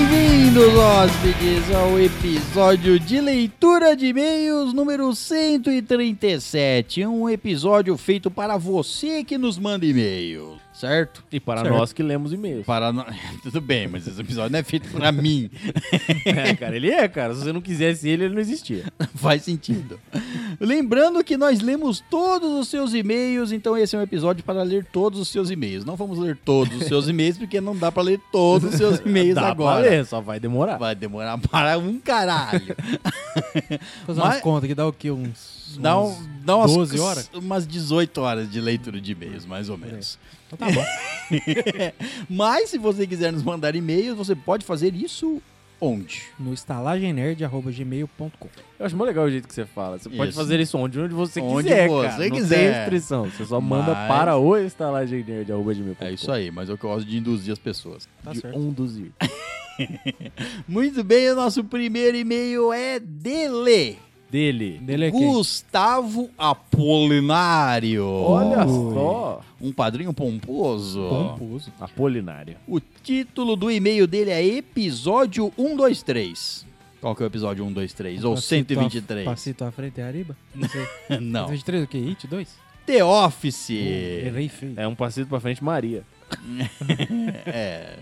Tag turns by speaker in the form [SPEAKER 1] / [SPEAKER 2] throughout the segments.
[SPEAKER 1] Bem-vindos, hóspedes, ao episódio de leitura de e-mails número 137. Um episódio feito para você que nos manda e-mail, certo?
[SPEAKER 2] E para
[SPEAKER 1] Certo.
[SPEAKER 2] nós que lemos e-mails.
[SPEAKER 1] Para no- Tudo bem, mas esse episódio não é feito para mim.
[SPEAKER 2] É, cara, ele é, cara. Se você não quisesse ele, ele não existia.
[SPEAKER 1] Faz sentido. Lembrando que nós lemos todos os seus e-mails, então esse é um episódio para ler todos os seus e-mails. Não vamos ler todos os seus e-mails, porque não dá para ler todos os seus e-mails
[SPEAKER 2] Dá
[SPEAKER 1] agora.
[SPEAKER 2] pra ler, só vai demorar.
[SPEAKER 1] Vai demorar para um caralho.
[SPEAKER 3] Fazer
[SPEAKER 1] Mas-
[SPEAKER 3] umas contas que dá o quê? Uns.
[SPEAKER 1] Dá,
[SPEAKER 3] uns...
[SPEAKER 1] um, dá umas,
[SPEAKER 3] 12 horas?
[SPEAKER 1] umas 18 horas de leitura de e-mails, mais ou menos.
[SPEAKER 3] Então Tá bom.
[SPEAKER 1] Mas se você quiser nos mandar e-mails, você pode fazer isso onde?
[SPEAKER 3] No estalagemnerd.gmail.com.
[SPEAKER 2] Eu acho muito legal o jeito que você fala. Você pode
[SPEAKER 1] Isso.
[SPEAKER 2] fazer isso onde, onde você
[SPEAKER 1] Onde
[SPEAKER 2] quiser,
[SPEAKER 1] você
[SPEAKER 2] cara. Não
[SPEAKER 1] quiser.
[SPEAKER 2] tem restrição. Você só manda
[SPEAKER 1] Mas-
[SPEAKER 2] para o estalagemnerd.com.
[SPEAKER 1] É isso aí, mas eu gosto de induzir as pessoas.
[SPEAKER 3] Tá
[SPEAKER 2] De um
[SPEAKER 3] certo.
[SPEAKER 2] conduzir.
[SPEAKER 1] Muito bem, o nosso primeiro e-mail é dele. um
[SPEAKER 2] Dele.
[SPEAKER 3] Dele é quem?
[SPEAKER 1] Gustavo Apolinário.
[SPEAKER 2] Olha
[SPEAKER 3] Ui.
[SPEAKER 2] só.
[SPEAKER 1] Um padrinho pomposo.
[SPEAKER 3] Pomposo.
[SPEAKER 2] Apolinário.
[SPEAKER 1] O título do e-mail dele é Episódio 123. Qual que é o episódio 123? Ou
[SPEAKER 3] Passito à-
[SPEAKER 1] 123?
[SPEAKER 3] Passito à frente é Ariba? Não sei.
[SPEAKER 1] Não.
[SPEAKER 3] 123 o quê? It 2?
[SPEAKER 1] The Office.
[SPEAKER 3] Errei feio.
[SPEAKER 2] É um passeio pra frente, Maria.
[SPEAKER 1] É.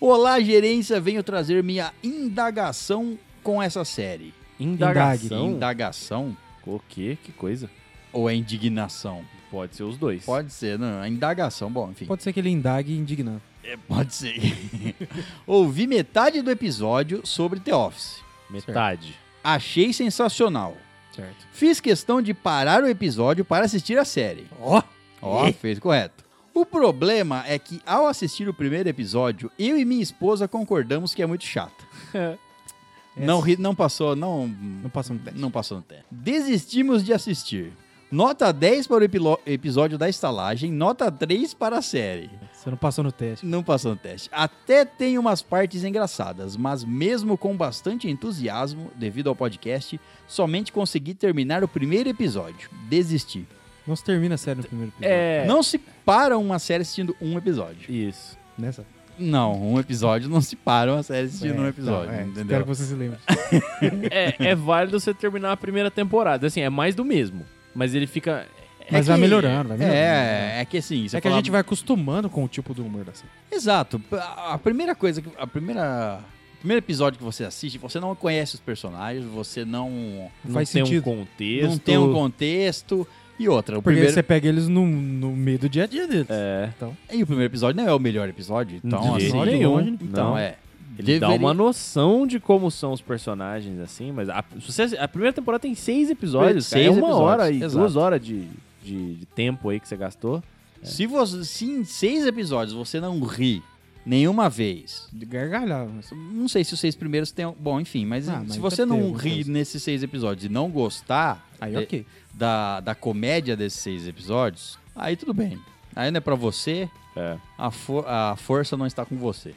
[SPEAKER 1] Olá, gerência, venho trazer minha indagação com essa série. Então?
[SPEAKER 2] Indagação.
[SPEAKER 1] Indagação
[SPEAKER 2] O quê? Que coisa.
[SPEAKER 1] ou é indignação?
[SPEAKER 2] Pode ser os dois.
[SPEAKER 1] Pode ser, não, é indagação, bom, enfim.
[SPEAKER 3] Pode ser que ele indague indignado.
[SPEAKER 1] É, pode ser. Ouvi metade do episódio sobre The Office.
[SPEAKER 2] Metade.
[SPEAKER 1] Achei sensacional.
[SPEAKER 3] Certo.
[SPEAKER 1] Fiz questão de parar o episódio para assistir a série.
[SPEAKER 3] Ó!
[SPEAKER 1] Ó, fez correto. O problema é que ao assistir o primeiro episódio, eu e minha esposa concordamos que é muito chata. Não, ri- não passou, não,
[SPEAKER 3] Não passa muito
[SPEAKER 1] não passou no tempo. Desistimos de assistir. Nota 10 para o epilo- episódio da estalagem, nota 3 para a série.
[SPEAKER 3] Você não passou no teste.
[SPEAKER 1] Não passou no teste. Até tem umas partes engraçadas, mas mesmo com bastante entusiasmo, devido ao podcast, somente consegui terminar o primeiro episódio. Desisti.
[SPEAKER 3] Não se termina a série no primeiro episódio.
[SPEAKER 2] É.
[SPEAKER 1] Não se para uma série assistindo um episódio.
[SPEAKER 2] Isso.
[SPEAKER 3] Nessa?
[SPEAKER 1] Não, um episódio não se para uma série assistindo um
[SPEAKER 3] É,
[SPEAKER 1] episódio,
[SPEAKER 3] então, é, Espero
[SPEAKER 1] entendeu?
[SPEAKER 3] que você se lembre.
[SPEAKER 2] é, é válido você terminar a primeira temporada. Assim, é mais do mesmo. Mas ele fica.
[SPEAKER 3] Mas vai melhorando, vai melhorando.
[SPEAKER 1] É, é que assim, você
[SPEAKER 3] é que a
[SPEAKER 1] falar-
[SPEAKER 3] gente vai acostumando com o tipo do humor da série.
[SPEAKER 1] Exato. A a primeira coisa, que- a primeira... o Primeiro episódio que você assiste, você não conhece os personagens, você não,
[SPEAKER 2] Não
[SPEAKER 3] Faz
[SPEAKER 2] tem
[SPEAKER 3] sentido.
[SPEAKER 2] um contexto.
[SPEAKER 1] não tem um contexto. E outra, o
[SPEAKER 3] Porque
[SPEAKER 1] primeiro,
[SPEAKER 3] você pega eles no, no meio do dia a dia deles.
[SPEAKER 2] É.
[SPEAKER 1] e o primeiro episódio não é o melhor episódio, então
[SPEAKER 2] de
[SPEAKER 1] assim,
[SPEAKER 2] jeito
[SPEAKER 3] episódio
[SPEAKER 2] nenhum.
[SPEAKER 3] longe,
[SPEAKER 1] então
[SPEAKER 2] não.
[SPEAKER 1] é.
[SPEAKER 2] Ele
[SPEAKER 1] Deveria-
[SPEAKER 2] dá uma noção de como são os personagens, assim, mas a, se você- a primeira temporada tem seis episódios, cara,
[SPEAKER 1] Seis
[SPEAKER 2] é uma
[SPEAKER 1] episódios,
[SPEAKER 2] hora e
[SPEAKER 1] exato.
[SPEAKER 2] duas horas de, de, de tempo aí que você gastou.
[SPEAKER 1] Se você, se em seis episódios você não ri nenhuma vez,
[SPEAKER 3] De gargalhar. Mas...
[SPEAKER 1] Não sei se os seis primeiros têm. Bom, enfim, mas,
[SPEAKER 3] Ah, mas
[SPEAKER 1] se
[SPEAKER 3] ainda
[SPEAKER 1] você
[SPEAKER 3] tem
[SPEAKER 1] não
[SPEAKER 3] alguma
[SPEAKER 1] rir
[SPEAKER 3] coisa.
[SPEAKER 1] nesses seis episódios e não gostar
[SPEAKER 3] Aí,
[SPEAKER 1] de-
[SPEAKER 3] ok.
[SPEAKER 1] da, da comédia desses seis episódios, aí tudo bem. Aí não é pra você,
[SPEAKER 2] É.
[SPEAKER 1] a, for- a força não está com você.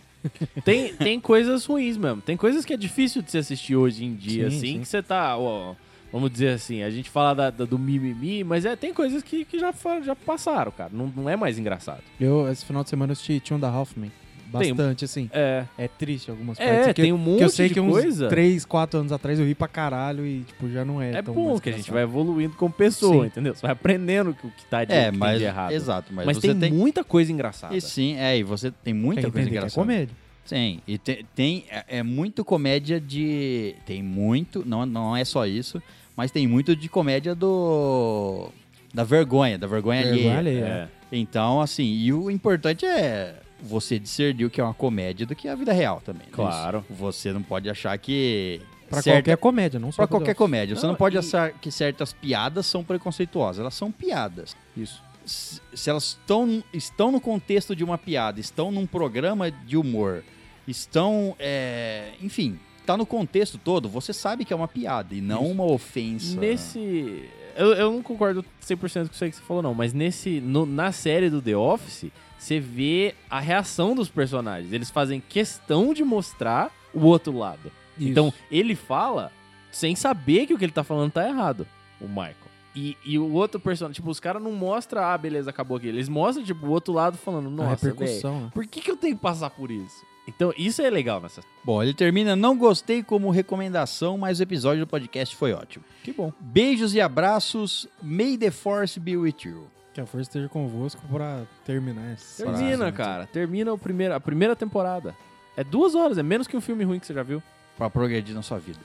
[SPEAKER 2] Tem, tem coisas ruins mesmo. Tem coisas que é difícil de se assistir hoje em dia,
[SPEAKER 3] Sim,
[SPEAKER 2] assim,
[SPEAKER 3] sim.
[SPEAKER 2] que você tá. ó, vamos dizer assim, a gente fala da- da- do mimimi, mas é, tem coisas que, que já, fa- já passaram, cara. Não, não é mais engraçado.
[SPEAKER 3] Eu, esse final de semana, eu assisti Tune da Hoffman. Bastante, assim.
[SPEAKER 2] É.
[SPEAKER 3] É triste algumas partes.
[SPEAKER 2] É,
[SPEAKER 3] que
[SPEAKER 2] tem
[SPEAKER 3] eu,
[SPEAKER 2] um monte
[SPEAKER 3] que eu sei
[SPEAKER 2] de
[SPEAKER 3] que uns
[SPEAKER 2] coisa.
[SPEAKER 3] 3, 4 anos atrás eu ri pra caralho e, tipo, já não é
[SPEAKER 2] É
[SPEAKER 3] tão
[SPEAKER 2] bom
[SPEAKER 3] mais
[SPEAKER 2] que a gente vai
[SPEAKER 3] engraçado.
[SPEAKER 2] evoluindo como pessoa,
[SPEAKER 3] Sim.
[SPEAKER 2] entendeu? Você vai aprendendo o que, o que tá de, o
[SPEAKER 1] é,
[SPEAKER 2] que tem
[SPEAKER 1] mas.
[SPEAKER 2] de errado.
[SPEAKER 1] Exato, mas,
[SPEAKER 2] Mas
[SPEAKER 1] você
[SPEAKER 2] tem,
[SPEAKER 1] tem.
[SPEAKER 2] muita coisa engraçada.
[SPEAKER 1] E sim, é, e você tem muita
[SPEAKER 3] Tem que
[SPEAKER 1] coisa
[SPEAKER 3] entender que é
[SPEAKER 1] engraçada.
[SPEAKER 3] comédia.
[SPEAKER 1] Sim, e te- tem. É, é muito comédia de. Tem muito, não, não é só isso, mas tem muito de comédia do. Da vergonha, da vergonha, alheia.
[SPEAKER 3] Vergonha alheia.
[SPEAKER 2] É.
[SPEAKER 1] Então, assim, e o importante é você discernir o que é uma comédia do que é a vida real também. né?
[SPEAKER 2] Claro.
[SPEAKER 1] Isso. Você não pode achar que.
[SPEAKER 3] Pra
[SPEAKER 1] certa-
[SPEAKER 3] qualquer comédia, não só
[SPEAKER 1] pra qualquer comédia. Você
[SPEAKER 2] Não,
[SPEAKER 1] não pode
[SPEAKER 2] e-
[SPEAKER 1] achar que certas piadas são preconceituosas. Elas são piadas.
[SPEAKER 3] Isso.
[SPEAKER 1] Se se elas tão, estão no contexto de uma piada, estão num programa de humor, estão. é, enfim, tá no contexto todo, você sabe que é uma piada e não
[SPEAKER 2] Isso.
[SPEAKER 1] uma ofensa.
[SPEAKER 2] Nesse. Eu, eu não concordo 100% com isso aí que você falou, não, mas nesse, no- na série do The Office, você vê a reação dos personagens. Eles fazem questão de mostrar o outro lado. Então, ele fala sem saber que o que ele tá falando tá errado, o Michael. E, e o outro personagem, tipo, os caras não mostram, ah, beleza, acabou aqui. Eles mostram, tipo, o outro lado falando,
[SPEAKER 3] não a
[SPEAKER 2] nossa, véi,
[SPEAKER 3] repercussão, né?
[SPEAKER 2] por que, que eu tenho que passar por isso? Então, isso é legal nessa.
[SPEAKER 1] Bom, ele termina, não gostei como recomendação, mas o episódio do podcast foi ótimo.
[SPEAKER 3] Que bom.
[SPEAKER 1] Beijos e abraços, may the force be with you.
[SPEAKER 3] Que a força esteja convosco pra terminar essa
[SPEAKER 2] Termina,
[SPEAKER 3] frase, né?
[SPEAKER 2] cara. Termina o primeiro, a primeira temporada. É duas horas, é menos que um filme ruim que você já viu.
[SPEAKER 1] Pra progredir na sua vida.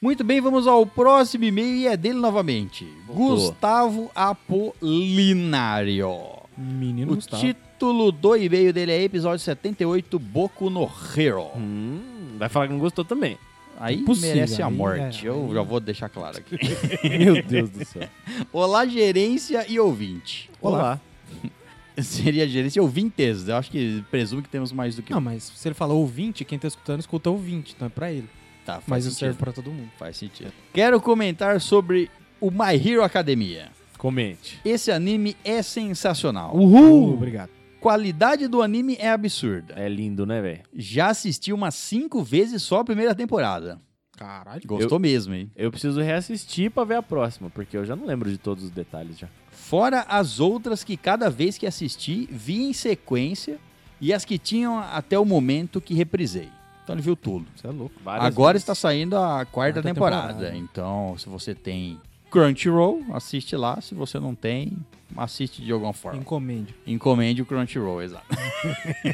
[SPEAKER 1] Muito bem, vamos ao próximo e-mail e é dele novamente.
[SPEAKER 2] Voltou.
[SPEAKER 1] Gustavo Apolinário.
[SPEAKER 3] Menino tá.
[SPEAKER 1] O
[SPEAKER 3] Gustavo.
[SPEAKER 1] título do e-mail dele é episódio 78, Boku no Hero.
[SPEAKER 2] Hum, vai falar que não gostou também.
[SPEAKER 1] Aí
[SPEAKER 3] é Impossível,
[SPEAKER 1] merece a
[SPEAKER 3] aí,
[SPEAKER 1] morte,
[SPEAKER 3] é,
[SPEAKER 1] eu
[SPEAKER 3] aí-
[SPEAKER 1] já vou deixar claro aqui.
[SPEAKER 2] Meu Deus do céu.
[SPEAKER 1] Olá, gerência e ouvinte.
[SPEAKER 2] Olá.
[SPEAKER 1] Seria gerência e ouvintes, eu acho que presumo que temos mais do que
[SPEAKER 3] Não, mas se ele falar ouvinte, quem tá escutando escuta ouvinte, então é pra ele.
[SPEAKER 1] Tá, faz
[SPEAKER 3] Mas isso
[SPEAKER 1] sentido.
[SPEAKER 3] serve pra todo mundo.
[SPEAKER 1] Faz sentido. Quero comentar sobre o My Hero Academia.
[SPEAKER 2] Comente.
[SPEAKER 1] Esse anime é sensacional.
[SPEAKER 3] Uhul! Obrigado.
[SPEAKER 1] Qualidade do anime é absurda.
[SPEAKER 2] É lindo, né, velho?
[SPEAKER 1] Já assisti umas cinco vezes só a primeira temporada.
[SPEAKER 3] Caralho.
[SPEAKER 1] Gostou mesmo, hein?
[SPEAKER 2] Eu preciso reassistir pra ver a próxima, porque eu já não lembro de todos os detalhes já.
[SPEAKER 1] Fora as outras que cada vez que assisti, vi em sequência e as que tinham até o momento que reprisei. Então ele viu tudo.
[SPEAKER 3] Você é louco.
[SPEAKER 2] Várias
[SPEAKER 1] Agora
[SPEAKER 2] vezes.
[SPEAKER 1] está saindo a quarta,
[SPEAKER 3] Quarta
[SPEAKER 1] temporada.
[SPEAKER 3] temporada.
[SPEAKER 1] Então, se você tem Crunchyroll, assiste lá. Se você não tem, assiste de alguma forma.
[SPEAKER 3] Encomende.
[SPEAKER 1] Encomende o Crunchyroll, exato.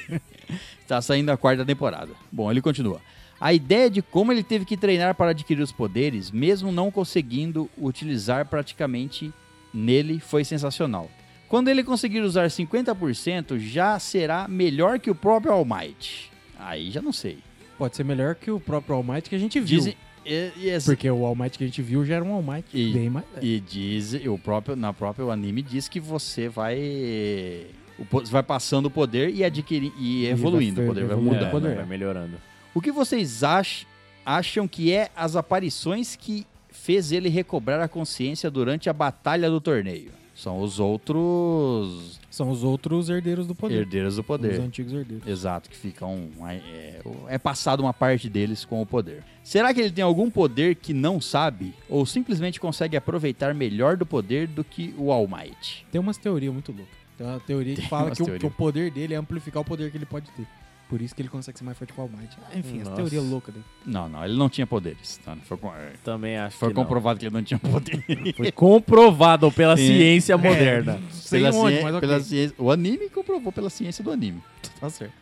[SPEAKER 1] Está saindo a quarta temporada. Bom, ele continua. A ideia de como ele teve que treinar para adquirir os poderes, mesmo não conseguindo utilizar praticamente nele, foi sensacional. Quando ele conseguir usar 50%, já será melhor que o próprio All Might. Aí já não sei.
[SPEAKER 3] Pode ser melhor que o próprio All Might que a gente viu.
[SPEAKER 1] Dizem, e, e essa-
[SPEAKER 3] Porque o All Might que a gente viu já era um All Might
[SPEAKER 1] E-
[SPEAKER 3] bem mais...
[SPEAKER 1] E diz, o próprio, na própria o anime diz que você vai o po- vai passando o poder e adquirindo e
[SPEAKER 3] vai
[SPEAKER 1] evoluindo, o
[SPEAKER 3] fer-
[SPEAKER 1] poder vai
[SPEAKER 3] evoluindo.
[SPEAKER 1] mudando.
[SPEAKER 3] muda
[SPEAKER 2] É,
[SPEAKER 3] quando
[SPEAKER 2] vai-
[SPEAKER 3] é.
[SPEAKER 2] vai melhorando.
[SPEAKER 1] O que vocês ach- acham que é as aparições que fez ele recobrar a consciência durante a batalha do torneio? São os outros
[SPEAKER 3] São os outros herdeiros do poder.
[SPEAKER 1] herdeiros do
[SPEAKER 3] Os
[SPEAKER 1] poder.
[SPEAKER 3] antigos herdeiros.
[SPEAKER 1] Exato, que ficam. É, é passado uma parte deles com o poder. Será que ele tem algum poder que não sabe? Ou simplesmente consegue aproveitar melhor do poder do que o All Might?
[SPEAKER 3] Tem umas teorias muito loucas. Tem uma teoria que fala
[SPEAKER 1] umas
[SPEAKER 3] que o,
[SPEAKER 1] teorias.
[SPEAKER 3] que o poder dele é amplificar o poder que ele pode ter. Por isso que ele consegue ser mais forte que o All Might. Ah, enfim, essa
[SPEAKER 2] Nossa.
[SPEAKER 3] teoria louca dele.
[SPEAKER 1] Não, não, ele não tinha poderes. Não, foi com- eh,
[SPEAKER 2] Também acho
[SPEAKER 1] foi
[SPEAKER 2] que não.
[SPEAKER 1] comprovado que ele não tinha poder.
[SPEAKER 2] Foi comprovado pela
[SPEAKER 1] Sim.
[SPEAKER 2] ciência moderna.
[SPEAKER 3] Sei
[SPEAKER 1] Pela
[SPEAKER 3] onde,
[SPEAKER 1] cien-
[SPEAKER 3] um mas ok.
[SPEAKER 1] pela ciência, o anime comprovou pela ciência do anime.
[SPEAKER 3] Tá certo.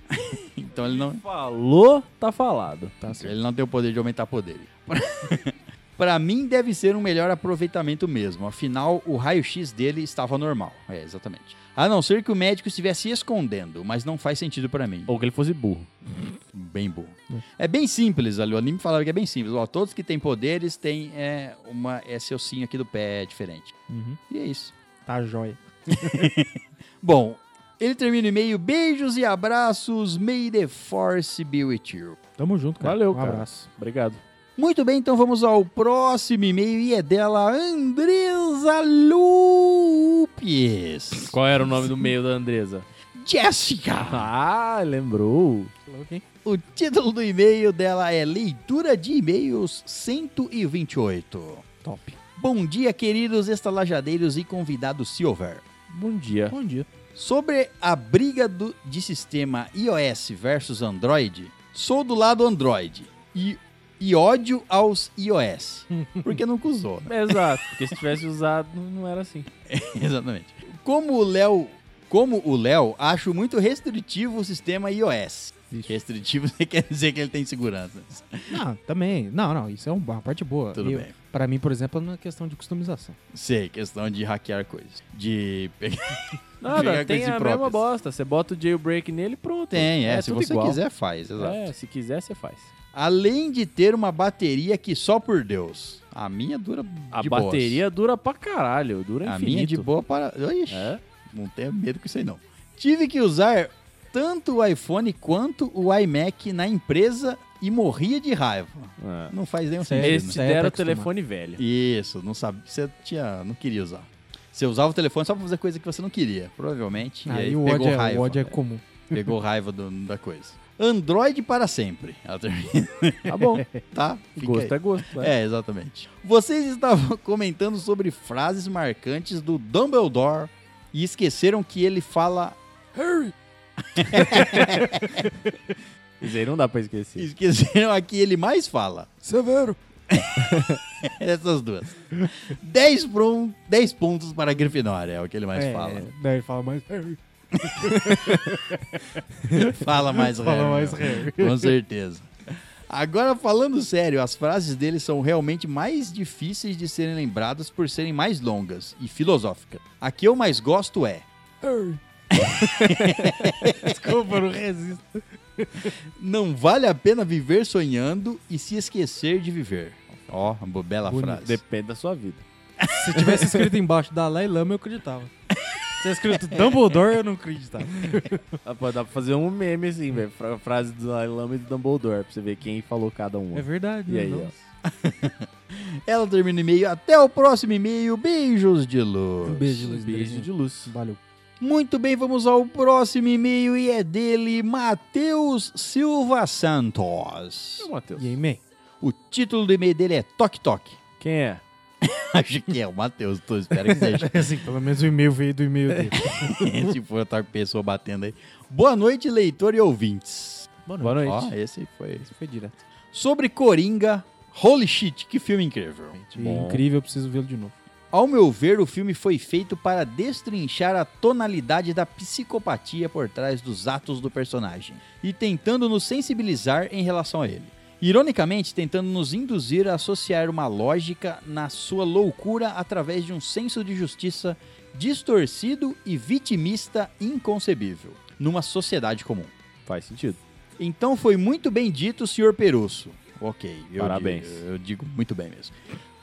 [SPEAKER 1] Então ele não,
[SPEAKER 2] Falou, tá falado.
[SPEAKER 3] Tá certo.
[SPEAKER 1] Ele não tem o poder de aumentar poder. Pra mim, deve ser um melhor aproveitamento mesmo. Afinal, o raio-x dele estava normal. É, exatamente. A não ser que o médico estivesse escondendo, mas não faz sentido pra mim.
[SPEAKER 2] Ou que ele fosse burro.
[SPEAKER 1] Bem bom. É bem simples, ali. O anime falava que é bem simples. Ó, todos que têm poderes têm é, uma, esse ossinho aqui do pé diferente.
[SPEAKER 3] Uhum.
[SPEAKER 1] E é isso.
[SPEAKER 3] Tá jóia.
[SPEAKER 1] Bom, ele termina o e-mail. Beijos e abraços. May the force be with you.
[SPEAKER 3] Tamo junto, cara.
[SPEAKER 2] Valeu,
[SPEAKER 3] um
[SPEAKER 2] cara.
[SPEAKER 3] abraço.
[SPEAKER 2] Obrigado.
[SPEAKER 1] Muito bem, então vamos ao próximo e-mail e é dela Andresa Lupes.
[SPEAKER 2] Qual era o nome do meio da Andresa?
[SPEAKER 1] Jéssica!
[SPEAKER 2] Ah, lembrou.
[SPEAKER 1] O título do e-mail dela é Leitura de E-mails 128.
[SPEAKER 3] Top.
[SPEAKER 1] Bom dia, queridos estalajadeiros e convidados, se houver.
[SPEAKER 2] Bom
[SPEAKER 1] É.
[SPEAKER 2] dia.
[SPEAKER 3] Bom dia.
[SPEAKER 1] Sobre a briga do- de sistema iOS versus Android, sou do lado Android e, e ódio aos iOS, porque nunca usou, né?
[SPEAKER 2] Exato, porque se tivesse usado, não- não era assim.
[SPEAKER 1] Exatamente. Como o Léo, como o Léo, acho muito restritivo o sistema iOS. Restritivo quer dizer que ele tem segurança.
[SPEAKER 3] Não, também. Não, não. Isso é uma parte boa.
[SPEAKER 1] Tudo
[SPEAKER 3] Eu-
[SPEAKER 1] bem.
[SPEAKER 3] Pra mim, por exemplo, não é questão de customização.
[SPEAKER 1] Sei, questão de hackear coisas. De pegar.
[SPEAKER 2] Nada,
[SPEAKER 1] Fica
[SPEAKER 2] tem
[SPEAKER 1] com
[SPEAKER 2] a
[SPEAKER 1] esse
[SPEAKER 2] mesma
[SPEAKER 1] próprio.
[SPEAKER 2] bosta. Você bota o jailbreak nele e pronto.
[SPEAKER 1] Tem, é. se
[SPEAKER 2] tudo
[SPEAKER 1] você
[SPEAKER 2] igual.
[SPEAKER 1] quiser, faz, exato.
[SPEAKER 2] É, se quiser, você faz.
[SPEAKER 1] Além de ter uma bateria que só por Deus. A minha dura
[SPEAKER 2] A
[SPEAKER 1] de boas.
[SPEAKER 2] bateria dura pra caralho, dura
[SPEAKER 1] A
[SPEAKER 2] infinito.
[SPEAKER 1] minha é de boa para. Ixi,
[SPEAKER 2] É?
[SPEAKER 1] Não tenha medo com isso aí, não. Tive que usar tanto o iPhone quanto o iMac na empresa e morria de raiva.
[SPEAKER 2] É.
[SPEAKER 1] Não faz nenhum sentido.
[SPEAKER 3] Sério,
[SPEAKER 1] né?
[SPEAKER 2] Eles te
[SPEAKER 3] Isso aí é
[SPEAKER 2] deram
[SPEAKER 3] pra
[SPEAKER 2] o telefone velho.
[SPEAKER 1] Isso, não sabia. Você tinha, não queria usar. Você usava o telefone só pra fazer coisa que você não queria, provavelmente. e
[SPEAKER 3] aí
[SPEAKER 1] aí
[SPEAKER 3] o
[SPEAKER 1] pegou
[SPEAKER 3] ódio, é,
[SPEAKER 1] raiva.
[SPEAKER 3] o ódio é comum.
[SPEAKER 1] Pegou raiva do- da coisa. Android para sempre. Ela termina,
[SPEAKER 2] Tá bom,
[SPEAKER 1] tá? Fica
[SPEAKER 2] gosto
[SPEAKER 1] aí.
[SPEAKER 2] é gosto. vai.
[SPEAKER 3] né?
[SPEAKER 1] É, exatamente. Vocês estavam comentando sobre frases marcantes do Dumbledore e esqueceram que ele fala Harry.
[SPEAKER 2] Isso aí não dá pra esquecer.
[SPEAKER 1] Esqueceram a que ele mais fala.
[SPEAKER 3] Severo.
[SPEAKER 1] Essas duas. 10 pro- 10 pontos para a Grifinória, é o que ele mais
[SPEAKER 3] é,
[SPEAKER 1] fala.
[SPEAKER 3] Daí ele fala mais Harry.
[SPEAKER 1] Fala mais
[SPEAKER 3] Fala
[SPEAKER 1] Harry,
[SPEAKER 3] mais
[SPEAKER 1] meu.
[SPEAKER 3] Harry.
[SPEAKER 1] Com certeza. Agora, falando sério, as frases dele são realmente mais difíceis de serem lembradas por serem mais longas e filosóficas. A que eu mais gosto é:
[SPEAKER 3] Harry. Desculpa, eu não resisto.
[SPEAKER 1] Não vale a pena viver sonhando e se esquecer de viver. Ó, uma bo- bela
[SPEAKER 3] Bonito.
[SPEAKER 1] frase.
[SPEAKER 2] Depende da sua vida.
[SPEAKER 3] Se tivesse escrito embaixo Dalai Lama, eu acreditava. Se tivesse escrito Dumbledore, eu não acreditava.
[SPEAKER 2] Dá pra, dá pra fazer um meme assim, velho. Fra- frase do Dalai Lama e do Dumbledore, pra você ver quem falou cada um.
[SPEAKER 3] É verdade.
[SPEAKER 2] E
[SPEAKER 3] né?
[SPEAKER 2] aí,
[SPEAKER 3] Nossa.
[SPEAKER 1] Ela termina o e-mail. Até o próximo e-mail. Beijos de luz.
[SPEAKER 3] Um beijo, Luiz.
[SPEAKER 2] Beijo de luz.
[SPEAKER 3] Valeu.
[SPEAKER 1] Muito bem, vamos ao próximo e-mail e é dele, Matheus Silva Santos.
[SPEAKER 2] E Matheus?
[SPEAKER 3] E aí, man?
[SPEAKER 1] O título do e-mail dele é Toque Toque.
[SPEAKER 2] Quem é?
[SPEAKER 1] Acho que é o Matheus, tô, espero que seja.
[SPEAKER 3] Assim, pelo menos o e-mail veio do e-mail dele.
[SPEAKER 1] Se for outra pessoa batendo aí. Boa noite, leitor e ouvintes.
[SPEAKER 2] Boa noite.
[SPEAKER 1] Ó, esse foi.
[SPEAKER 3] Isso foi direto.
[SPEAKER 1] Sobre Coringa, holy shit, que filme incrível.
[SPEAKER 2] Bom.
[SPEAKER 3] Incrível, eu preciso vê-lo de novo.
[SPEAKER 1] Ao meu ver, o filme foi feito para destrinchar a tonalidade da psicopatia por trás dos atos do personagem e tentando nos sensibilizar em relação a ele. Ironicamente, tentando nos induzir a associar uma lógica na sua loucura através de um senso de justiça distorcido e vitimista inconcebível numa sociedade comum.
[SPEAKER 2] Faz sentido.
[SPEAKER 1] Então foi muito bem dito, senhor Perusso. Ok, eu
[SPEAKER 2] Parabéns.
[SPEAKER 1] Digo, eu digo muito bem mesmo.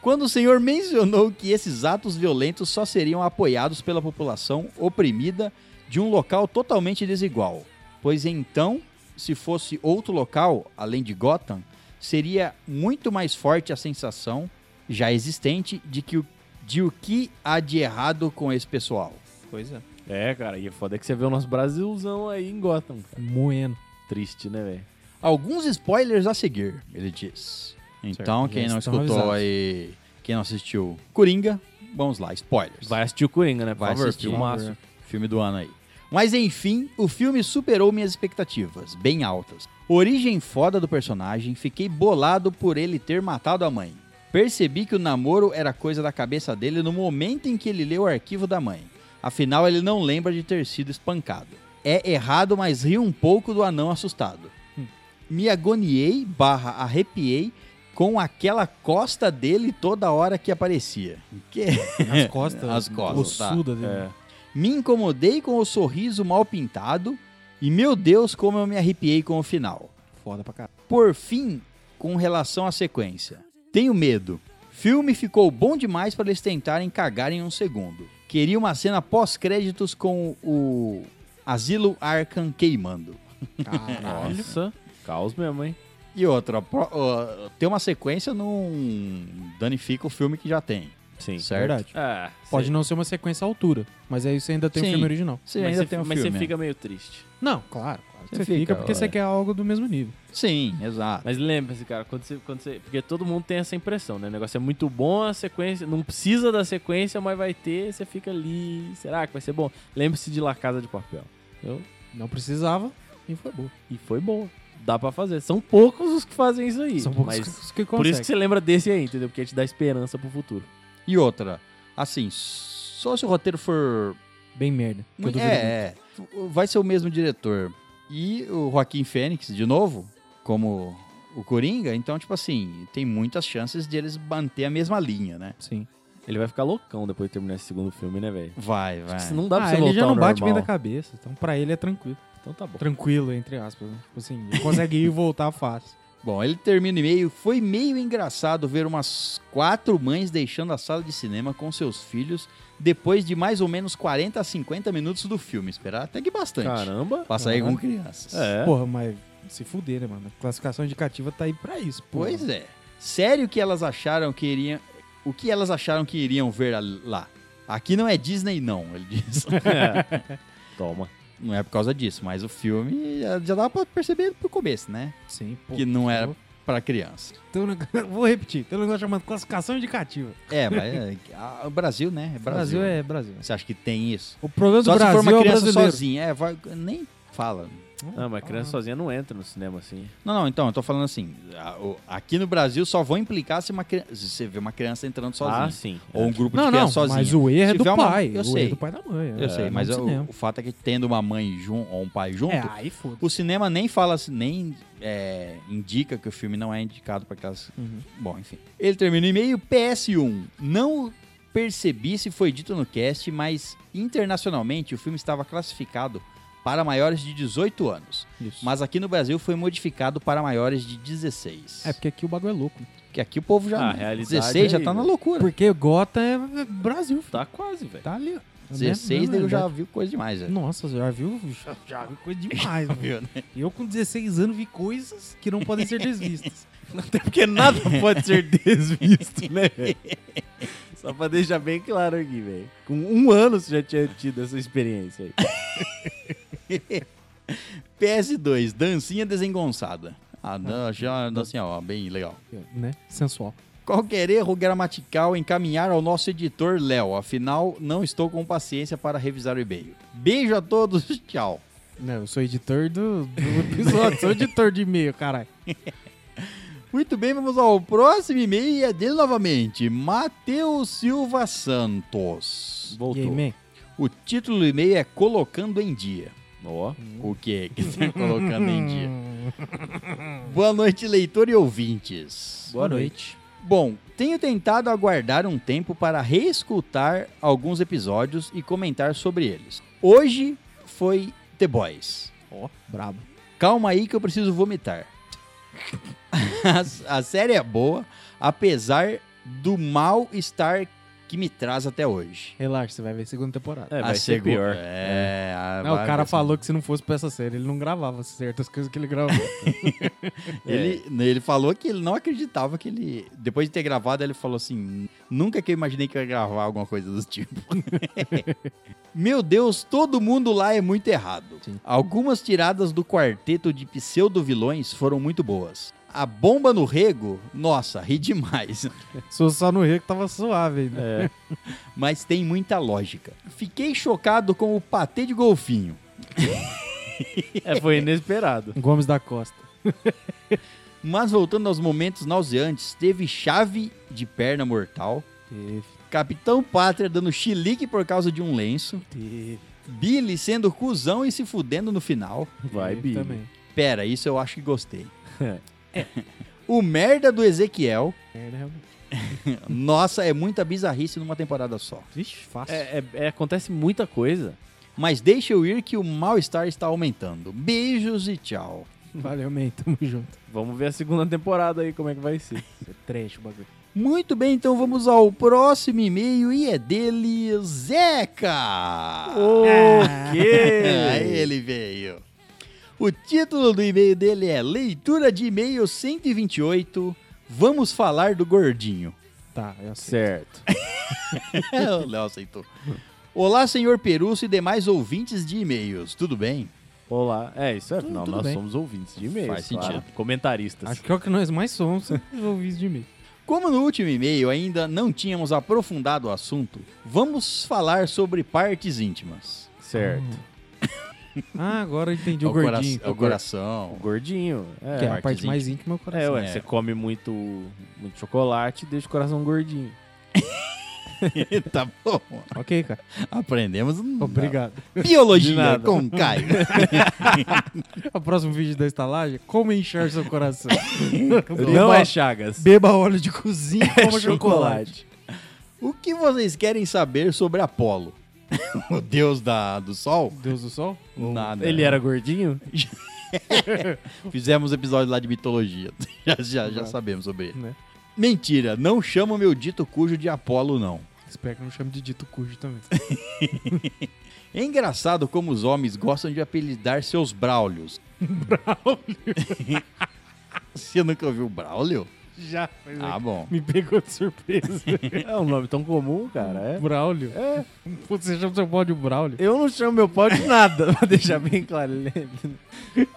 [SPEAKER 1] Quando o senhor mencionou que esses atos violentos só seriam apoiados pela população oprimida de um local totalmente desigual. Pois então, se fosse outro local, além de Gotham, seria muito mais forte a sensação já existente de que o, de o que há de errado com esse pessoal.
[SPEAKER 3] Pois é.
[SPEAKER 2] É, cara, e é foda que você vê o nosso Brasilzão aí em Gotham. cara.
[SPEAKER 3] Moendo.
[SPEAKER 2] Triste, né, velho?
[SPEAKER 1] Alguns spoilers a seguir, ele diz. Então,
[SPEAKER 3] Certo,
[SPEAKER 1] quem
[SPEAKER 3] já
[SPEAKER 1] não
[SPEAKER 3] estão
[SPEAKER 1] escutou
[SPEAKER 3] avisados.
[SPEAKER 1] aí, quem não assistiu Coringa, vamos lá, spoilers.
[SPEAKER 2] Vai assistir o Coringa, né? Por
[SPEAKER 1] Vai
[SPEAKER 2] favor,
[SPEAKER 1] assistir.
[SPEAKER 2] filmaço.
[SPEAKER 1] Filme do ano aí. Mas enfim, o filme superou minhas expectativas, bem altas. Origem foda do personagem, fiquei bolado por ele ter matado a mãe. Percebi que o namoro era coisa da cabeça dele no momento em que ele leu o arquivo da mãe. Afinal, ele não lembra de ter sido espancado. É errado, mas ri um pouco do anão assustado.
[SPEAKER 2] Hum.
[SPEAKER 1] Me agoniei, barra, arrepiei com aquela costa dele toda hora que aparecia. Que
[SPEAKER 3] As costas.
[SPEAKER 1] As costas, tá.
[SPEAKER 3] Ossuda dele.
[SPEAKER 2] É.
[SPEAKER 1] me incomodei com o sorriso mal pintado e, meu Deus, como eu me arrepiei com o final.
[SPEAKER 3] Foda pra caralho.
[SPEAKER 1] Por fim, com relação à sequência. Tenho medo. Filme ficou bom demais para eles tentarem cagar em um segundo. Queria uma cena pós-créditos com o Asilo Arkham queimando.
[SPEAKER 3] Caralho.
[SPEAKER 2] Nossa. Caos mesmo, hein?
[SPEAKER 1] E outra, pro- ó, ter uma sequência não danifica o filme que já tem.
[SPEAKER 2] Sim.
[SPEAKER 1] Certo.
[SPEAKER 3] Verdade.
[SPEAKER 2] Ah,
[SPEAKER 3] Pode
[SPEAKER 2] cê-
[SPEAKER 3] não ser uma sequência à altura, mas aí você ainda tem o
[SPEAKER 1] Sim.
[SPEAKER 3] filme original.
[SPEAKER 1] Você
[SPEAKER 2] mas
[SPEAKER 1] ainda
[SPEAKER 2] cê-
[SPEAKER 1] tem um
[SPEAKER 2] Mas
[SPEAKER 1] filme.
[SPEAKER 2] você fica meio triste.
[SPEAKER 3] Não, claro. claro.
[SPEAKER 1] Você
[SPEAKER 3] Você, fica,
[SPEAKER 1] fica,
[SPEAKER 3] porque
[SPEAKER 1] ó, é.
[SPEAKER 3] você quer algo do mesmo nível.
[SPEAKER 1] Sim, exato.
[SPEAKER 2] Mas lembre-se, cara, quando você, quando você. Porque todo mundo tem essa impressão, né? O negócio é muito bom, a sequência. Não precisa da sequência, mas vai ter, você fica ali. Será que vai ser bom? Lembre-se de La Casa de Papel. entendeu?
[SPEAKER 3] Não precisava e foi bom.
[SPEAKER 2] E foi bom. Dá pra fazer. São poucos os que fazem isso aí.
[SPEAKER 3] São poucos
[SPEAKER 2] mas
[SPEAKER 3] os que conseguem.
[SPEAKER 2] por isso que você lembra desse aí, entendeu? Porque te dá esperança pro futuro.
[SPEAKER 1] E outra, assim, só se o roteiro for
[SPEAKER 3] Bem merda. que eu
[SPEAKER 1] Muito-
[SPEAKER 3] duvido muito.
[SPEAKER 1] É, é. vai ser o mesmo diretor. E o Joaquim Fênix, de novo, como o Coringa, então, tipo assim, tem muitas chances de eles manter a mesma linha, né?
[SPEAKER 3] Sim.
[SPEAKER 2] Ele vai ficar loucão depois de terminar esse segundo filme, né, velho?
[SPEAKER 1] Vai, vai.
[SPEAKER 2] Isso Não dá pra
[SPEAKER 3] ah,
[SPEAKER 2] você
[SPEAKER 3] ele
[SPEAKER 2] voltar
[SPEAKER 3] já não
[SPEAKER 2] ao
[SPEAKER 3] bate bem
[SPEAKER 2] normal.
[SPEAKER 3] da cabeça. Então pra ele é tranquilo.
[SPEAKER 2] Então tá bom.
[SPEAKER 3] Tranquilo, entre aspas. né? Tipo assim, ele consegue ir e voltar fácil.
[SPEAKER 1] Bom, ele termina o e-mail. Foi meio engraçado ver umas quatro mães deixando a sala de cinema com seus filhos depois de mais ou menos 40 a 50 minutos do filme. Esperar até que bastante.
[SPEAKER 2] Caramba.
[SPEAKER 1] Pra sair com
[SPEAKER 3] Caramba.
[SPEAKER 1] crianças.
[SPEAKER 2] É.
[SPEAKER 3] Porra, mas se fuder, né, mano? A classificação indicativa tá aí pra isso. porra.
[SPEAKER 1] Pois é. Sério que elas acharam que iriam. O que elas acharam que iriam ver al- lá? Aqui não é Disney, não, ele diz.
[SPEAKER 2] Toma.
[SPEAKER 1] não é por causa disso, mas o filme já já dava pra perceber pro começo, né?
[SPEAKER 3] Sim, pô.
[SPEAKER 1] que não era pra criança.
[SPEAKER 3] Tem um negócio- Vou repetir. Tem um negócio chamado classificação indicativa.
[SPEAKER 1] É, mas é, a- o Brasil, né? É Brasil.
[SPEAKER 3] Brasil é Brasil.
[SPEAKER 1] Você acha que tem isso?
[SPEAKER 3] O problema do
[SPEAKER 1] Só se
[SPEAKER 3] Brasil
[SPEAKER 1] for uma
[SPEAKER 3] é o
[SPEAKER 1] criança
[SPEAKER 3] brasileiro.
[SPEAKER 1] sozinha. É, vai- nem fala.
[SPEAKER 2] Ah, mas criança sozinha não entra no cinema assim.
[SPEAKER 1] Não, não, então, eu tô falando assim, a- o- aqui no Brasil só vão implicar se, uma, cri- se você vê uma criança entrando sozinha.
[SPEAKER 2] Ah, sim.
[SPEAKER 1] Ou um grupo de
[SPEAKER 3] Não, não,
[SPEAKER 1] crianças sozinha.
[SPEAKER 3] mas o erro
[SPEAKER 1] Se
[SPEAKER 3] é do
[SPEAKER 1] tiver uma-
[SPEAKER 3] pai.
[SPEAKER 1] eu
[SPEAKER 3] O erro
[SPEAKER 1] sei,
[SPEAKER 3] é do pai e da mãe.
[SPEAKER 1] eu sei, mas
[SPEAKER 3] é
[SPEAKER 1] o, o fato é que tendo uma mãe junto ou um pai junto,
[SPEAKER 3] É, aí foda
[SPEAKER 1] o cinema nem fala, assim, nem é, indica que o filme não é indicado pra aquelas
[SPEAKER 3] Uhum.
[SPEAKER 1] Bom, enfim. Ele termina o e-mail. PS1. Não percebi se foi dito no cast, mas internacionalmente o filme estava classificado para maiores de 18 anos.
[SPEAKER 3] Isso.
[SPEAKER 1] Mas aqui no Brasil foi modificado para maiores de 16.
[SPEAKER 3] É porque é aqui o bagulho é louco.
[SPEAKER 1] porque aqui o povo já.
[SPEAKER 2] Ah, a realidade
[SPEAKER 1] 16 já
[SPEAKER 2] aí,
[SPEAKER 1] tá na
[SPEAKER 2] velho.
[SPEAKER 1] loucura.
[SPEAKER 3] Porque Gota é é Brasil, filho.
[SPEAKER 2] Tá quase, velho.
[SPEAKER 3] Tá ali. ó. É
[SPEAKER 1] 16
[SPEAKER 3] mesmo,
[SPEAKER 1] nego
[SPEAKER 3] é
[SPEAKER 1] já
[SPEAKER 3] verdade.
[SPEAKER 1] viu coisa demais, velho.
[SPEAKER 3] Nossa, já viu? Já, já viu coisa demais, mano.
[SPEAKER 1] viu, né?
[SPEAKER 3] Eu com 16 anos vi coisas que não podem ser desvistas.
[SPEAKER 2] Até porque nada pode ser desvisto, né, velho? Só pra deixar bem claro aqui, velho. Com um ano você já tinha tido essa experiência aí.
[SPEAKER 1] PS2, dancinha desengonçada. Ah, dan- achei uma dancinha, ó, bem legal.
[SPEAKER 3] né? Sensual.
[SPEAKER 1] Qualquer erro gramatical encaminhar ao nosso editor Léo. Afinal, não estou com paciência para revisar o e-mail. Beijo a todos, tchau.
[SPEAKER 3] Não, eu sou editor do, do episódio, sou editor de e-mail, caralho.
[SPEAKER 1] Muito bem, vamos ao próximo e-mail e é dele novamente. Matheus Silva Santos.
[SPEAKER 3] E
[SPEAKER 2] Voltou.
[SPEAKER 3] aí, man?
[SPEAKER 1] O título do e-mail é Colocando em Dia.
[SPEAKER 2] Ó. É,
[SPEAKER 1] O que que está colocando em dia? Boa noite, leitor e ouvintes.
[SPEAKER 2] Boa
[SPEAKER 3] noite.
[SPEAKER 1] Bom, tenho tentado aguardar um tempo para reescutar alguns episódios e comentar sobre eles. Hoje foi The Boys.
[SPEAKER 3] Ó, brabo.
[SPEAKER 1] Calma aí que eu preciso vomitar. a, a série é boa, apesar do mal-estar que me traz até hoje.
[SPEAKER 3] Relaxa, você vai ver segunda temporada.
[SPEAKER 2] É,
[SPEAKER 1] a
[SPEAKER 2] vai ser
[SPEAKER 1] segu-
[SPEAKER 2] pior.
[SPEAKER 1] Ah, É, a-
[SPEAKER 3] Não, o
[SPEAKER 1] vai-
[SPEAKER 3] cara
[SPEAKER 1] vai ser-
[SPEAKER 3] falou que se não fosse pra essa série, ele não gravava certas coisas que ele gravou.
[SPEAKER 1] Ele, ele falou que ele não acreditava que ele. Depois de ter gravado, ele falou assim: nunca que eu imaginei que eu ia gravar alguma coisa do tipo. Meu Deus, todo mundo lá é muito errado.
[SPEAKER 3] Sim.
[SPEAKER 1] Algumas tiradas do quarteto de pseudo-vilões foram muito boas. A bomba no rego, nossa, ri demais.
[SPEAKER 3] Se fosse só no Rio que tava suave né? ainda.
[SPEAKER 2] É.
[SPEAKER 1] Mas tem muita lógica. Fiquei chocado com o patê de golfinho.
[SPEAKER 2] É, foi inesperado.
[SPEAKER 3] Gomes da Costa.
[SPEAKER 1] Mas voltando aos momentos nauseantes, teve chave de perna mortal.
[SPEAKER 3] Teve,
[SPEAKER 1] Capitão Pátria dando chilique por causa de um lenço.
[SPEAKER 3] teve.
[SPEAKER 1] Billy sendo cuzão e se fudendo no final.
[SPEAKER 2] Vai,
[SPEAKER 3] teve
[SPEAKER 2] Bi.
[SPEAKER 3] Também.
[SPEAKER 1] Pera, isso eu acho que gostei.
[SPEAKER 2] É.
[SPEAKER 1] O merda do Ezequiel.
[SPEAKER 3] Merda, realmente.
[SPEAKER 1] Nossa, é muita bizarrice numa temporada só.
[SPEAKER 3] Vixe, fácil.
[SPEAKER 2] É, é- é- acontece muita coisa.
[SPEAKER 1] Mas deixa eu ir que o mal-estar está aumentando. Beijos e tchau.
[SPEAKER 3] Valeu, man. Tamo junto.
[SPEAKER 2] Vamos ver a segunda temporada aí, como é que vai ser.
[SPEAKER 3] É trecho o bagulho.
[SPEAKER 1] Muito bem, então vamos ao próximo e-mail e é dele, Zeca! Aí
[SPEAKER 2] Ok!
[SPEAKER 1] ele veio. O título do e-mail dele é Leitura de e-mail 128. Vamos falar do gordinho.
[SPEAKER 3] Tá, eu aceito.
[SPEAKER 2] certo.
[SPEAKER 1] o Léo aceitou. Olá, senhor Perusso e demais ouvintes de e-mails. Tudo bem?
[SPEAKER 2] Olá. É, isso é.
[SPEAKER 3] Tudo-
[SPEAKER 2] não,
[SPEAKER 3] tudo
[SPEAKER 2] nós
[SPEAKER 3] bem.
[SPEAKER 2] somos ouvintes de e-mail.
[SPEAKER 1] Faz sentido.
[SPEAKER 2] Comentaristas.
[SPEAKER 3] Acho que é o que nós mais somos. Os ouvintes de mim.
[SPEAKER 1] Como no último e-mail ainda não tínhamos aprofundado o assunto, vamos falar sobre partes íntimas.
[SPEAKER 2] Certo.
[SPEAKER 3] Ah, agora eu entendi o,
[SPEAKER 1] É cora-
[SPEAKER 3] gordinho.
[SPEAKER 1] é o
[SPEAKER 2] O
[SPEAKER 1] coração.
[SPEAKER 2] gordinho. É.
[SPEAKER 3] Ah. Que é a
[SPEAKER 1] partes
[SPEAKER 3] parte mais íntima é o coração.
[SPEAKER 2] É, ué,
[SPEAKER 1] É.
[SPEAKER 2] você come muito, muito chocolate e deixa o coração gordinho.
[SPEAKER 1] tá bom.
[SPEAKER 3] Ok, cara.
[SPEAKER 1] Aprendemos. um-
[SPEAKER 3] Obrigado. De
[SPEAKER 1] Biologia
[SPEAKER 3] nada.
[SPEAKER 1] com Caio.
[SPEAKER 3] O próximo vídeo da estalagem é como inchar seu coração.
[SPEAKER 2] Não é Chagas.
[SPEAKER 3] Beba óleo de cozinha e coma
[SPEAKER 2] É
[SPEAKER 3] chocolate.
[SPEAKER 1] O que vocês querem saber sobre Apolo? o deus da, do sol?
[SPEAKER 3] Deus do Sol?
[SPEAKER 1] Nada.
[SPEAKER 2] Ele era gordinho?
[SPEAKER 1] Fizemos episódio lá de mitologia. já, já, já sabemos sobre ele.
[SPEAKER 3] Né?
[SPEAKER 1] Mentira, não chama meu dito cujo de Apolo, não.
[SPEAKER 3] Espero que não chame de dito cujo também.
[SPEAKER 1] É engraçado como os homens gostam de apelidar seus braulios. Braulio? Você nunca ouviu Braulio?
[SPEAKER 3] Já. mas é
[SPEAKER 1] Ah, bom.
[SPEAKER 3] que Me pegou de surpresa.
[SPEAKER 2] É um nome tão comum, cara. É.
[SPEAKER 3] Braulio?
[SPEAKER 2] É.
[SPEAKER 3] Putz, você chama seu pau de Braulio?
[SPEAKER 2] Eu não chamo meu pau de nada, pra deixar bem claro. Ele é-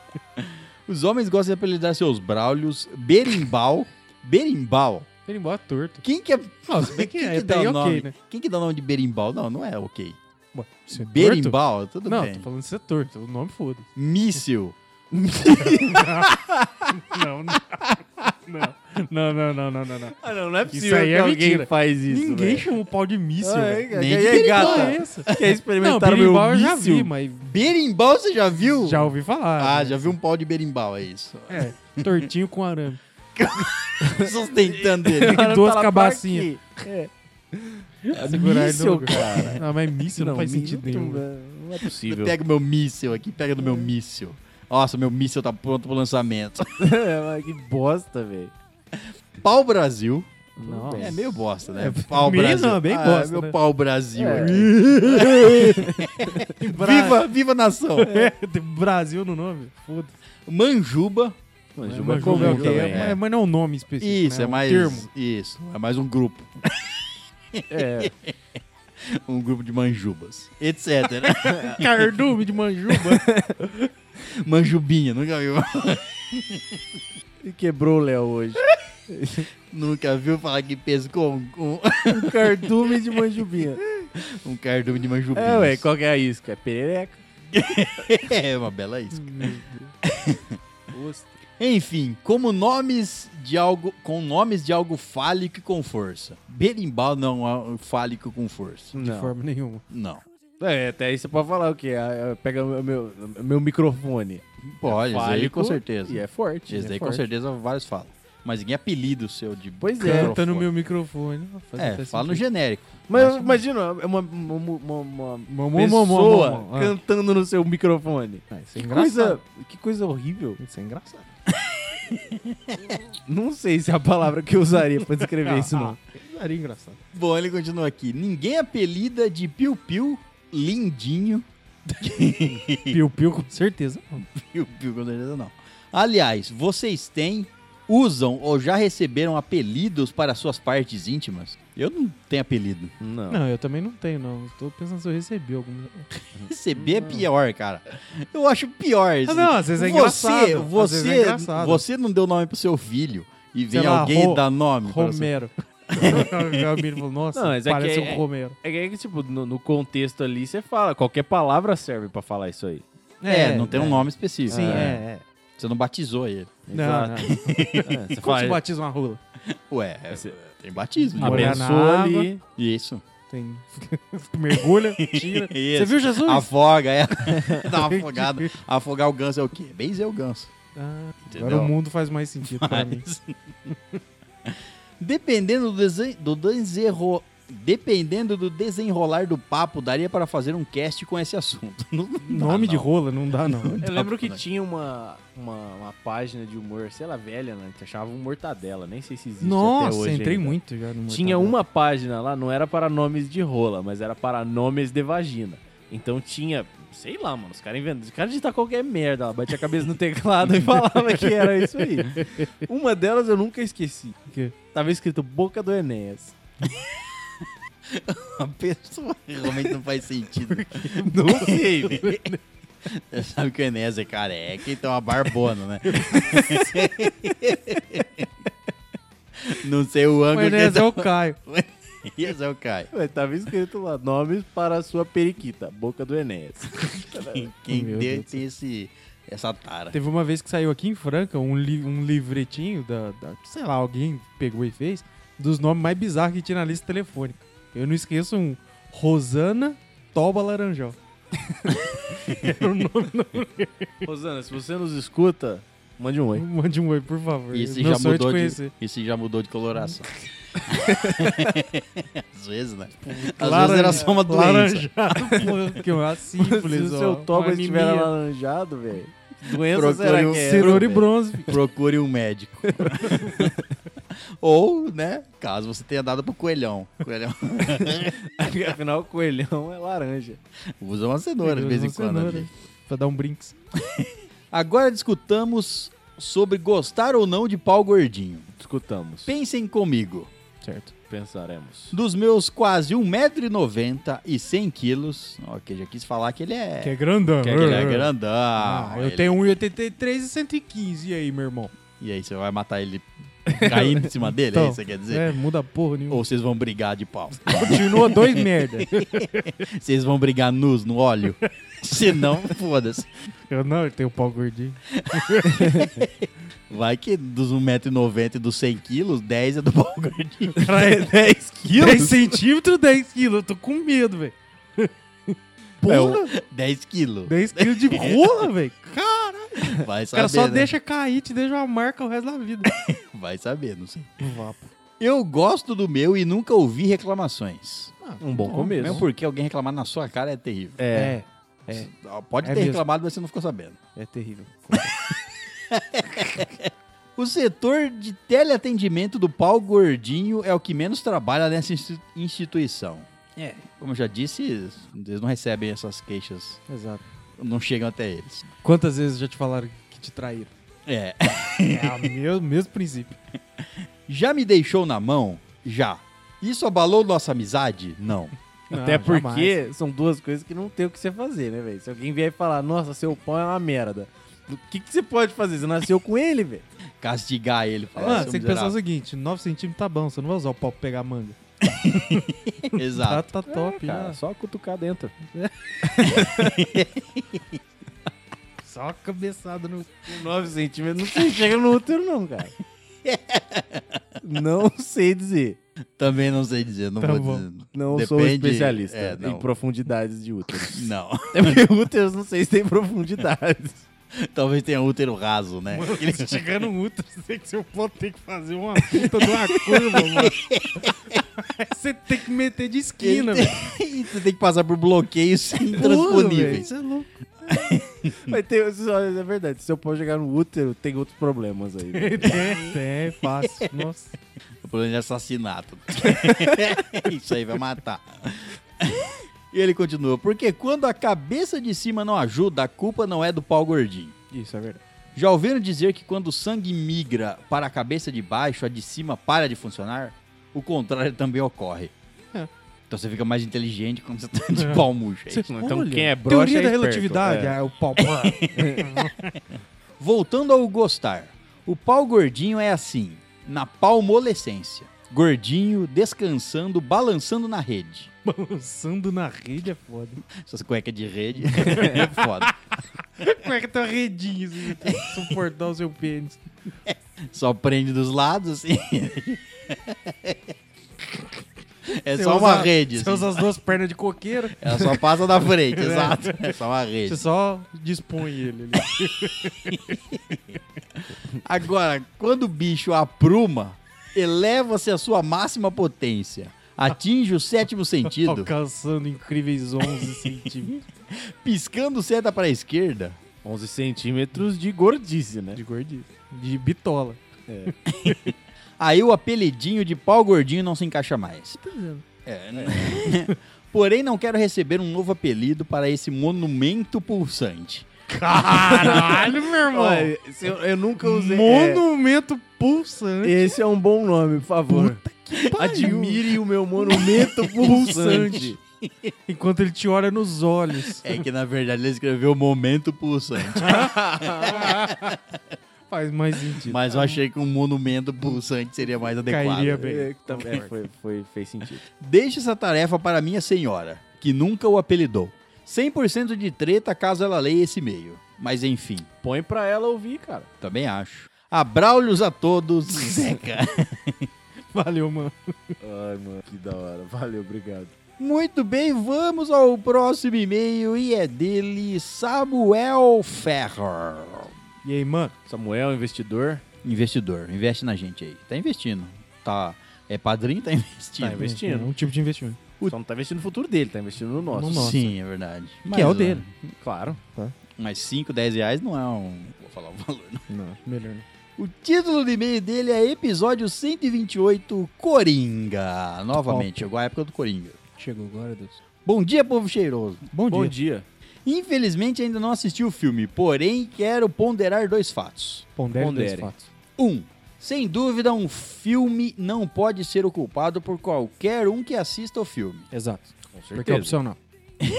[SPEAKER 1] Os homens gostam de apelidar seus braulios berimbau. Berimbau?
[SPEAKER 3] Ele embora torto.
[SPEAKER 1] Quem que é
[SPEAKER 3] Não, se bem que,
[SPEAKER 1] Quem
[SPEAKER 3] é,
[SPEAKER 1] dá
[SPEAKER 3] daí
[SPEAKER 1] o
[SPEAKER 3] ok,
[SPEAKER 1] nome?
[SPEAKER 3] né?
[SPEAKER 1] Quem que dá o nome de berimbau? Não, não é ok.
[SPEAKER 3] Ué, setor?
[SPEAKER 1] Berimbau, tudo
[SPEAKER 3] Não,
[SPEAKER 1] bem.
[SPEAKER 3] tô falando de setor, o nome foda.
[SPEAKER 1] Míssil.
[SPEAKER 3] Não, não. Não, não, não, não, não, não.
[SPEAKER 2] Ah, não, não é
[SPEAKER 3] possível que alguém
[SPEAKER 2] faz
[SPEAKER 3] Ninguém chama o pau de míssil, velho.
[SPEAKER 1] Nem
[SPEAKER 2] e
[SPEAKER 1] de
[SPEAKER 2] aí,
[SPEAKER 1] berimbau,
[SPEAKER 2] gata?
[SPEAKER 3] é essa?
[SPEAKER 2] Quer
[SPEAKER 3] Não,
[SPEAKER 2] experimentar o meu
[SPEAKER 3] berimbau eu já vi,
[SPEAKER 2] míssil?
[SPEAKER 3] mas
[SPEAKER 1] Berimbau você já viu?
[SPEAKER 3] já ouvi falar.
[SPEAKER 1] Ah, já viu um pau de berimbau, é isso.
[SPEAKER 3] É, tortinho com arame.
[SPEAKER 1] Sustentando ele.
[SPEAKER 2] Cara,
[SPEAKER 3] duas
[SPEAKER 2] tá lá
[SPEAKER 3] cabacinhas.
[SPEAKER 2] pra quê? É.
[SPEAKER 3] Segurar ele no
[SPEAKER 2] Míssil,
[SPEAKER 3] lugar.
[SPEAKER 2] cara.
[SPEAKER 3] Não, mas míssil não, faz sentido nenhum. velho.
[SPEAKER 2] Não é possível.
[SPEAKER 1] Pega o meu míssil aqui, pega do meu míssil. Nossa, meu míssil tá pronto pro lançamento.
[SPEAKER 2] É, mas que bosta, velho.
[SPEAKER 1] Pau Brasil.
[SPEAKER 2] Nossa.
[SPEAKER 1] É meio bosta, né? Pau
[SPEAKER 3] meio
[SPEAKER 1] Brasil.
[SPEAKER 3] não, bem
[SPEAKER 1] Ah,
[SPEAKER 3] bosta,
[SPEAKER 1] meu
[SPEAKER 3] né?
[SPEAKER 1] pau Brasil
[SPEAKER 2] É.
[SPEAKER 1] aqui. Viva, viva nação.
[SPEAKER 3] É, tem Brasil no nome, foda
[SPEAKER 1] Manjuba.
[SPEAKER 2] Mas
[SPEAKER 3] Mas
[SPEAKER 2] Juba é
[SPEAKER 3] Manjuba
[SPEAKER 2] comum
[SPEAKER 3] ok,
[SPEAKER 2] também.
[SPEAKER 3] é,
[SPEAKER 2] É,
[SPEAKER 3] Mas não é um nome específico.
[SPEAKER 1] Isso,
[SPEAKER 3] né?
[SPEAKER 1] é
[SPEAKER 3] um
[SPEAKER 1] mais.
[SPEAKER 3] termo.
[SPEAKER 1] Isso, é mais um grupo.
[SPEAKER 2] é.
[SPEAKER 1] Um grupo de manjubas. Etc. né?
[SPEAKER 2] Um
[SPEAKER 3] Cardume de Manjuba.
[SPEAKER 1] Manjubinha, nunca viu.
[SPEAKER 2] E quebrou o Léo hoje.
[SPEAKER 1] Nunca viu falar que pescou um, um,
[SPEAKER 2] Um cardume de manjubinha.
[SPEAKER 1] um cardume de manjubinha.
[SPEAKER 2] É, ué, qual que é a isca? É perereca.
[SPEAKER 1] É, uma bela isca.
[SPEAKER 2] Ostra.
[SPEAKER 1] Enfim, como nomes de algo. Com nomes de algo fálico e com força. Berimbau não é um fálico com força.
[SPEAKER 3] De forma nenhuma.
[SPEAKER 1] Não.
[SPEAKER 2] É, até aí você pode falar o quê? Ah, Pega o meu, o meu microfone. É
[SPEAKER 1] Pode, esse aí
[SPEAKER 2] Fálico
[SPEAKER 1] com certeza.
[SPEAKER 2] E é forte.
[SPEAKER 1] Esse
[SPEAKER 2] é
[SPEAKER 1] daí com
[SPEAKER 2] forte.
[SPEAKER 1] certeza vários falam. Mas ninguém apelido seu de.
[SPEAKER 2] Pois é.
[SPEAKER 1] microfone.
[SPEAKER 3] Canta no Tá meu microfone. Não faz até
[SPEAKER 1] É, fala no
[SPEAKER 3] sentido.
[SPEAKER 1] genérico.
[SPEAKER 2] Mas imagina, é uma, uma, uma, uma- uma
[SPEAKER 3] Mamô,
[SPEAKER 2] pessoa
[SPEAKER 3] mamô, mamô. Ah,
[SPEAKER 2] cantando no seu microfone.
[SPEAKER 3] isso é
[SPEAKER 2] Que
[SPEAKER 3] engraçado.
[SPEAKER 2] coisa, que coisa horrível.
[SPEAKER 3] Isso é engraçado.
[SPEAKER 2] Não sei se é a palavra que eu usaria pra descrever Ah, isso, não.
[SPEAKER 3] Seria engraçado.
[SPEAKER 1] Bom, ele continua aqui. Ninguém apelida de Piu Piu, Lindinho.
[SPEAKER 3] Piu-piu, com certeza. não.
[SPEAKER 1] Piu Piu, com certeza não. Aliás, vocês têm, usam ou já receberam apelidos para suas partes íntimas? Eu não tenho apelido.
[SPEAKER 2] Não.
[SPEAKER 3] Não, eu também não tenho, não. Tô pensando se eu recebi alguma.
[SPEAKER 1] Receber é pior, cara. Eu acho pior.
[SPEAKER 3] Ah,
[SPEAKER 1] assim.
[SPEAKER 3] não, às vezes é
[SPEAKER 1] Você,
[SPEAKER 3] engraçado. Às vezes
[SPEAKER 1] você,
[SPEAKER 3] é engraçado.
[SPEAKER 1] você não deu nome pro seu filho e vem
[SPEAKER 3] lá,
[SPEAKER 1] alguém
[SPEAKER 3] Ro-
[SPEAKER 1] dar nome. pra você.
[SPEAKER 3] Romero. o Gabriel falou, nossa,
[SPEAKER 2] Não, mas é
[SPEAKER 3] parece
[SPEAKER 2] que é-
[SPEAKER 3] um Romero.
[SPEAKER 2] É que, é que, tipo, no, no contexto ali você fala, qualquer palavra serve pra falar isso aí.
[SPEAKER 1] É, não tem um nome específico.
[SPEAKER 3] Sim,
[SPEAKER 1] né?
[SPEAKER 3] é, é.
[SPEAKER 1] Você não batizou ele.
[SPEAKER 3] Não,
[SPEAKER 2] É,
[SPEAKER 3] não.
[SPEAKER 2] você
[SPEAKER 3] Como se
[SPEAKER 2] fala,
[SPEAKER 3] batiza uma rola?
[SPEAKER 1] Ué,
[SPEAKER 2] Esse-
[SPEAKER 1] tem batismo. né?
[SPEAKER 3] Ah, Molhar
[SPEAKER 2] abençoa
[SPEAKER 3] na água.
[SPEAKER 2] ali.
[SPEAKER 1] Isso.
[SPEAKER 3] Tem. Mergulha, tira.
[SPEAKER 1] Isso.
[SPEAKER 3] Você viu Jesus?
[SPEAKER 1] Afoga, é. Dá uma afogada. Afogar o ganso é o quê? Benzer o ganso.
[SPEAKER 3] Ah, agora
[SPEAKER 1] Entendeu?
[SPEAKER 3] o mundo faz mais sentido pra mim.
[SPEAKER 1] Mas- Dependendo do, desen... do desenro- Dependendo do desenrolar do papo, daria para fazer um cast com esse assunto. Não dá,
[SPEAKER 3] Nome de
[SPEAKER 1] não.
[SPEAKER 3] rola não dá, não.
[SPEAKER 2] Eu lembro
[SPEAKER 3] Tá
[SPEAKER 2] que tinha uma, uma, uma página de humor, sei lá, velha, né? Que achava um mortadela, nem sei se existe até
[SPEAKER 3] Nossa,
[SPEAKER 2] hoje
[SPEAKER 3] entrei
[SPEAKER 2] ainda.
[SPEAKER 3] muito já no
[SPEAKER 2] Tinha
[SPEAKER 3] Mortadela.
[SPEAKER 2] uma página lá, não era para nomes de rola, mas era para nomes de vagina. Então tinha, sei lá, mano, os caras inventaram. Os caras digitavam qualquer merda, ela batia a cabeça no teclado e falava que era isso aí. Uma delas eu nunca esqueci.
[SPEAKER 3] O quê?
[SPEAKER 2] Tava escrito Boca do Enéas.
[SPEAKER 1] A pessoa realmente não faz sentido.
[SPEAKER 2] Não sei, velho.
[SPEAKER 1] Você sabe que o Enéas é careca e tem uma barbona, né? Não sei o
[SPEAKER 3] O
[SPEAKER 1] ângulo
[SPEAKER 3] Enéas
[SPEAKER 1] que
[SPEAKER 3] é um o Caio.
[SPEAKER 1] Enéas é o Caio.
[SPEAKER 2] Mas Tava escrito lá, nomes para a sua periquita, Boca do Enéas.
[SPEAKER 1] Quem, quem
[SPEAKER 3] Meu
[SPEAKER 1] deu
[SPEAKER 3] Deus do
[SPEAKER 1] tem esse, essa tara.
[SPEAKER 3] Teve uma vez que saiu aqui em Franca um, li- um livretinho da, da- Sei lá, alguém pegou e fez. Dos nomes mais bizarros que tinha na lista telefônica. Eu não esqueço um. Rosana Toba Laranjal. Era o nome da
[SPEAKER 2] Rosana, se você nos escuta, mande um oi.
[SPEAKER 3] Mande um oi, por favor.
[SPEAKER 1] Isso
[SPEAKER 3] Meu
[SPEAKER 1] já,
[SPEAKER 3] sonho é te
[SPEAKER 1] mudou de,
[SPEAKER 3] conhecer.
[SPEAKER 1] isso já mudou de coloração. Às vezes, né? Às
[SPEAKER 3] Tipo, Laranja-
[SPEAKER 1] vezes era só uma doença.
[SPEAKER 3] Laranjado, porra, que é uma
[SPEAKER 2] Se
[SPEAKER 3] sífilis,
[SPEAKER 2] o
[SPEAKER 3] ó,
[SPEAKER 2] seu toba
[SPEAKER 3] uma
[SPEAKER 2] estiver
[SPEAKER 3] anemia.
[SPEAKER 2] alaranjado, velho, doença
[SPEAKER 1] Procure
[SPEAKER 2] será
[SPEAKER 1] um
[SPEAKER 2] que é?
[SPEAKER 3] Cenoura e
[SPEAKER 2] velho?
[SPEAKER 3] bronze. filho.
[SPEAKER 1] Procure um médico. Ou, né, caso você tenha dado pro coelhão. coelhão
[SPEAKER 2] Afinal, o coelhão é laranja.
[SPEAKER 1] usa uma cenoura de vez em
[SPEAKER 3] Uma
[SPEAKER 1] quando. né?
[SPEAKER 3] cenoura,
[SPEAKER 1] ali.
[SPEAKER 3] Pra dar um brinks.
[SPEAKER 1] Agora discutamos sobre gostar ou não de pau gordinho.
[SPEAKER 2] Discutamos.
[SPEAKER 1] Pensem comigo.
[SPEAKER 3] Certo.
[SPEAKER 2] Pensaremos.
[SPEAKER 1] Dos meus quase 1,90m e 100kg. Ok, já quis falar que ele é.
[SPEAKER 3] Que é grandão.
[SPEAKER 1] que ele é
[SPEAKER 3] grandão.
[SPEAKER 1] grandão.
[SPEAKER 3] Ah, eu
[SPEAKER 1] ele- é
[SPEAKER 3] tenho 1,83 e 115, e aí, meu irmão?
[SPEAKER 1] E aí, você vai matar ele caindo em cima dele, é
[SPEAKER 3] Então,
[SPEAKER 1] isso que você quer dizer?
[SPEAKER 3] É, muda porra nenhuma.
[SPEAKER 1] Ou vocês vão brigar de pau?
[SPEAKER 3] Continua dois merda.
[SPEAKER 1] Vocês vão brigar nus no óleo? Se não, foda-se.
[SPEAKER 3] Eu não, eu tenho um pau gordinho.
[SPEAKER 1] Vai que dos 1,90m e dos 100kg, 10 é do pau gordinho.
[SPEAKER 3] Caralho,
[SPEAKER 2] 10
[SPEAKER 3] 10 centímetros, 10 quilos. Eu tô com medo, velho.
[SPEAKER 1] É,
[SPEAKER 3] Porra,
[SPEAKER 1] 10kg.
[SPEAKER 3] 10 quilos de rola, velho. Cara,
[SPEAKER 1] Vai
[SPEAKER 3] o
[SPEAKER 1] saber,
[SPEAKER 3] cara só
[SPEAKER 1] né?
[SPEAKER 3] deixa cair, te deixa uma marca o resto da vida.
[SPEAKER 1] Vai saber, não sei.
[SPEAKER 3] Vapo.
[SPEAKER 1] Eu gosto do meu e nunca ouvi reclamações.
[SPEAKER 2] Um bom
[SPEAKER 1] Mesmo
[SPEAKER 2] começo.
[SPEAKER 1] porque alguém reclamar na sua cara é terrível.
[SPEAKER 2] É.
[SPEAKER 3] É, é,
[SPEAKER 1] Pode
[SPEAKER 3] É
[SPEAKER 1] ter
[SPEAKER 3] mesmo.
[SPEAKER 1] reclamado, mas você não ficou sabendo.
[SPEAKER 3] é terrível.
[SPEAKER 1] O setor de teleatendimento do pau gordinho é o que menos trabalha nessa insti- instituição.
[SPEAKER 3] É.
[SPEAKER 1] Como eu já disse, eles não recebem essas queixas,
[SPEAKER 3] Exato.
[SPEAKER 1] não chegam até eles.
[SPEAKER 3] Quantas vezes já te falaram que te traíram?
[SPEAKER 1] É.
[SPEAKER 3] É o meu- mesmo princípio.
[SPEAKER 1] Já me deixou na mão? Já. Isso abalou nossa amizade? Não.
[SPEAKER 2] Até
[SPEAKER 3] Não,
[SPEAKER 2] porque
[SPEAKER 3] jamais.
[SPEAKER 2] são duas coisas que não tem o que você fazer, né, velho? Se alguém vier e falar, nossa, seu pão é uma merda. O que, que você pode fazer? Você nasceu com ele, velho.
[SPEAKER 1] Castigar ele. Falar, é um
[SPEAKER 3] Mano,
[SPEAKER 1] "Seu
[SPEAKER 3] você Ah, tem que pensar o
[SPEAKER 1] miserável."
[SPEAKER 3] seguinte: 9 centímetros tá bom, você não vai usar o pau pra pegar manga. Tá,
[SPEAKER 1] Exato.
[SPEAKER 3] tá top, já.
[SPEAKER 2] só cutucar dentro.
[SPEAKER 3] Só a cabeçada no.
[SPEAKER 2] Com 9 centímetros, não sei, chega no útero, não, cara. não sei dizer.
[SPEAKER 1] Também não sei dizer, não
[SPEAKER 3] Tá
[SPEAKER 1] vou
[SPEAKER 3] bom.
[SPEAKER 1] dizer.
[SPEAKER 2] Não sou
[SPEAKER 1] Depende,
[SPEAKER 2] especialista
[SPEAKER 1] é, não.
[SPEAKER 2] em profundidades de útero.
[SPEAKER 1] Não.
[SPEAKER 2] Até porque úteros não sei se tem profundidade.
[SPEAKER 1] Talvez tenha útero raso, né?
[SPEAKER 3] Você chegando no um útero, você tem que seu pau tem que fazer uma puta de uma curva, mano. Aí Você tem que meter de esquina, velho.
[SPEAKER 1] tem... Você tem que passar por bloqueios
[SPEAKER 3] Porra, velho,
[SPEAKER 1] intransponíveis.
[SPEAKER 3] Você é louco.
[SPEAKER 2] Mas tem, é verdade, se eu posso chegar no útero, tem outros problemas aí. né? velho.
[SPEAKER 3] É, é fácil. Nossa.
[SPEAKER 1] O problema de assassinato. Isso aí vai matar. E ele continua, porque quando a cabeça de cima não ajuda, a culpa não é do pau gordinho.
[SPEAKER 3] Isso é verdade.
[SPEAKER 1] Já ouviram dizer que quando o sangue migra para a cabeça de baixo, a de cima para de funcionar? O contrário também ocorre.
[SPEAKER 3] É.
[SPEAKER 1] Então você fica mais inteligente quando você tá de pau murcho. é isso.
[SPEAKER 2] Então quem é broxa
[SPEAKER 3] Teoria
[SPEAKER 2] é
[SPEAKER 3] da
[SPEAKER 2] esperto,
[SPEAKER 3] relatividade.
[SPEAKER 2] é.
[SPEAKER 3] É. o pau.
[SPEAKER 1] Voltando ao gostar. O pau gordinho é assim, na palmolescência. Gordinho, descansando, balançando na rede.
[SPEAKER 3] Balançando na rede é foda.
[SPEAKER 1] Essas cuecas de rede é foda.
[SPEAKER 3] Como é que tá redinho assim, pra suportar o seu pênis?
[SPEAKER 1] Só prende dos lados, assim. É
[SPEAKER 3] Você
[SPEAKER 1] só
[SPEAKER 3] usa-
[SPEAKER 1] uma rede.
[SPEAKER 3] Você
[SPEAKER 1] assim.
[SPEAKER 3] usa as duas pernas de coqueiro,
[SPEAKER 1] Ela só passa na frente, exato. É só uma rede.
[SPEAKER 3] você só dispõe ele ali. assim.
[SPEAKER 1] Agora, quando o bicho apruma, eleva-se à sua máxima potência. Atinge o sétimo sentido,
[SPEAKER 3] Alcançando incríveis 11 centímetros
[SPEAKER 1] piscando seta para a esquerda.
[SPEAKER 2] 11 centímetros de gordice, né?
[SPEAKER 3] de gordice. De bitola.
[SPEAKER 1] Aí o apelidinho de pau gordinho não se encaixa mais. É, né? Porém, não quero receber um novo apelido para esse monumento pulsante.
[SPEAKER 3] Caralho, meu irmão!
[SPEAKER 2] Olha, se eu, eu nunca usei.
[SPEAKER 3] Monumento
[SPEAKER 2] é,
[SPEAKER 3] pulsante.
[SPEAKER 2] esse é um bom nome, por favor. Admire o meu monumento pulsante.
[SPEAKER 3] Enquanto ele te olha nos olhos.
[SPEAKER 1] É que na verdade ele escreveu momento pulsante.
[SPEAKER 3] Faz mais sentido.
[SPEAKER 1] Mas eu achei que um monumento pulsante seria mais adequado.
[SPEAKER 3] Cairia bem.
[SPEAKER 2] É, que também foi, foi- fez sentido.
[SPEAKER 1] Deixe essa tarefa para minha senhora, que nunca o apelidou. 100% de treta caso ela leia esse e-mail. Mas enfim,
[SPEAKER 2] Põe pra ela ouvir, cara.
[SPEAKER 1] também acho. Abraulios a todos, Zeca.
[SPEAKER 3] Valeu, mano.
[SPEAKER 2] Ai, mano, que da hora. Valeu, obrigado.
[SPEAKER 1] Muito bem, vamos ao próximo e-mail e é dele Samuel Ferrer.
[SPEAKER 3] E aí, mano?
[SPEAKER 2] Samuel, investidor.
[SPEAKER 1] Investidor, investe na gente aí. Tá investindo. Tá, é padrinho, tá investindo.
[SPEAKER 2] Tá investindo. Investindo.
[SPEAKER 3] É um tipo de investimento.
[SPEAKER 2] Só não tá investindo no futuro dele, tá investindo no nosso.
[SPEAKER 3] No nosso.
[SPEAKER 1] Sim, é verdade. ah,
[SPEAKER 3] que é o dele.
[SPEAKER 2] né? Claro.
[SPEAKER 1] Mas 5, 10 reais não é um. Vou falar o valor, não.
[SPEAKER 3] Não, melhor não.
[SPEAKER 1] O título do e-mail dele é Episódio 128 Coringa. Novamente, chegou a época do Coringa.
[SPEAKER 3] Chegou agora, Deus.
[SPEAKER 1] Bom dia, povo cheiroso.
[SPEAKER 3] Bom,
[SPEAKER 2] Bom
[SPEAKER 3] dia.
[SPEAKER 2] dia.
[SPEAKER 1] Infelizmente ainda não assisti o filme, porém quero ponderar dois fatos.
[SPEAKER 3] Pondere,
[SPEAKER 2] Pondere.
[SPEAKER 3] dois fatos.
[SPEAKER 1] Um, sem dúvida, um filme não pode ser ocupado por qualquer um que assista o filme.
[SPEAKER 3] Exato.
[SPEAKER 2] Com
[SPEAKER 3] Porque é opcional.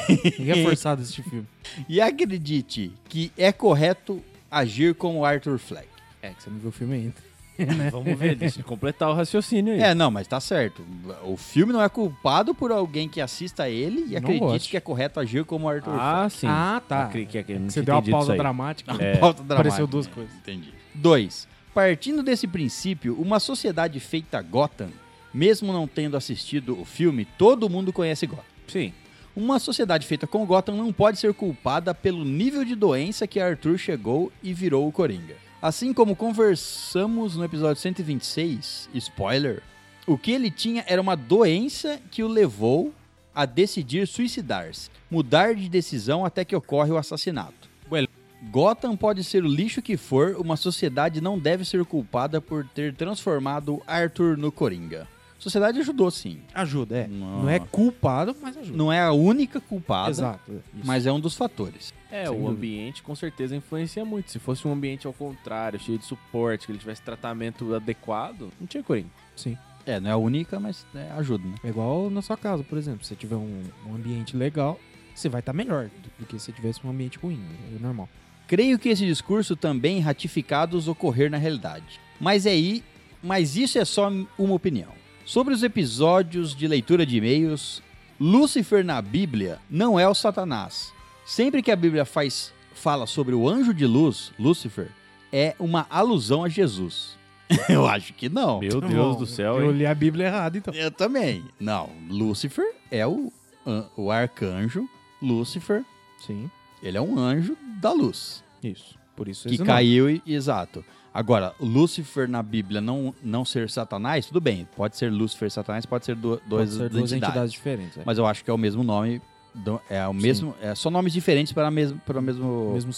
[SPEAKER 3] Ninguém é forçado a assistir filme.
[SPEAKER 1] E acredite que é correto agir como Arthur Fleck.
[SPEAKER 3] É, que você não viu o filme ainda.
[SPEAKER 2] Vamos ver, deixa eu completar o raciocínio aí.
[SPEAKER 1] É, não, mas tá certo. O filme não é culpado por alguém que assista ele e
[SPEAKER 3] Não
[SPEAKER 1] acredite
[SPEAKER 3] gosto.
[SPEAKER 1] que é correto agir como Arthur.
[SPEAKER 2] ah, sim.
[SPEAKER 3] Ah, tá.
[SPEAKER 2] Acre- que- que- não
[SPEAKER 3] Você
[SPEAKER 2] tinha
[SPEAKER 3] deu uma
[SPEAKER 2] entendido
[SPEAKER 3] pausa
[SPEAKER 2] isso aí.
[SPEAKER 3] dramática.
[SPEAKER 1] Fez. Pauta dramática.
[SPEAKER 3] Apareceu duas coisas.
[SPEAKER 1] Entendi. 2. Partindo desse princípio, uma sociedade feita Gotham, mesmo não tendo assistido o filme, todo mundo conhece Gotham.
[SPEAKER 2] Sim.
[SPEAKER 1] Uma sociedade feita com Gotham não pode ser culpada pelo nível de doença que Arthur chegou e virou o Coringa. Assim como conversamos no episódio 126, spoiler, o que ele tinha era uma doença que o levou a decidir suicidar-se, mudar de decisão até que ocorre o assassinato.
[SPEAKER 2] Well.
[SPEAKER 1] Gotham pode ser o lixo que for, uma sociedade não deve ser culpada por ter transformado Arthur no Coringa. A sociedade ajudou sim.
[SPEAKER 3] Ajuda, é.
[SPEAKER 1] Não.
[SPEAKER 3] Não, é culpado, mas ajuda.
[SPEAKER 1] Não é a única culpada,
[SPEAKER 3] Exato. é. Isso.
[SPEAKER 1] mas é um dos fatores.
[SPEAKER 2] É,
[SPEAKER 3] Sem
[SPEAKER 2] o
[SPEAKER 3] dúvida.
[SPEAKER 2] ambiente com certeza influencia muito. Se fosse um ambiente ao contrário, cheio de suporte, que ele tivesse tratamento adequado, não tinha Coringa.
[SPEAKER 3] Sim.
[SPEAKER 1] É, não é a única, mas é, ajuda, né?
[SPEAKER 3] É igual na sua casa, por exemplo. Se você tiver um, um ambiente legal, você vai estar melhor do, do que se tivesse um ambiente ruim. É normal.
[SPEAKER 1] Creio que esse discurso também ratificados ocorrer na realidade. Mas é aí, mas isso é só uma opinião. Sobre os episódios de leitura de e-mails, Lúcifer na Bíblia não é o Satanás. Sempre que a Bíblia faz fala sobre o anjo de luz, Lúcifer, é uma alusão a Jesus. Eu acho que não.
[SPEAKER 2] Meu Deus
[SPEAKER 3] Bom,
[SPEAKER 2] do céu,
[SPEAKER 3] Eu
[SPEAKER 2] hein?
[SPEAKER 3] li a Bíblia errada, então.
[SPEAKER 1] Eu também. Não, Lúcifer é o, an- o arcanjo. Lúcifer,
[SPEAKER 3] Sim,
[SPEAKER 1] ele é um anjo da luz.
[SPEAKER 3] isso. Por isso
[SPEAKER 1] que
[SPEAKER 3] esse nome.
[SPEAKER 1] caiu, e- exato. Agora, Lúcifer na Bíblia não, não ser Satanás, tudo bem. Pode ser Lúcifer e Satanás, pode ser, do,
[SPEAKER 3] Pode
[SPEAKER 1] dois,
[SPEAKER 3] ser duas
[SPEAKER 1] duas
[SPEAKER 3] entidades,
[SPEAKER 1] entidades.
[SPEAKER 3] diferentes. É.
[SPEAKER 1] Mas eu acho que é o mesmo nome. do- é o mesmo. É só nomes diferentes para, mesmo, para o mesmo, mesmo.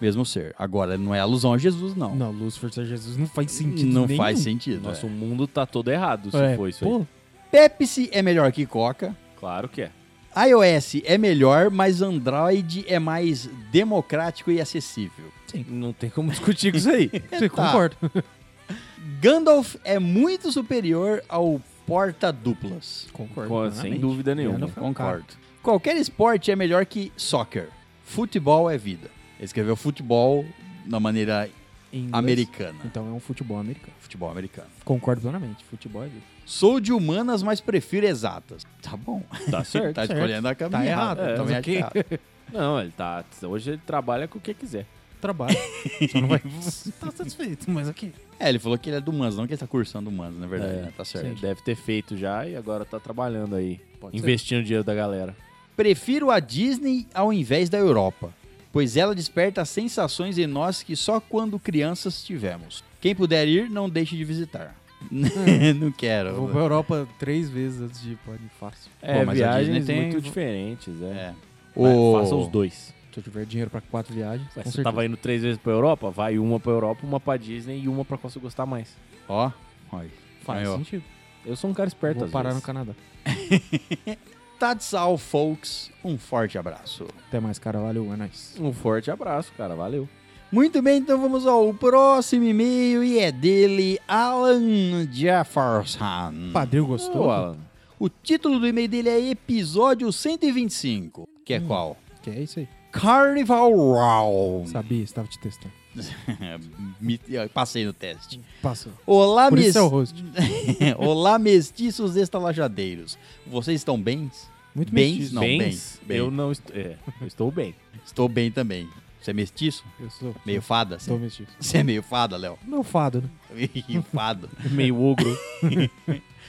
[SPEAKER 3] Mesmo ser.
[SPEAKER 1] ser. Agora, não é alusão a Jesus, não.
[SPEAKER 3] Não, Lúcifer ser Jesus não faz sentido
[SPEAKER 1] Não
[SPEAKER 3] nenhum.
[SPEAKER 1] faz sentido.
[SPEAKER 2] Nosso
[SPEAKER 1] é.
[SPEAKER 2] mundo tá todo errado se
[SPEAKER 3] É,
[SPEAKER 2] for isso
[SPEAKER 3] pô,
[SPEAKER 1] Pepsi é melhor que Coca.
[SPEAKER 2] aí. Claro que é.
[SPEAKER 1] iOS é melhor, mas Android é mais democrático e acessível.
[SPEAKER 2] Não tem como discutir com isso aí.
[SPEAKER 1] Tá.
[SPEAKER 3] Você concorda?
[SPEAKER 1] Gandalf é muito superior ao Porta Duplas.
[SPEAKER 3] Concordo.
[SPEAKER 2] Com- sem dúvida nenhuma.
[SPEAKER 3] Não foi um cara.
[SPEAKER 1] Concordo. Qualquer esporte é melhor que soccer. Futebol é vida. Ele escreveu futebol na maneira
[SPEAKER 3] Em inglês.
[SPEAKER 1] americana.
[SPEAKER 3] Então é um futebol americano.
[SPEAKER 1] Futebol americano.
[SPEAKER 3] Concordo plenamente. Futebol é vida.
[SPEAKER 1] Sou de humanas, mas prefiro exatas. Tá bom.
[SPEAKER 2] Tá certo.
[SPEAKER 1] tá
[SPEAKER 3] certo.
[SPEAKER 1] escolhendo a caminhada.
[SPEAKER 3] errado,
[SPEAKER 1] Tá
[SPEAKER 3] é, mas
[SPEAKER 1] também
[SPEAKER 3] o quê?
[SPEAKER 1] errado.
[SPEAKER 2] Não, ele tá. Hoje ele trabalha com o que quiser.
[SPEAKER 3] Trabalho. Só não vai estar satisfeito, mas aqui.
[SPEAKER 1] É, ele falou que ele é do Humanas, não que ele tá cursando Humanas, na verdade.
[SPEAKER 2] É,
[SPEAKER 1] né? Tá certo.
[SPEAKER 2] Ele deve ter feito já e agora tá trabalhando aí.
[SPEAKER 3] Pode
[SPEAKER 2] investindo o dinheiro da galera.
[SPEAKER 1] Prefiro a Disney ao invés da Europa, pois ela desperta sensações em nós que só quando crianças tivemos. Quem puder ir, não deixe de visitar. não quero.
[SPEAKER 3] Vou pra Europa três vezes antes de ir, pode fácil.
[SPEAKER 2] É,
[SPEAKER 1] mas a
[SPEAKER 2] viagens
[SPEAKER 1] Disney tem-
[SPEAKER 2] muito diferentes, é.
[SPEAKER 1] É.
[SPEAKER 2] Mas
[SPEAKER 1] O-
[SPEAKER 2] Faça os dois.
[SPEAKER 3] Se eu tiver dinheiro pra quatro viagens,
[SPEAKER 2] Ué,
[SPEAKER 3] com
[SPEAKER 2] você
[SPEAKER 3] certeza.
[SPEAKER 2] tava indo três vezes pra Europa? Vai uma pra Europa, uma pra Disney e uma pra qual você gostar mais.
[SPEAKER 1] Ó, olha.
[SPEAKER 3] Faz
[SPEAKER 1] Aí, ó.
[SPEAKER 3] sentido.
[SPEAKER 2] Eu sou um cara esperto
[SPEAKER 3] Vou
[SPEAKER 2] às
[SPEAKER 3] parar no
[SPEAKER 2] vezes.
[SPEAKER 3] Canadá.
[SPEAKER 1] Tadsal, Tá folks. Um forte abraço.
[SPEAKER 3] Até mais, cara. Valeu, é nóis.
[SPEAKER 2] Um forte abraço, cara. Valeu.
[SPEAKER 1] Muito bem, então vamos ao próximo e-mail e é dele, Alan Jefferson.
[SPEAKER 3] Padrinho
[SPEAKER 2] Ô,
[SPEAKER 3] gostou?
[SPEAKER 2] Alan.
[SPEAKER 1] O título do e-mail dele é Episódio 125, que
[SPEAKER 2] Hum.
[SPEAKER 1] é qual?
[SPEAKER 3] Que é isso aí.
[SPEAKER 1] Carnival Row.
[SPEAKER 3] Hum. Sabia, estava te testando.
[SPEAKER 1] É, Me- eu Passei no
[SPEAKER 3] Hum.
[SPEAKER 1] teste.
[SPEAKER 3] Passou.
[SPEAKER 1] Olá,
[SPEAKER 3] Por
[SPEAKER 1] mes...
[SPEAKER 3] isso é o host.
[SPEAKER 1] Olá mestiços estalajadeiros. Vocês estão bens?
[SPEAKER 3] Muito
[SPEAKER 1] Bens,
[SPEAKER 3] mestiço.
[SPEAKER 1] Não,
[SPEAKER 2] Bens?
[SPEAKER 1] bem, bem.
[SPEAKER 2] Eu não estou. É, eu estou bem.
[SPEAKER 1] Estou bem também. Você é mestiço?
[SPEAKER 3] Eu sou.
[SPEAKER 1] Meio fada?
[SPEAKER 3] Sou mestiço.
[SPEAKER 1] Você é meio fada, Léo?
[SPEAKER 3] Meu fado, né?
[SPEAKER 1] Meio fada.
[SPEAKER 2] Meio ogro.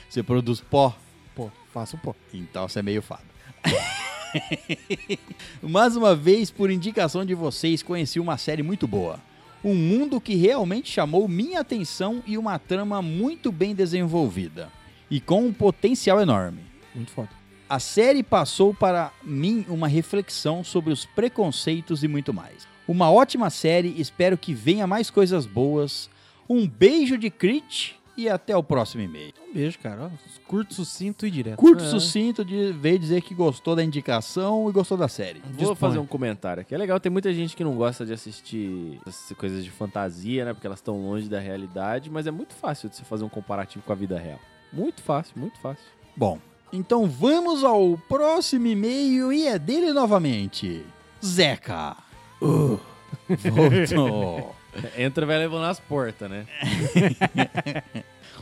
[SPEAKER 1] Você produz pó?
[SPEAKER 3] Pô, faço pó.
[SPEAKER 1] Então você é meio fada. Mais uma vez, por indicação de vocês, conheci uma série muito boa. Um mundo que realmente chamou minha atenção e uma trama muito bem desenvolvida. E com um potencial enorme.
[SPEAKER 3] Muito foda.
[SPEAKER 1] A série passou para mim uma reflexão sobre os preconceitos e muito mais. Uma ótima série, espero que venha mais coisas boas. Um beijo de Crit e até o próximo e-mail.
[SPEAKER 3] Um beijo, cara. Ó, curto, sucinto e direto.
[SPEAKER 1] Curto
[SPEAKER 2] É.
[SPEAKER 1] sucinto de veio dizer que gostou da indicação e gostou da série.
[SPEAKER 2] Vou
[SPEAKER 3] Disponha.
[SPEAKER 2] fazer um comentário aqui. É legal, tem muita gente que não gosta de assistir essas coisas de fantasia, né? Porque elas estão longe da realidade, mas é muito fácil de você fazer um comparativo com a vida real. Muito fácil, muito fácil.
[SPEAKER 1] Bom, então vamos ao próximo e-mail e é dele novamente. Zeca. Uh, voltou.
[SPEAKER 2] Entra vai levando as portas, né?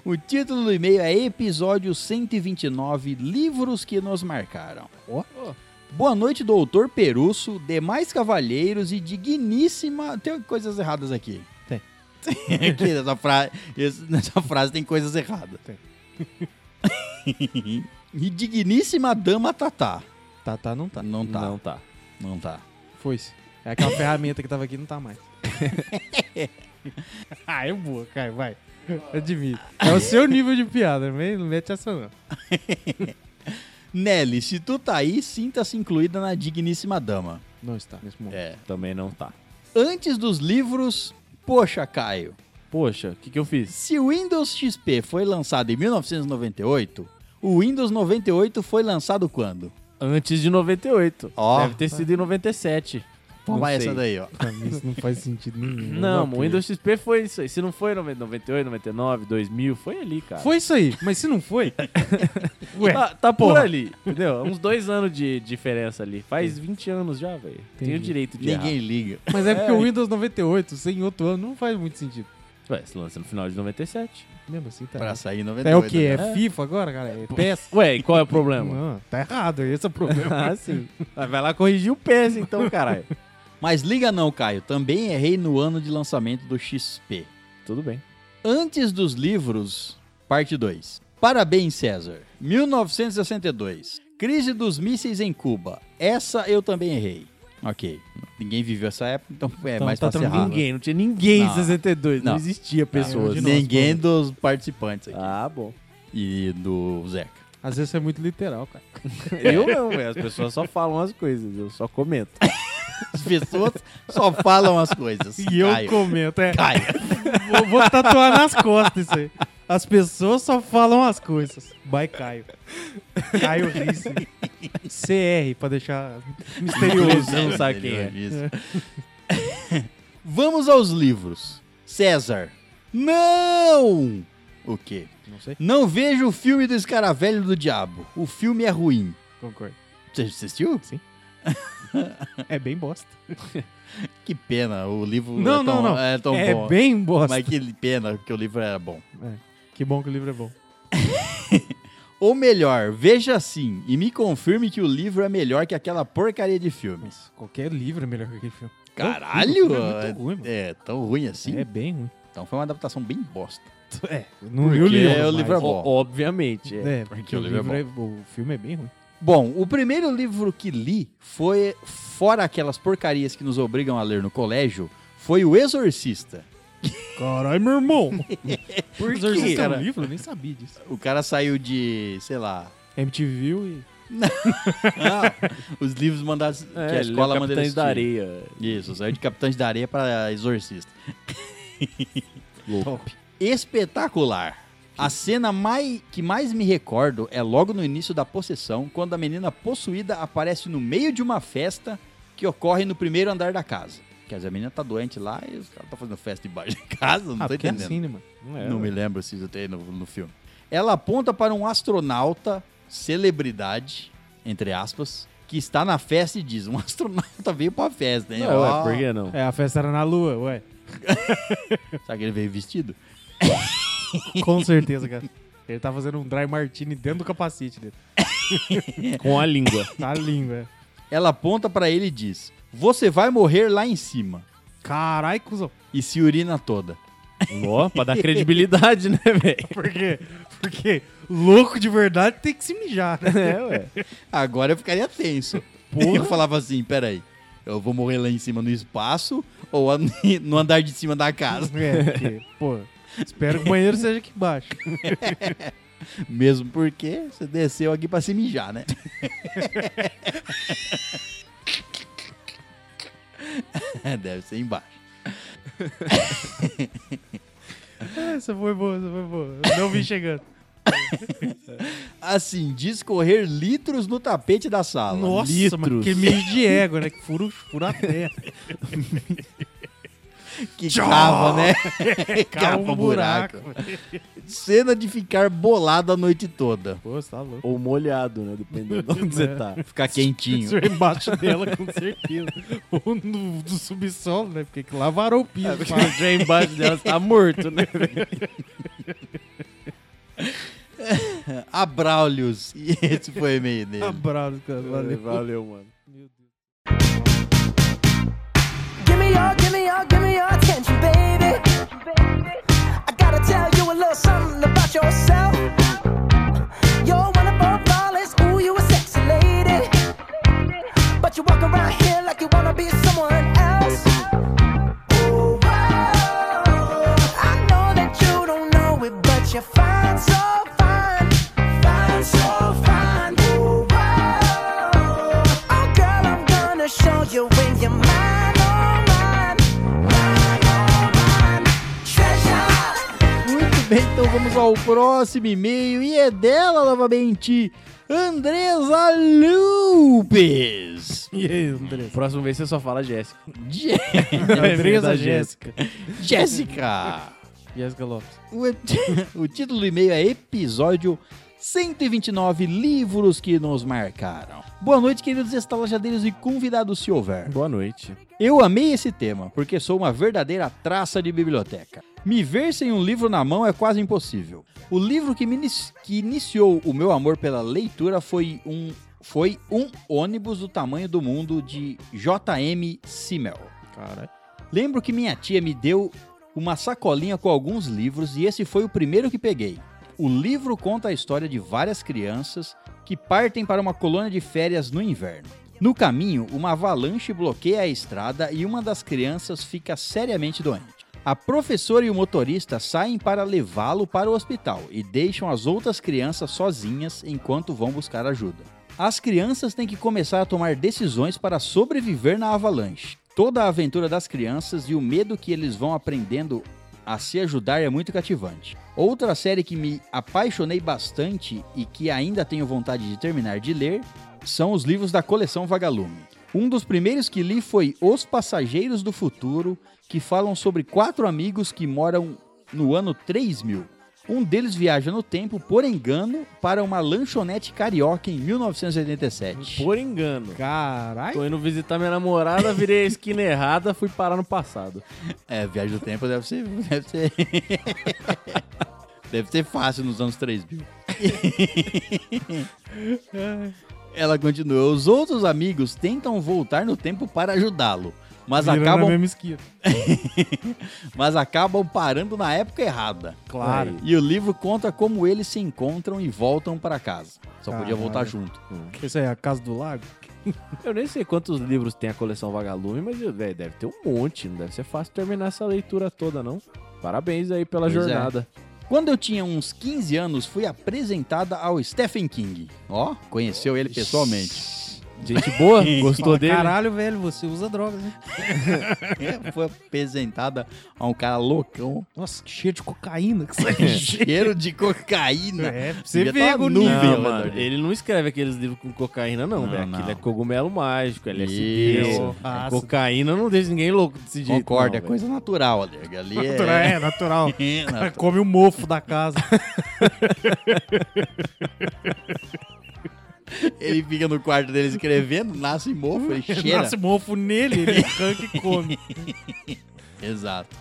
[SPEAKER 1] O título do e-mail é Episódio 129 Livros que nos marcaram. Ó.
[SPEAKER 2] Ó.
[SPEAKER 1] Boa noite, doutor Perusso, demais cavalheiros e digníssima. Tem coisas erradas aqui.
[SPEAKER 3] Tem.
[SPEAKER 1] aqui nessa, fra- esse- nessa frase tem coisas erradas.
[SPEAKER 3] Tem.
[SPEAKER 1] e digníssima dama Tatá.
[SPEAKER 3] Tá, tá, não tá.
[SPEAKER 1] Não tá, não,
[SPEAKER 2] Não tá.
[SPEAKER 1] tá.
[SPEAKER 3] Foi-se. É aquela ferramenta que tava aqui, não tá mais. ah, é boa, Caio, vai. Admito. É o seu nível de piada, mas não mete essa não.
[SPEAKER 1] Nelly, se tu tá aí, sinta-se incluída na digníssima dama.
[SPEAKER 3] Não está nesse momento.
[SPEAKER 1] É.
[SPEAKER 2] Também não tá.
[SPEAKER 1] Antes dos livros, poxa, Caio.
[SPEAKER 2] Poxa, o que, que eu fiz?
[SPEAKER 1] Se o Windows XP foi lançado em 1998, o Windows 98 foi lançado quando?
[SPEAKER 2] Antes de 98.
[SPEAKER 1] Ó.
[SPEAKER 2] Deve ter sido em 97. Não
[SPEAKER 1] Toma
[SPEAKER 2] sei.
[SPEAKER 1] essa daí, ó.
[SPEAKER 3] Pra mim isso não faz sentido nenhum.
[SPEAKER 2] Não,
[SPEAKER 3] dá
[SPEAKER 2] o
[SPEAKER 3] pra
[SPEAKER 2] Windows XP foi isso aí. Se não foi em 98, 99, 2000, foi ali, cara.
[SPEAKER 3] ver. Foi isso aí, mas se não foi... Ué,
[SPEAKER 2] Tá, tá por
[SPEAKER 3] porra.
[SPEAKER 2] ali, entendeu? Uns dois anos de diferença ali. Faz 20 anos já, velho. Tenho
[SPEAKER 3] Entendi.
[SPEAKER 2] direito de
[SPEAKER 1] Ninguém
[SPEAKER 2] errar.
[SPEAKER 1] liga.
[SPEAKER 3] mas é porque
[SPEAKER 2] É.
[SPEAKER 3] o Windows 98, sem outro ano, não faz muito sentido.
[SPEAKER 2] Ué, se lança no final de 97.
[SPEAKER 3] Mesmo assim, tá.
[SPEAKER 1] Pra sair em
[SPEAKER 3] É
[SPEAKER 1] 98.
[SPEAKER 3] o quê?
[SPEAKER 1] né?
[SPEAKER 3] É FIFA agora, galera? É PES?
[SPEAKER 2] Ué, e qual é o problema?
[SPEAKER 3] Não, tá errado, esse é o problema.
[SPEAKER 2] ah, sim. Ah, Vai lá corrigir o PS então, caralho.
[SPEAKER 1] Mas liga não, Caio. Também errei no ano de lançamento do XP.
[SPEAKER 2] Tudo bem.
[SPEAKER 1] Antes dos livros, parte 2. Parabéns, César. 1962. Crise dos mísseis em Cuba. Essa eu também errei. Ok. Ninguém viveu essa época, então é
[SPEAKER 3] Então
[SPEAKER 1] mais
[SPEAKER 3] tá
[SPEAKER 1] fácil
[SPEAKER 3] tranquilo.
[SPEAKER 1] errar. né?
[SPEAKER 2] Ninguém, não tinha ninguém em
[SPEAKER 1] Não.
[SPEAKER 2] 62. Não,
[SPEAKER 1] Não.
[SPEAKER 2] existia pessoas.
[SPEAKER 3] de novo.
[SPEAKER 1] Ninguém dos participantes aqui.
[SPEAKER 2] Ah, bom.
[SPEAKER 1] E do Zeca.
[SPEAKER 3] Às vezes é muito literal, cara.
[SPEAKER 2] Eu não, velho. As pessoas só falam as coisas, eu só comento.
[SPEAKER 1] As pessoas só falam as coisas.
[SPEAKER 3] E eu
[SPEAKER 1] Caio.
[SPEAKER 3] comento, é.
[SPEAKER 1] Caio.
[SPEAKER 3] Vou, vou tatuar nas costas isso aí. As pessoas só falam as coisas. Vai, Caio. Caio Risse. CR, pra deixar misterioso.
[SPEAKER 2] Inclusive. não sabe quem é.
[SPEAKER 1] Vamos aos livros. César. Não! O quê?
[SPEAKER 3] Não sei.
[SPEAKER 1] Não vejo o filme do Escaravelho do Diabo. O filme é ruim.
[SPEAKER 3] Concordo.
[SPEAKER 1] Você assistiu?
[SPEAKER 3] É bem bosta.
[SPEAKER 1] Que pena, o livro
[SPEAKER 3] Não,
[SPEAKER 1] é tão,
[SPEAKER 3] não, não.
[SPEAKER 1] É tão
[SPEAKER 3] é
[SPEAKER 1] bom.
[SPEAKER 3] bem bosta.
[SPEAKER 1] Mas que pena, porque o livro era bom.
[SPEAKER 3] Que bom que o livro é bom.
[SPEAKER 1] Ou melhor, veja assim e me confirme que o livro é melhor que aquela porcaria de filme.
[SPEAKER 3] Mas qualquer livro é melhor que aquele filme.
[SPEAKER 1] Caralho!
[SPEAKER 3] É muito ruim, mano.
[SPEAKER 1] É, tão ruim assim?
[SPEAKER 3] É bem ruim.
[SPEAKER 1] Então foi uma adaptação bem bosta.
[SPEAKER 3] É, eu não
[SPEAKER 1] Porque
[SPEAKER 3] li o livro.
[SPEAKER 1] o
[SPEAKER 3] mas-
[SPEAKER 1] livro é bom.
[SPEAKER 2] O- Obviamente. É.
[SPEAKER 3] É, porque o livro é bom. O filme é bem ruim.
[SPEAKER 1] Bom, o primeiro livro que li foi, fora aquelas porcarias que nos obrigam a ler no colégio, foi O Exorcista.
[SPEAKER 3] Caralho, meu irmão.
[SPEAKER 1] Por
[SPEAKER 3] Os Exorcistas é
[SPEAKER 1] cara?
[SPEAKER 3] um livro? Eu nem sabia disso.
[SPEAKER 1] O cara saiu de, sei lá.
[SPEAKER 3] MTV e...
[SPEAKER 1] Não, os livros mandados que
[SPEAKER 2] É,
[SPEAKER 1] a escola manda ele
[SPEAKER 2] Capitães
[SPEAKER 1] assistir.
[SPEAKER 2] da Areia.
[SPEAKER 1] Isso, saiu de Capitães da Areia para Exorcista.
[SPEAKER 2] Louco.
[SPEAKER 1] espetacular. A cena mai- que mais me recordo é logo no início da possessão, quando a menina possuída aparece no meio de uma festa que ocorre no primeiro andar da casa. Quer dizer, a menina tá doente lá e os caras tá fazendo festa embaixo de casa, não
[SPEAKER 3] Ah,
[SPEAKER 1] tô
[SPEAKER 3] porque é
[SPEAKER 1] entendendo.
[SPEAKER 3] assim, né, mano?
[SPEAKER 2] Não é,
[SPEAKER 1] não me lembro se isso tem no, no filme. Ela aponta para um astronauta, celebridade, entre aspas, que está na festa e diz: um astronauta veio pra festa, hein?
[SPEAKER 2] Não,
[SPEAKER 1] Ó,
[SPEAKER 2] ué, por que não?
[SPEAKER 3] É, a festa era na lua, ué.
[SPEAKER 1] Será que ele veio vestido?
[SPEAKER 3] Com certeza, cara. Ele tá fazendo um dry martini dentro do capacete dele.
[SPEAKER 2] Com a língua.
[SPEAKER 3] Tá lindo, velho.
[SPEAKER 1] Ela aponta pra ele e diz: Você vai morrer lá em cima.
[SPEAKER 3] Carai, cuzão.
[SPEAKER 1] E se urina toda.
[SPEAKER 2] Ó, pra dar credibilidade, né, velho?
[SPEAKER 3] Por quê? Porque louco de verdade tem que se mijar, né?
[SPEAKER 2] É, ué.
[SPEAKER 1] Agora eu ficaria tenso. Eu falava assim: Peraí, eu vou morrer lá em cima no espaço ou an- no andar de cima da casa?
[SPEAKER 3] É, porque, pô, espero que o banheiro seja aqui embaixo.
[SPEAKER 1] Mesmo porque você desceu aqui pra se mijar, né? Deve ser embaixo.
[SPEAKER 3] É, Essa foi boa, essa foi boa. Não vi chegando.
[SPEAKER 1] Assim, discorrer litros no tapete da sala.
[SPEAKER 3] Nossa,
[SPEAKER 2] litros.
[SPEAKER 3] mas que mijo de égua, né? Que fura, fura a terra.
[SPEAKER 1] Que cava, né?
[SPEAKER 3] Cava
[SPEAKER 1] Cava um buraco.
[SPEAKER 3] um velho.
[SPEAKER 1] Cena de ficar bolado a noite toda.
[SPEAKER 3] Pô, você tá louco.
[SPEAKER 2] Ou molhado, né? Dependendo de onde você tá.
[SPEAKER 1] Ficar quentinho.
[SPEAKER 3] Isso é embaixo dela, com certeza. Ou no, do subsolo, né? Porque que lá varou o piso.
[SPEAKER 2] É, porque o Jay embaixo dela tá morto, né?
[SPEAKER 1] A Braulius. E esse foi o e-mail dele.
[SPEAKER 3] Abraço, cara. Valeu.
[SPEAKER 2] É, Valeu, mano.
[SPEAKER 4] Give me your, give me your, give me your attention, baby. I gotta tell you a little something about yourself. You're wonderful, flawless, ooh, you a sexy lady. But you walk around here like you wanna be someone else. Oh, wow. I know that you don't know it, but you're fine, so fine. Fine, so fine. Oh, wow. Oh, girl, I'm gonna show you when you're mine, oh, mine. Mine, oh, mine. Treasure.
[SPEAKER 1] Muito bem, então vamos ao próximo e-mail. E é dela novamente, Andresa Lupes.
[SPEAKER 3] E aí, Andressa?
[SPEAKER 2] Próxima vez você só fala Jéssica.
[SPEAKER 1] Je-
[SPEAKER 3] Andressa
[SPEAKER 2] É verdade,
[SPEAKER 3] Jéssica.
[SPEAKER 1] Jéssica.
[SPEAKER 3] Jéssica Lopes.
[SPEAKER 1] O, ep- o título do e-mail é Episódio 129 Livros que nos marcaram. Boa noite, queridos estalajadeiros e convidados, se houver.
[SPEAKER 2] Boa noite.
[SPEAKER 1] Eu amei esse tema, porque sou uma verdadeira traça de biblioteca. Me ver sem um livro na mão é quase impossível. O livro que, me inici- que iniciou o meu amor pela leitura foi um, foi um ônibus do tamanho do mundo de J.M. Simmel.
[SPEAKER 3] Caralho.
[SPEAKER 1] Lembro que minha tia me deu uma sacolinha com alguns livros e esse foi o primeiro que peguei. O livro conta a história de várias crianças que partem para uma colônia de férias no inverno. No caminho, uma avalanche bloqueia a estrada e uma das crianças fica seriamente doente. A professora e o motorista saem para levá-lo para o hospital e deixam as outras crianças sozinhas enquanto vão buscar ajuda. As crianças têm que começar a tomar decisões para sobreviver na avalanche. Toda a aventura das crianças e o medo que eles vão aprendendo a se ajudar é muito cativante. Outra série que me apaixonei bastante e que ainda tenho vontade de terminar de ler são os livros da coleção Vagalume. Um dos primeiros que li foi Os Passageiros do Futuro, que falam sobre quatro amigos que moram no ano 3000. Um deles viaja no tempo, por engano, para uma lanchonete carioca em 1987.
[SPEAKER 2] Por engano.
[SPEAKER 3] Caralho.
[SPEAKER 2] Tô indo visitar minha namorada, virei a esquina errada, fui parar no passado.
[SPEAKER 1] É, viagem do tempo deve ser. Deve ser, deve ser fácil nos anos 3000. Ela continua. Os outros amigos tentam voltar no tempo para ajudá-lo, mas
[SPEAKER 3] Virando na
[SPEAKER 1] acabam,
[SPEAKER 3] mesma esquina.
[SPEAKER 1] mas acabam parando na época errada.
[SPEAKER 3] Claro.
[SPEAKER 1] E o livro conta como eles se encontram e voltam para casa. Só podia
[SPEAKER 3] Caralho.
[SPEAKER 1] voltar junto.
[SPEAKER 3] Isso aí é a Casa do Lago?
[SPEAKER 2] Eu nem sei quantos livros tem a coleção Vagalume, mas velho, deve ter um monte. Não deve ser fácil terminar essa leitura toda, não. Parabéns aí pela
[SPEAKER 1] Pois é.
[SPEAKER 2] jornada.
[SPEAKER 1] Quando eu tinha uns 15 anos, fui apresentada ao Stephen King. Ó, conheceu ele pessoalmente.
[SPEAKER 2] Gente boa, gostou
[SPEAKER 3] Fala,
[SPEAKER 2] dele?
[SPEAKER 3] Caralho, velho, você usa drogas, né?
[SPEAKER 1] É, Foi apresentada a um cara loucão
[SPEAKER 3] Nossa, que cheiro de cocaína que
[SPEAKER 1] cheiro de cocaína.
[SPEAKER 3] É, pra você
[SPEAKER 1] Devia
[SPEAKER 3] ver
[SPEAKER 1] tá
[SPEAKER 3] o
[SPEAKER 1] nu-
[SPEAKER 3] nível.
[SPEAKER 1] Não,
[SPEAKER 2] Não,
[SPEAKER 1] mano,
[SPEAKER 2] mano, ele não escreve aqueles livros com cocaína, não,
[SPEAKER 1] Não,
[SPEAKER 2] velho.
[SPEAKER 1] não.
[SPEAKER 2] Aquilo é cogumelo mágico, LSD.
[SPEAKER 1] Isso.
[SPEAKER 2] ó.
[SPEAKER 3] Ah,
[SPEAKER 2] Cocaína não deixa ninguém louco desse jeito.
[SPEAKER 1] Concorda, é
[SPEAKER 2] não, velho.
[SPEAKER 1] coisa natural, Alerga. Ali é.
[SPEAKER 3] Natural, é, natural.
[SPEAKER 1] É,
[SPEAKER 3] O cara
[SPEAKER 1] natural.
[SPEAKER 3] come o mofo da casa.
[SPEAKER 1] Ele fica no quarto dele escrevendo, nasce mofo, ele cheira.
[SPEAKER 3] Nasce mofo nele, ele arranca e come.
[SPEAKER 1] Exato.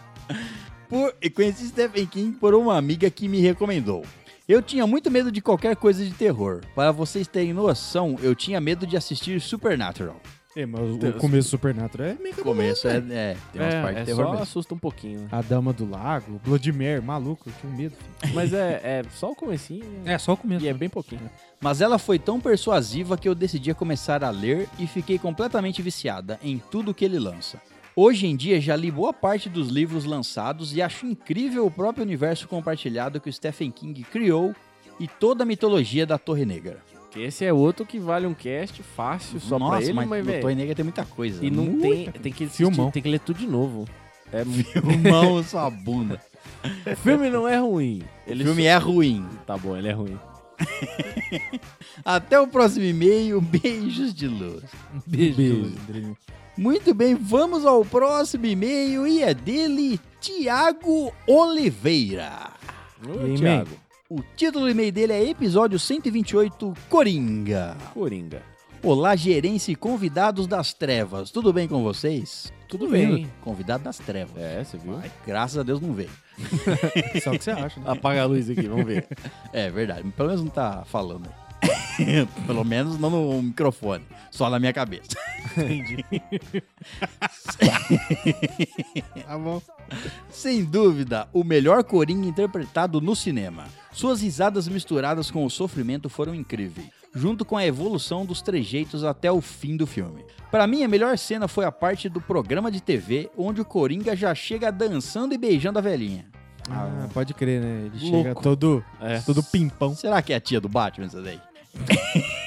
[SPEAKER 1] Por, e conheci Stephen King por uma amiga que me recomendou. Eu tinha muito medo de qualquer coisa de terror. Para vocês terem noção, eu tinha medo de assistir Supernatural.
[SPEAKER 3] É, mas o- o começo do Supernatural é meio
[SPEAKER 1] No começo é,
[SPEAKER 3] né?
[SPEAKER 1] é, tem umas partes
[SPEAKER 2] É,
[SPEAKER 1] de
[SPEAKER 2] é
[SPEAKER 1] terror
[SPEAKER 2] só
[SPEAKER 1] mesmo.
[SPEAKER 2] assusta um pouquinho, né?
[SPEAKER 3] A Dama do Lago, Blood Mary, maluco, eu tinha um medo. filho.
[SPEAKER 2] Mas é, é só o comecinho né?
[SPEAKER 3] É, só o começo.
[SPEAKER 2] e é bem pouquinho.
[SPEAKER 1] Mas ela foi tão persuasiva que eu decidi a começar a ler e fiquei completamente viciada em tudo que ele lança. Hoje em dia já li boa parte dos livros lançados e acho incrível o próprio universo compartilhado que o Stephen King criou e toda a mitologia da Torre Negra.
[SPEAKER 2] Porque esse é outro que vale um cast fácil só
[SPEAKER 1] Nossa,
[SPEAKER 2] pra ele,
[SPEAKER 1] mas,
[SPEAKER 2] mas,
[SPEAKER 1] no
[SPEAKER 2] velho,
[SPEAKER 1] Torre Negra tem muita coisa.
[SPEAKER 2] E não
[SPEAKER 1] Muita
[SPEAKER 2] tem. Tem que, assistir,
[SPEAKER 3] Filmão.
[SPEAKER 2] tem que ler tudo de novo. É,
[SPEAKER 1] Mão, sua bunda.
[SPEAKER 2] o filme não é ruim.
[SPEAKER 1] O
[SPEAKER 2] Ele
[SPEAKER 1] filme é ruim.
[SPEAKER 2] só- Tá bom, ele é ruim.
[SPEAKER 1] Até o próximo e-mail. Beijos de luz.
[SPEAKER 3] Beijo.
[SPEAKER 2] Beijo.
[SPEAKER 3] Andrinho.
[SPEAKER 1] Muito bem, vamos ao próximo e-mail e é dele, Tiago Oliveira.
[SPEAKER 2] Ô,
[SPEAKER 3] E aí,
[SPEAKER 2] Thiago,
[SPEAKER 1] O título do e-mail dele é Episódio 128 Coringa.
[SPEAKER 2] Coringa.
[SPEAKER 1] Olá, gerência e convidados das trevas. Tudo bem com vocês?
[SPEAKER 2] Tudo bem.
[SPEAKER 1] Convidado das trevas.
[SPEAKER 2] É, você viu?
[SPEAKER 1] Ai, graças a Deus não veio.
[SPEAKER 3] Só o que você acha, né?
[SPEAKER 2] Apaga a luz aqui, vamos ver.
[SPEAKER 1] É verdade. Pelo menos não tá falando. Pelo menos não no microfone. Só na minha cabeça.
[SPEAKER 3] Tá bom.
[SPEAKER 1] Sem dúvida, o melhor Coringa interpretado no cinema. Suas risadas misturadas com o sofrimento foram incríveis, junto com a evolução dos trejeitos até o fim do filme. Para mim, a melhor cena foi a parte do programa de TV onde o Coringa já chega dançando e beijando a velhinha.
[SPEAKER 3] Ah, pode crer, né? Ele
[SPEAKER 2] Louco.
[SPEAKER 3] chega todo,
[SPEAKER 2] É.
[SPEAKER 3] todo pimpão.
[SPEAKER 1] Será que é a tia do Batman essa daí?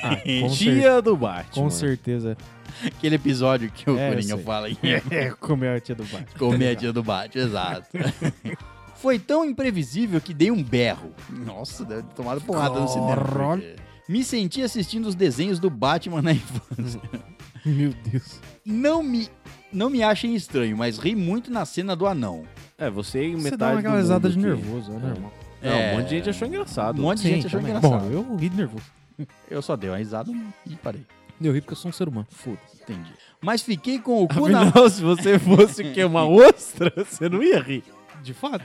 [SPEAKER 3] Ah, com, cer
[SPEAKER 2] Dia do Batman.
[SPEAKER 3] com certeza.
[SPEAKER 1] Aquele episódio que o
[SPEAKER 3] É, eu
[SPEAKER 1] Coringa
[SPEAKER 3] sei.
[SPEAKER 1] fala aí.
[SPEAKER 3] É, comeu a tia do bar.
[SPEAKER 1] Comédia do Batman, exato. Foi tão imprevisível que dei um berro. Nossa, deve ter tomado porrada no cinema.
[SPEAKER 3] Caralho.
[SPEAKER 1] porque Me senti assistindo os desenhos do Batman na infância.
[SPEAKER 3] Meu Deus.
[SPEAKER 1] Não me, não me achem estranho, mas ri muito na cena do anão.
[SPEAKER 2] É, você e
[SPEAKER 3] Você
[SPEAKER 2] metade
[SPEAKER 3] dá uma
[SPEAKER 2] do
[SPEAKER 3] aquela
[SPEAKER 2] mundo
[SPEAKER 3] risada de
[SPEAKER 2] aqui.
[SPEAKER 3] nervoso, é normal.
[SPEAKER 2] Não, um monte de gente achou engraçado.
[SPEAKER 1] Um monte de
[SPEAKER 3] Sim,
[SPEAKER 1] gente achou
[SPEAKER 3] também.
[SPEAKER 1] engraçado.
[SPEAKER 3] Bom, eu ri de nervoso.
[SPEAKER 1] Eu só dei uma risada e parei.
[SPEAKER 3] Eu ri porque eu sou um ser humano. Foda-se.
[SPEAKER 1] Entendi. Mas fiquei com
[SPEAKER 3] Ah,
[SPEAKER 1] o cu na...
[SPEAKER 2] Afinal, se você fosse que uma ostra, você não ia rir.
[SPEAKER 3] De fato.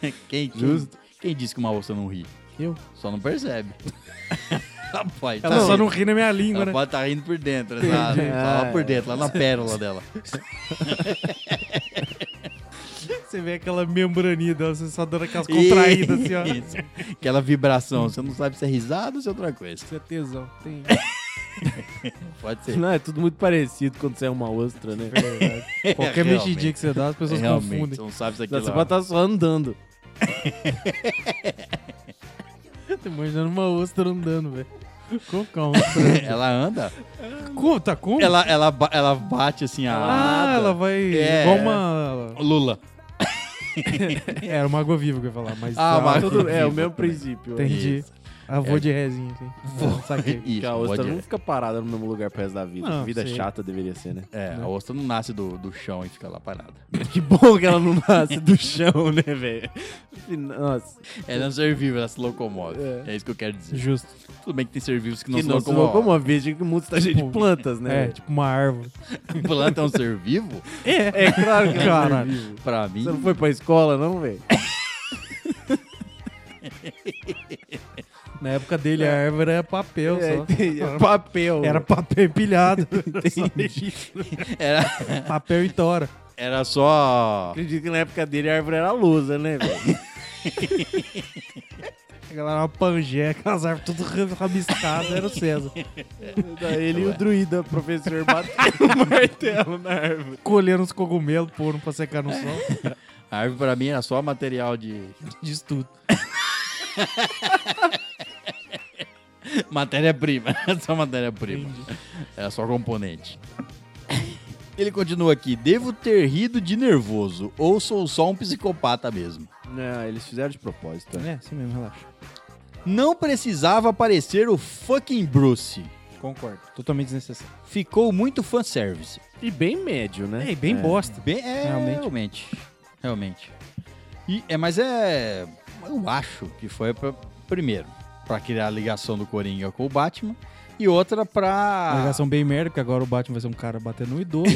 [SPEAKER 1] Quem, quem,
[SPEAKER 2] Justo.
[SPEAKER 1] quem disse que uma ostra não ri?
[SPEAKER 3] Eu.
[SPEAKER 1] Só não percebe. Ela pode
[SPEAKER 3] Ela
[SPEAKER 1] tá
[SPEAKER 3] só
[SPEAKER 1] rindo.
[SPEAKER 3] não ri na minha língua,
[SPEAKER 1] Ela
[SPEAKER 3] né?
[SPEAKER 1] pode estar rindo por dentro, exato. Tá lá por dentro, lá na pérola dela.
[SPEAKER 3] Você vê aquela membraninha dela, você só dando aquelas contraídas assim, ó.
[SPEAKER 1] Isso. Aquela vibração. Você não sabe se é risada ou se é outra coisa.
[SPEAKER 3] Isso é tesão. Tem.
[SPEAKER 1] Pode ser.
[SPEAKER 2] Não, é tudo muito parecido quando você é uma ostra, né?
[SPEAKER 3] Qualquer
[SPEAKER 1] Realmente.
[SPEAKER 3] mexidinha que você dá, as pessoas
[SPEAKER 1] Realmente,
[SPEAKER 3] confundem.
[SPEAKER 1] você não sabe se
[SPEAKER 2] Você
[SPEAKER 1] aquilo é
[SPEAKER 2] pode estar só andando.
[SPEAKER 3] Eu tô imaginando uma ostra andando, velho. Como que é uma
[SPEAKER 1] é-
[SPEAKER 3] ostra?
[SPEAKER 1] Ela anda,
[SPEAKER 3] Como? Tá como?
[SPEAKER 1] ela, ela, ba- ela bate assim a.
[SPEAKER 3] Ah, ela vai.
[SPEAKER 1] É.
[SPEAKER 3] Igual uma.
[SPEAKER 1] Lula.
[SPEAKER 3] Era uma água viva que eu ia falar, mas.
[SPEAKER 1] Ah,
[SPEAKER 3] Ah,
[SPEAKER 1] mas-
[SPEAKER 3] mas.
[SPEAKER 2] Tudo- é, o
[SPEAKER 1] vivo também.
[SPEAKER 2] mesmo princípio. né?
[SPEAKER 1] Tem-
[SPEAKER 3] Entendi.
[SPEAKER 1] Isso.
[SPEAKER 3] Avô de rezinha, assim. Saquei.
[SPEAKER 1] Isso,
[SPEAKER 2] Que a
[SPEAKER 1] pode é.
[SPEAKER 2] ostra
[SPEAKER 1] ir.
[SPEAKER 2] não fica parada no mesmo lugar pro resto da vida.
[SPEAKER 3] Não,
[SPEAKER 2] vida
[SPEAKER 3] sei.
[SPEAKER 2] chata deveria ser, né?
[SPEAKER 1] É, a ostra não nasce do, do chão e fica lá parada.
[SPEAKER 2] Que bom que ela não nasce do chão, né, velho? Nossa.
[SPEAKER 1] Ela é um ser vivo, ela se locomove. É. isso que eu quero dizer.
[SPEAKER 3] Justo.
[SPEAKER 1] Tudo bem que tem ser vivos que não
[SPEAKER 2] Que
[SPEAKER 1] se
[SPEAKER 2] não se
[SPEAKER 1] locomovem.
[SPEAKER 2] locomove. Veja que o mundo está cheio de plantas, né?
[SPEAKER 3] É, tipo uma árvore.
[SPEAKER 1] Planta é um ser vivo?
[SPEAKER 2] É, claro que
[SPEAKER 3] Cara.
[SPEAKER 2] é um ser vivo.
[SPEAKER 1] Pra mim,
[SPEAKER 2] Você não foi pra escola, não, velho?
[SPEAKER 3] Na época dele, a árvore era papel
[SPEAKER 2] É,
[SPEAKER 3] só.
[SPEAKER 2] entendi. É papel.
[SPEAKER 3] Era papel empilhado.
[SPEAKER 2] Entendi.
[SPEAKER 1] era,
[SPEAKER 3] papel e tora.
[SPEAKER 1] era só.
[SPEAKER 2] Acredito que na época dele a árvore era lousa, né, velho?
[SPEAKER 3] A galera era uma pangé, aquelas árvores tudo rabiscadas, era o César.
[SPEAKER 2] Daí ele e o druida, professor, bateu o martelo na árvore.
[SPEAKER 3] Colhendo uns cogumelos, pôr pra secar no sol.
[SPEAKER 1] A árvore pra mim era só material de.
[SPEAKER 3] Diz tudo.
[SPEAKER 1] Matéria-prima, é só matéria-prima. É só componente. Ele continua aqui. Devo ter rido de nervoso, ou sou só um psicopata mesmo.
[SPEAKER 2] Não, eles fizeram de propósito. né?
[SPEAKER 3] É, assim mesmo, relaxa.
[SPEAKER 1] Não precisava aparecer o fucking Bruce.
[SPEAKER 3] Concordo. Totalmente desnecessário.
[SPEAKER 1] Ficou muito fanservice.
[SPEAKER 2] E bem médio, né?
[SPEAKER 3] É, e bem bosta.
[SPEAKER 1] Bem, é, realmente.
[SPEAKER 3] Realmente.
[SPEAKER 1] Realmente. E, é, mas é. Eu acho que foi pra, primeiro pra criar a ligação do Coringa com o Batman e outra pra.
[SPEAKER 3] Uma ligação bem merda, porque agora o Batman vai ser um cara batendo no idoso.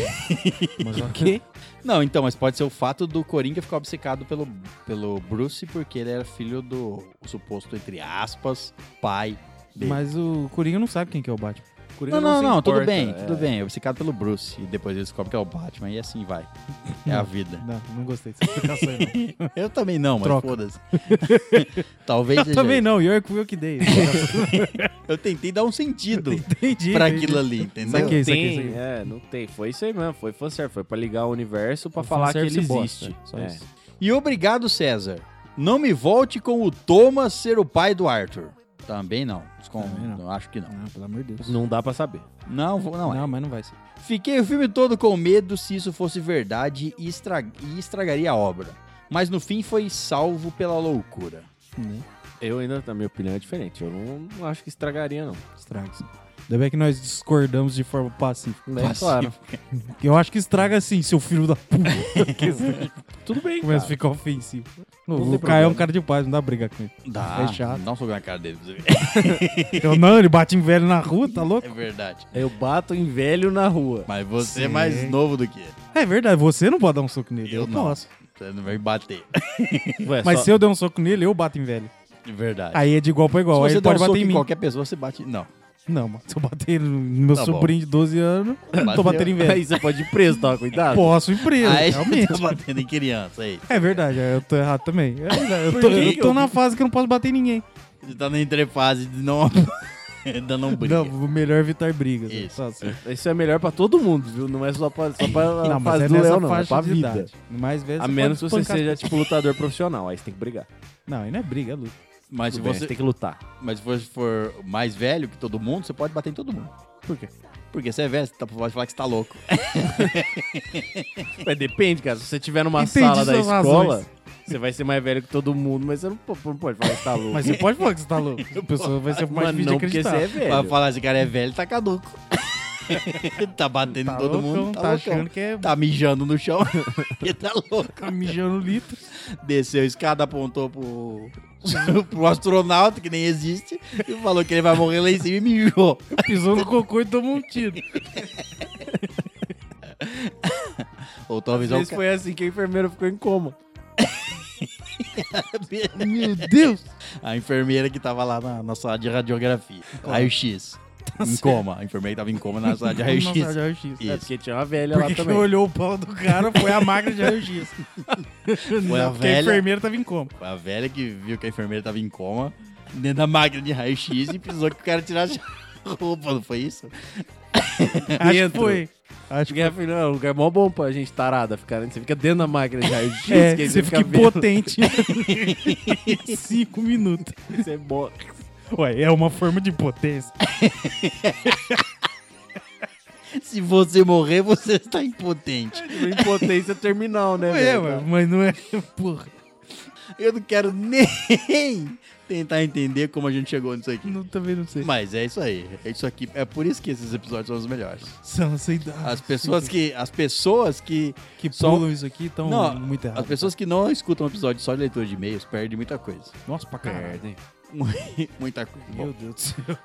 [SPEAKER 3] Mas ok.
[SPEAKER 1] Não, então, mas pode ser o fato do Coringa ficar obcecado pelo, pelo Bruce porque ele era filho do o suposto, entre aspas, pai dele.
[SPEAKER 3] Mas o Coringa não sabe quem que é o Batman.
[SPEAKER 1] não, não, não, tudo
[SPEAKER 3] é.
[SPEAKER 1] bem,
[SPEAKER 2] É.
[SPEAKER 1] tudo bem. é Obcecado pelo Bruce. E depois ele descobre que é o Batman e assim vai. É a vida.
[SPEAKER 3] Não, não gostei dessa explicação aí, não.
[SPEAKER 1] Eu também não, mas
[SPEAKER 3] Troca.
[SPEAKER 1] foda-se. Talvez
[SPEAKER 3] Eu
[SPEAKER 1] seja
[SPEAKER 3] também
[SPEAKER 1] isso.
[SPEAKER 3] não, e olha que fui eu é que dei.
[SPEAKER 1] Eu tentei dar um sentido
[SPEAKER 3] Entendi.
[SPEAKER 1] pra
[SPEAKER 3] entendi.
[SPEAKER 1] aquilo ali, entendeu?
[SPEAKER 3] Saquei,
[SPEAKER 2] Tem,
[SPEAKER 3] saquei, saquei.
[SPEAKER 2] é, não tem. Foi isso aí mesmo, foi fanservice. Foi pra ligar o universo pra
[SPEAKER 3] Foi
[SPEAKER 2] falar que ele
[SPEAKER 3] fanservice bosta,
[SPEAKER 2] existe.
[SPEAKER 3] só
[SPEAKER 2] É.
[SPEAKER 3] isso.
[SPEAKER 1] E obrigado, César. Não me volte com o Thomas ser o pai do Arthur. Também não. Descom...
[SPEAKER 3] Também não.
[SPEAKER 1] Eu Acho que não.
[SPEAKER 3] Não, Ah, pelo amor de Deus.
[SPEAKER 2] Não dá pra saber.
[SPEAKER 1] Não, vou- não é.
[SPEAKER 3] Não, mas não vai ser.
[SPEAKER 1] Fiquei o filme todo com medo se isso fosse verdade e, estra- e estragaria a obra. Mas no fim foi salvo pela loucura.
[SPEAKER 3] Né?
[SPEAKER 2] Eu ainda, na minha opinião, é diferente. Eu não, não acho que estragaria, não.
[SPEAKER 3] Estraga sim. Ainda bem que nós discordamos de forma pacífica.
[SPEAKER 2] É, claro.
[SPEAKER 3] Eu acho que estraga sim, seu filho da puta.
[SPEAKER 2] Tudo bem,
[SPEAKER 3] Começa a
[SPEAKER 2] cara.
[SPEAKER 3] ficar ofensivo.
[SPEAKER 1] Tá. Não
[SPEAKER 3] o
[SPEAKER 1] tem
[SPEAKER 3] Caio é um
[SPEAKER 1] problema.
[SPEAKER 3] cara de paz, não dá briga com ele.
[SPEAKER 1] Dá.
[SPEAKER 3] É chato.
[SPEAKER 1] Dá um soco na cara dele. pra você ver.
[SPEAKER 3] Então, não, ele bate em velho na rua, tá louco?
[SPEAKER 1] É verdade.
[SPEAKER 2] Eu bato em velho na rua.
[SPEAKER 1] Mas você é mais novo do que ele.
[SPEAKER 3] É verdade, você não pode dar um soco nele.
[SPEAKER 1] Eu
[SPEAKER 3] Eu,
[SPEAKER 1] não. É
[SPEAKER 3] posso.
[SPEAKER 1] Você não vai bater.
[SPEAKER 2] Ué,
[SPEAKER 3] Mas
[SPEAKER 2] só-
[SPEAKER 3] se eu der um soco nele, eu bato em velho.
[SPEAKER 1] De verdade.
[SPEAKER 3] Aí é de igual pra igual.
[SPEAKER 1] Se
[SPEAKER 3] Aí
[SPEAKER 1] você
[SPEAKER 3] ele
[SPEAKER 1] der um
[SPEAKER 3] pode
[SPEAKER 1] soco
[SPEAKER 3] bater em
[SPEAKER 1] em
[SPEAKER 3] mim.
[SPEAKER 1] qualquer pessoa, você bate. Não.
[SPEAKER 3] Não, mano. Se eu bater no meu
[SPEAKER 1] Tá bom.
[SPEAKER 3] sobrinho de 12 anos, eu não tô
[SPEAKER 1] Bateu.
[SPEAKER 3] batendo em velho.
[SPEAKER 2] Aí você pode ir preso, tá? Cuidado.
[SPEAKER 3] Posso ir preso,
[SPEAKER 1] Aí você
[SPEAKER 3] realmente.
[SPEAKER 1] tá batendo em criança aí.
[SPEAKER 3] É verdade, eu tô errado também. É verdade, eu, tô, eu tô na fase que eu não posso bater em ninguém.
[SPEAKER 1] Você tá na entrefase de não. Ainda não briga.
[SPEAKER 3] Não, o melhor é evitar brigas. né?
[SPEAKER 1] Isso.
[SPEAKER 3] Só assim.
[SPEAKER 2] Isso é melhor pra todo mundo, viu? Não é só pra, só pra
[SPEAKER 3] Não, mas
[SPEAKER 2] fase
[SPEAKER 3] é
[SPEAKER 2] do
[SPEAKER 3] nessa
[SPEAKER 2] Léo, não. É
[SPEAKER 3] faixa
[SPEAKER 2] pra
[SPEAKER 3] de
[SPEAKER 2] vida.
[SPEAKER 3] idade. Mais vezes
[SPEAKER 2] A
[SPEAKER 3] você
[SPEAKER 2] menos que
[SPEAKER 3] pode
[SPEAKER 2] você
[SPEAKER 3] espancar as
[SPEAKER 2] seja, tipo, lutador profissional. Aí você tem que brigar.
[SPEAKER 3] pessoas. Não, aí não é briga, é luta.
[SPEAKER 1] mas, se
[SPEAKER 2] Tudo bem,
[SPEAKER 1] você,
[SPEAKER 2] Você tem que lutar.
[SPEAKER 1] mas se você for mais velho que todo mundo, você pode bater em todo mundo.
[SPEAKER 3] Por quê?
[SPEAKER 1] Porque você é velho, você tá- pode falar que você tá louco.
[SPEAKER 2] Mas depende, cara. Se você tiver numa
[SPEAKER 3] Entendi
[SPEAKER 2] sala da
[SPEAKER 3] suas
[SPEAKER 2] escola,
[SPEAKER 3] razões.
[SPEAKER 2] você vai ser mais velho que todo mundo, mas você não, po- não pode falar que tá louco.
[SPEAKER 3] Mas você pode falar que você tá louco. A pessoa vai ser mais
[SPEAKER 2] Mano,
[SPEAKER 3] difícil
[SPEAKER 2] não,
[SPEAKER 3] de
[SPEAKER 2] porque
[SPEAKER 3] acreditar.
[SPEAKER 2] você é
[SPEAKER 1] Pra
[SPEAKER 2] velho.
[SPEAKER 1] falar, esse cara é velho, tá caduco. tá batendo em
[SPEAKER 3] Tá
[SPEAKER 1] todo
[SPEAKER 3] loucão,
[SPEAKER 1] mundo, tá,
[SPEAKER 3] tá,
[SPEAKER 1] loucão.
[SPEAKER 3] achando que é
[SPEAKER 1] Tá mijando no chão, ele tá louco.
[SPEAKER 3] tá mijando litro.
[SPEAKER 1] Desceu a escada, apontou pro, pro astronauta, que nem existe, e falou que ele vai morrer lá em cima e mijou.
[SPEAKER 3] Pisou no cocô e tomou um tiro.
[SPEAKER 1] Ou talvez é o
[SPEAKER 2] Mas
[SPEAKER 1] cara.
[SPEAKER 2] foi assim que a enfermeira ficou em coma.
[SPEAKER 3] Meu Deus!
[SPEAKER 1] A enfermeira que tava lá na, na sala de radiografia. Raio-X. em é coma. A enfermeira que tava em coma na sala de raio-X.
[SPEAKER 3] Tá Nossa, de raio-x.
[SPEAKER 1] Isso.
[SPEAKER 2] É porque tinha um uma velha
[SPEAKER 3] Porque
[SPEAKER 2] lá
[SPEAKER 3] quem
[SPEAKER 2] também.
[SPEAKER 3] olhou o pau do cara foi a máquina de raio-x.
[SPEAKER 1] Foi a
[SPEAKER 3] Porque a
[SPEAKER 1] velha.
[SPEAKER 3] enfermeira tava em coma.
[SPEAKER 1] Foi a velha que viu que a enfermeira tava em coma dentro da máquina de raio-X e precisou que o cara tirasse a roupa, não foi isso?
[SPEAKER 3] Acho que
[SPEAKER 2] Dentro.
[SPEAKER 3] foi. Acho que
[SPEAKER 2] Porque afinal, é um lugar mó bom pra gente tarada ficar, né? Você fica dentro da máquina de raio-x,
[SPEAKER 3] é,
[SPEAKER 2] que aí
[SPEAKER 3] você fica
[SPEAKER 2] vendo,
[SPEAKER 3] impotente em cinco minutos.
[SPEAKER 2] Você morre.
[SPEAKER 3] Ué, é uma forma de potência.
[SPEAKER 1] Se você morrer, você está impotente.
[SPEAKER 2] Tipo, Impotência terminal, né,
[SPEAKER 3] É,
[SPEAKER 2] velho?
[SPEAKER 3] ué, mas não é. Porra,
[SPEAKER 1] Eu não quero nem tentar entender como a gente chegou nisso aqui.
[SPEAKER 3] não, também não sei.
[SPEAKER 1] Mas é isso aí. É isso aqui. É por isso que esses episódios são os melhores.
[SPEAKER 3] São, sei lá.
[SPEAKER 1] As pessoas que. As pessoas que.
[SPEAKER 3] que
[SPEAKER 1] são-
[SPEAKER 3] pulam isso aqui estão
[SPEAKER 1] Não,
[SPEAKER 3] muito erradas. tá?
[SPEAKER 1] As pessoas que não escutam um episódio só de leitura de e-mails perdem muita coisa.
[SPEAKER 3] Nossa, pra caralho.
[SPEAKER 2] Perdem.
[SPEAKER 1] muita coisa. Bom,
[SPEAKER 3] Meu Deus do céu.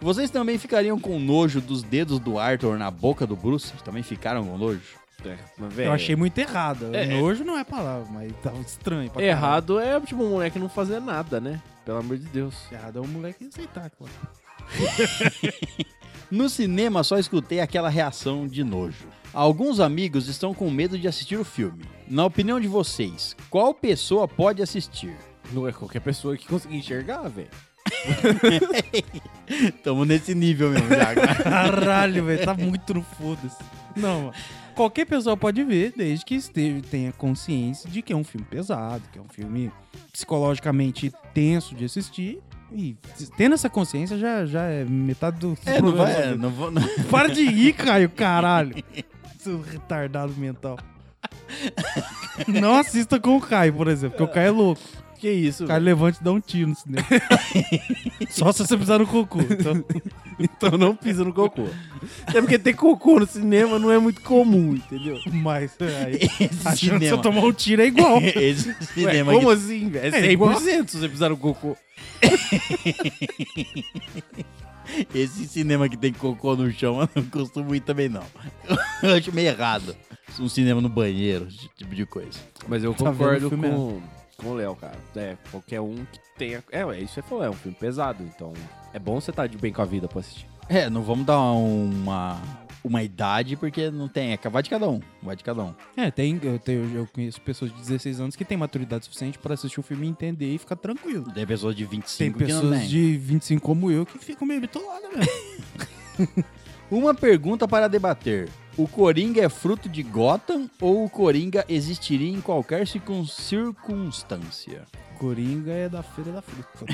[SPEAKER 1] vocês também ficariam com nojo dos dedos do Arthur na boca do Bruce? Também ficaram com nojo?
[SPEAKER 2] É, Mas, velho,
[SPEAKER 3] Eu achei muito errada.
[SPEAKER 2] É, é.
[SPEAKER 3] Nojo não é palavra, mas tava estranho. Pra caralho.
[SPEAKER 2] Errado é, tipo, um moleque não fazer nada, né? Pelo amor de Deus.
[SPEAKER 3] Errado é o moleque aceitar, claro.
[SPEAKER 1] No cinema só escutei aquela reação de nojo. Alguns amigos estão com medo de assistir o filme. Na opinião de vocês, qual pessoa pode assistir?
[SPEAKER 2] Não é qualquer pessoa que conseguir enxergar, velho.
[SPEAKER 1] Estamos nesse nível mesmo já. cara.
[SPEAKER 3] Caralho, velho, tá muito no foda-se. Não, mano. Qualquer pessoa pode ver, desde que esteja, tenha consciência de que é um filme pesado, que é um filme psicologicamente tenso de assistir. E tendo essa consciência já, já é metade do.
[SPEAKER 1] é, não vai, é, não vou, não-
[SPEAKER 3] Para de rir, Caio, caralho. Seu retardado mental. Não assista com o Caio, por exemplo, porque o Caio é louco.
[SPEAKER 2] Que isso,
[SPEAKER 3] O Caio levante e dá um tiro no cinema. Só se você pisar no cocô. Então,
[SPEAKER 2] Então não pisa no cocô. Até porque ter cocô no cinema não é muito comum, entendeu?
[SPEAKER 3] mas é, aí,
[SPEAKER 1] Esse
[SPEAKER 3] achando que se eu
[SPEAKER 1] cinema.
[SPEAKER 3] tomar um tiro é igual.
[SPEAKER 1] Esse
[SPEAKER 2] Ué,
[SPEAKER 1] cinema
[SPEAKER 2] como assim, velho? É
[SPEAKER 3] É igual.
[SPEAKER 2] 100% se você pisar no cocô.
[SPEAKER 1] que, esse cinema que tem cocô no chão, eu não costumo ir também não. Eu acho meio errado. Um cinema no banheiro, esse tipo de coisa.
[SPEAKER 2] Mas eu
[SPEAKER 3] Tá vendo
[SPEAKER 2] concordo
[SPEAKER 3] o filme
[SPEAKER 2] com, com o Léo, cara. É, qualquer um que tenha... É, ué, isso é, falou, é um filme pesado, então é bom você estar de bem com a vida pra assistir.
[SPEAKER 1] É, não vamos dar uma uma idade porque não tem, é vai de cada um, vai de cada um.
[SPEAKER 3] É, tem, eu, tenho- eu conheço pessoas de 16 anos que têm maturidade suficiente pra assistir o filme e entender e ficar tranquilo.
[SPEAKER 1] Tem pessoas de
[SPEAKER 3] Tem
[SPEAKER 1] 25 que não
[SPEAKER 3] pessoas
[SPEAKER 1] tem.
[SPEAKER 3] de 25 como eu que ficam meio bitoladas, velho.
[SPEAKER 1] Uma pergunta para debater. O Coringa é fruto de Gotham ou o Coringa existiria em qualquer circun- circunstância?
[SPEAKER 3] Coringa é da feira da fruta.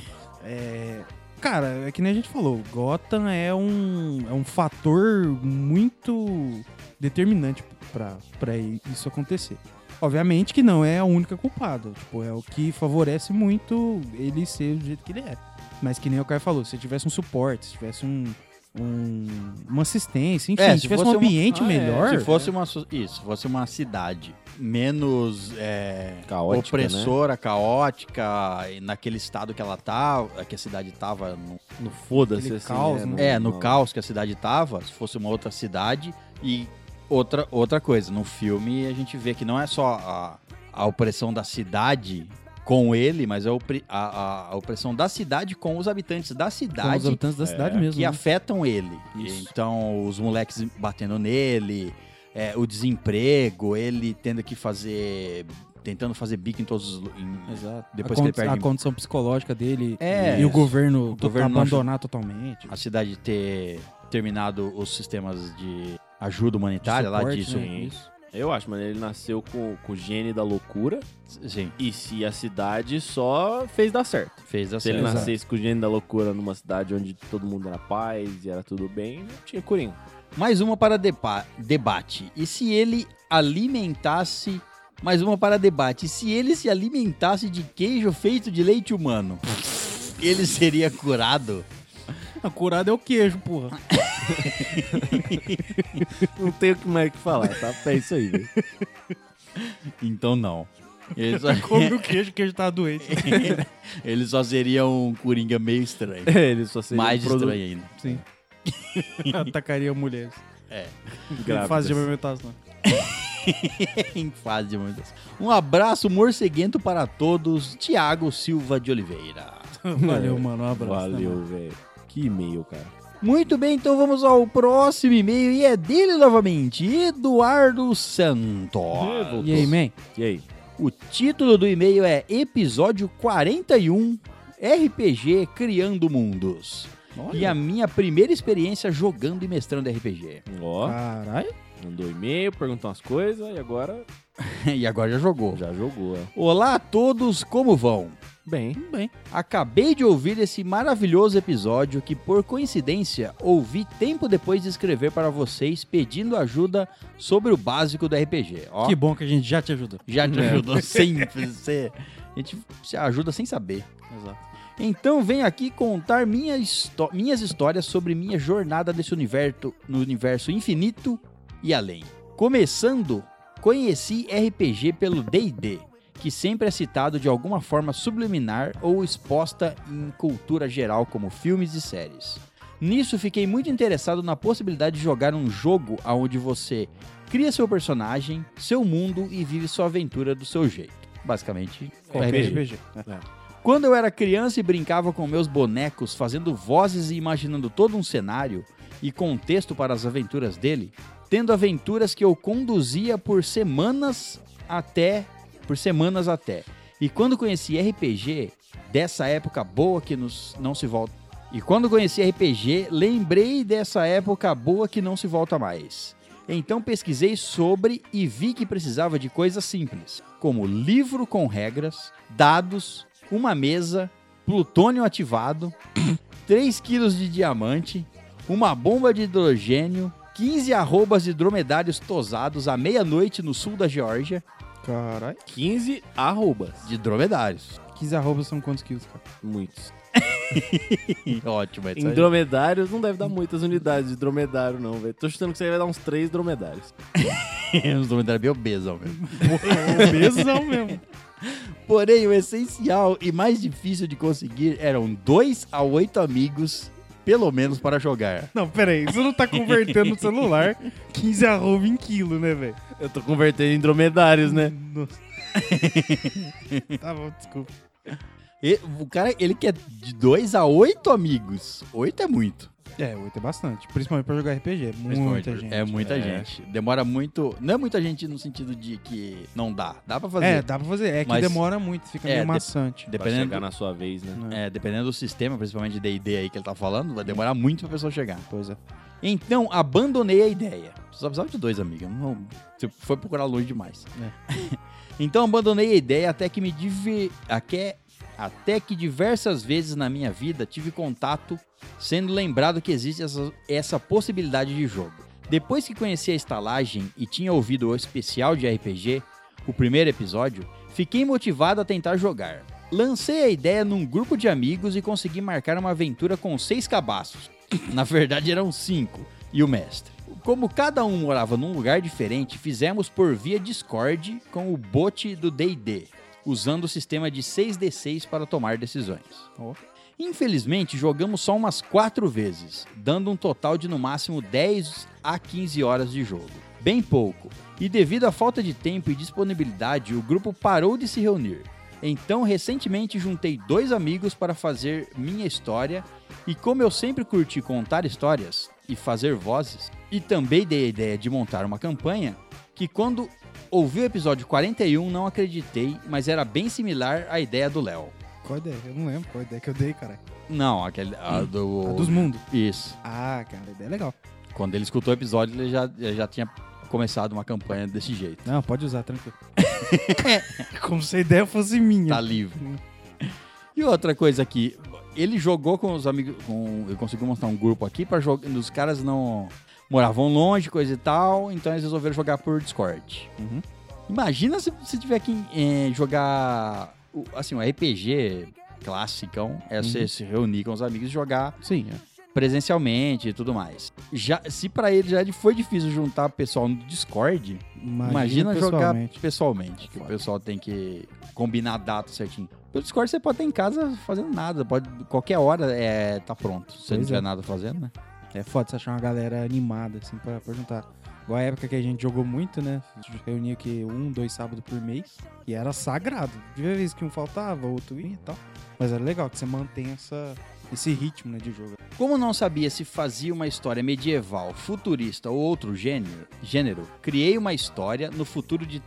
[SPEAKER 3] É, cara, é que nem a gente falou, Gotham é um, é um fator muito determinante pra, pra isso acontecer. Obviamente que não é a única culpada, tipo, é o que favorece muito ele ser do jeito que ele é. Mas que nem o Caio falou, se tivesse um suporte, se tivesse um,
[SPEAKER 5] um- uma assistência, enfim,
[SPEAKER 1] É,
[SPEAKER 5] se
[SPEAKER 1] se
[SPEAKER 5] tivesse um
[SPEAKER 1] fosse uma-
[SPEAKER 5] ambiente
[SPEAKER 2] Ah, é.
[SPEAKER 5] melhor.
[SPEAKER 1] Se fosse uma, so- isso, se fosse uma cidade menos é,
[SPEAKER 2] Caótica,
[SPEAKER 1] opressora, caótica, e naquele estado que ela tá, que a cidade tava, no,
[SPEAKER 2] No foda-se,
[SPEAKER 5] Aquele
[SPEAKER 2] assim,
[SPEAKER 5] caos,
[SPEAKER 2] né?
[SPEAKER 5] né?
[SPEAKER 1] é, no caos que a cidade tava, se fosse uma outra cidade e outra, outra coisa, no filme a gente vê que não é só a, a opressão da cidade com ele, mas é a, opri- a- a- a opressão da cidade com os habitantes da
[SPEAKER 5] com os
[SPEAKER 1] cidade é,
[SPEAKER 5] habitantes da cidade mesmo.
[SPEAKER 1] que
[SPEAKER 5] né?
[SPEAKER 1] afetam ele.
[SPEAKER 5] Isso.
[SPEAKER 1] Então, os moleques batendo nele, é, o desemprego, ele tendo que fazer. tentando fazer bico em todos os. lu- em-
[SPEAKER 5] Exato.
[SPEAKER 1] Depois
[SPEAKER 5] a,
[SPEAKER 1] que
[SPEAKER 5] condi-
[SPEAKER 1] ele perde-
[SPEAKER 5] a condição psicológica dele
[SPEAKER 1] É.
[SPEAKER 5] e o governo,
[SPEAKER 1] O
[SPEAKER 5] to-
[SPEAKER 1] governo não
[SPEAKER 5] abandonar totalmente.
[SPEAKER 1] a cidade ter terminado os sistemas de ajuda humanitária
[SPEAKER 5] De
[SPEAKER 1] lá
[SPEAKER 5] suporte,
[SPEAKER 1] disso.
[SPEAKER 5] né?
[SPEAKER 2] Eu acho, mano, ele nasceu com, com o gene da loucura
[SPEAKER 1] Sim,
[SPEAKER 2] e se a cidade só fez dar certo.
[SPEAKER 1] fez a
[SPEAKER 2] Se ele
[SPEAKER 1] cena.
[SPEAKER 5] Exato.
[SPEAKER 2] nascesse com o gene da loucura numa cidade onde todo mundo era paz e era tudo bem, não tinha curinho.
[SPEAKER 1] Mais uma para depa- debate. E se ele alimentasse. Mais uma para debate. E se ele se alimentasse de queijo feito de leite humano, ele seria curado?
[SPEAKER 5] A curada é o queijo, porra.
[SPEAKER 2] Não tenho que mais o que falar, tá? É isso aí, velho.
[SPEAKER 1] Então não. Ele só,
[SPEAKER 3] Come o queijo, o queijo tá doente.
[SPEAKER 1] É. ele só seria um Coringa meio estranho.
[SPEAKER 2] Ele só seria
[SPEAKER 1] Mais
[SPEAKER 2] um produto
[SPEAKER 1] estranho ainda.
[SPEAKER 3] Sim. Atacaria mulheres.
[SPEAKER 2] grávido.
[SPEAKER 3] Fase de amamentação.
[SPEAKER 1] em fase de muitas. Um abraço morceguento para todos. Tiago Silva de Oliveira.
[SPEAKER 5] Valeu, mano. Um
[SPEAKER 3] né,
[SPEAKER 5] abraço.
[SPEAKER 2] Valeu, velho. Que e-mail, cara.
[SPEAKER 1] Muito bem, então vamos ao próximo e-mail. E é dele novamente, Eduardo Santos.
[SPEAKER 5] Tá, mano? E aí, man?
[SPEAKER 2] E aí?
[SPEAKER 1] O título do e-mail é Episódio 41 RPG Criando Mundos. E a minha primeira experiência jogando e mestrando RPG.
[SPEAKER 2] Ó,
[SPEAKER 5] Caralho.
[SPEAKER 2] mandou e-mail, perguntou umas coisas e agora
[SPEAKER 1] e agora já jogou.
[SPEAKER 2] já jogou. é.
[SPEAKER 1] Olá a todos, como vão?
[SPEAKER 2] Bem,
[SPEAKER 5] Bem.
[SPEAKER 1] Acabei de ouvir esse maravilhoso episódio que, por coincidência, ouvi tempo depois de escrever para vocês pedindo ajuda sobre o básico do RPG. Ó,
[SPEAKER 5] Que bom que a gente já te ajudou.
[SPEAKER 1] já te ajudou sempre. Você, a gente se ajuda sem saber.
[SPEAKER 5] Exato.
[SPEAKER 1] Então venho aqui contar minha histó- minhas histórias sobre minha jornada nesse universo, no universo infinito e além. Começando, conheci RPG pelo D&D, que sempre é citado de alguma forma subliminar ou exposta em cultura geral como filmes e séries. Nisso fiquei muito interessado na possibilidade de jogar um jogo onde você cria seu personagem, seu mundo e vive sua aventura do seu jeito. Basicamente,
[SPEAKER 2] É,
[SPEAKER 5] RPG.
[SPEAKER 1] quando eu era criança e brincava com meus bonecos, fazendo vozes e imaginando todo um cenário e contexto para as aventuras dele, tendo aventuras que eu conduzia por semanas até, por semanas até. E quando conheci RPG, dessa época boa que nos não se volta. E quando conheci RPG, lembrei dessa época boa que não se volta mais. Então pesquisei sobre e vi que precisava de coisas simples, como livro com regras, dados, uma mesa, plutônio ativado, 3 quilos de diamante, uma bomba de hidrogênio, 15 arrobas de dromedários tosados à meia-noite no sul da Geórgia,
[SPEAKER 2] é.
[SPEAKER 3] Caralho.
[SPEAKER 2] 15 arrobas.
[SPEAKER 1] de dromedários.
[SPEAKER 3] 15 arrobas são quantos quilos, cara?
[SPEAKER 2] Muitos.
[SPEAKER 1] Ótimo, é isso
[SPEAKER 2] Em
[SPEAKER 1] aí.
[SPEAKER 2] dromedários não deve dar muitas unidades de dromedário, não, velho. Tô chutando que isso aí vai dar uns 3 dromedários.
[SPEAKER 1] Os dromedários bem obesão mesmo.
[SPEAKER 3] Obesão mesmo.
[SPEAKER 1] Porém, o essencial e mais difícil de conseguir eram dois a oito amigos, pelo menos para jogar.
[SPEAKER 3] Não, peraí. Você não tá convertendo no celular 15 arroba em quilo, né, velho?
[SPEAKER 2] Eu tô convertendo em dromedários, né?
[SPEAKER 3] Nossa. tá bom, desculpa.
[SPEAKER 1] E- o cara, ele quer de dois a oito amigos. Oito é muito.
[SPEAKER 3] É, 8 é bastante. Principalmente pra jogar RPG. Muita gente.
[SPEAKER 1] É muita
[SPEAKER 2] É.
[SPEAKER 1] gente. Demora muito. Não é muita gente no sentido de que não dá. Dá pra fazer.
[SPEAKER 3] É, dá pra fazer. É que
[SPEAKER 1] Mas-
[SPEAKER 3] demora muito, fica
[SPEAKER 1] É,
[SPEAKER 3] meio
[SPEAKER 1] de-
[SPEAKER 3] maçante.
[SPEAKER 2] Vai
[SPEAKER 1] Dependendo,
[SPEAKER 2] chegar na sua vez, né?
[SPEAKER 1] é, dependendo do sistema, principalmente de D&D aí que ele tá falando, vai demorar muito pra pessoa chegar.
[SPEAKER 3] Pois é.
[SPEAKER 1] Então, abandonei a ideia. Só precisava de dois, amiga. Não, você foi procurar longe demais.
[SPEAKER 3] É.
[SPEAKER 1] então, abandonei a ideia até que me diver... aque- Até que diversas vezes na minha vida tive contato, sendo lembrado que existe essa, essa possibilidade de jogo. Depois que conheci a estalagem e tinha ouvido o especial de RPG, o primeiro episódio, fiquei motivado a tentar jogar. Lancei a ideia num grupo de amigos e consegui marcar uma aventura com seis cabaços. Na verdade, eram cinco. E o mestre. Como cada um morava num lugar diferente, fizemos por via Discord com o bot do D&D, usando o sistema de 6D6 para tomar decisões. Infelizmente, jogamos só umas quatro vezes, dando um total de no máximo 10 a 15 horas de jogo. Bem pouco. E devido à falta de tempo e disponibilidade, o grupo parou de se reunir. Então, recentemente juntei dois amigos para fazer minha história, e como eu sempre curti contar histórias e fazer vozes, e também dei a ideia de montar uma campanha, que quando ouvi o episódio 41 não acreditei, mas era bem similar à ideia do Léo.
[SPEAKER 6] Qual ideia? Eu não lembro qual ideia que eu dei, cara.
[SPEAKER 1] Não, aquele a do
[SPEAKER 6] A dos mundos.
[SPEAKER 1] isso.
[SPEAKER 6] Ah, cara, a ideia é legal.
[SPEAKER 1] Quando ele escutou o episódio, ele já, ele já tinha começado uma campanha desse jeito.
[SPEAKER 6] Não, pode usar, tranquilo. É, Como se a ideia fosse minha.
[SPEAKER 1] Tá livre. E outra coisa aqui, ele jogou com os amigos, com, ele conseguiu montar um grupo aqui para jogar, os caras não moravam longe, coisa e tal, então eles resolveram jogar por Discord.
[SPEAKER 6] Uhum.
[SPEAKER 1] Imagina se, se tiver que eh, jogar, o- assim, um RPG classicão, é
[SPEAKER 6] Uhum.
[SPEAKER 1] você se reunir com os amigos e jogar
[SPEAKER 3] Sim,
[SPEAKER 6] é.
[SPEAKER 1] presencialmente e tudo mais. Já, se pra ele já foi difícil juntar pessoal no Discord, imagina, jogar
[SPEAKER 6] pessoalmente. É
[SPEAKER 1] pessoalmente, que o pessoal tem que combinar a data certinho. Pelo Discord você pode estar em casa fazendo nada, pode qualquer hora é tá pronto. Se você não
[SPEAKER 6] Pois
[SPEAKER 1] tiver
[SPEAKER 6] é.
[SPEAKER 1] nada fazendo, né?
[SPEAKER 6] É foda você achar uma galera animada, assim, pra, pra juntar. Igual a época que a gente jogou muito, né? A gente reunia aqui um, dois sábados por mês. E era sagrado. De vez que um faltava, outro ia e tal. Mas era legal que você mantém essa, esse ritmo, né, de jogo.
[SPEAKER 1] Como não sabia se fazia uma história medieval, futurista ou outro gênero, gênero criei uma história no futuro de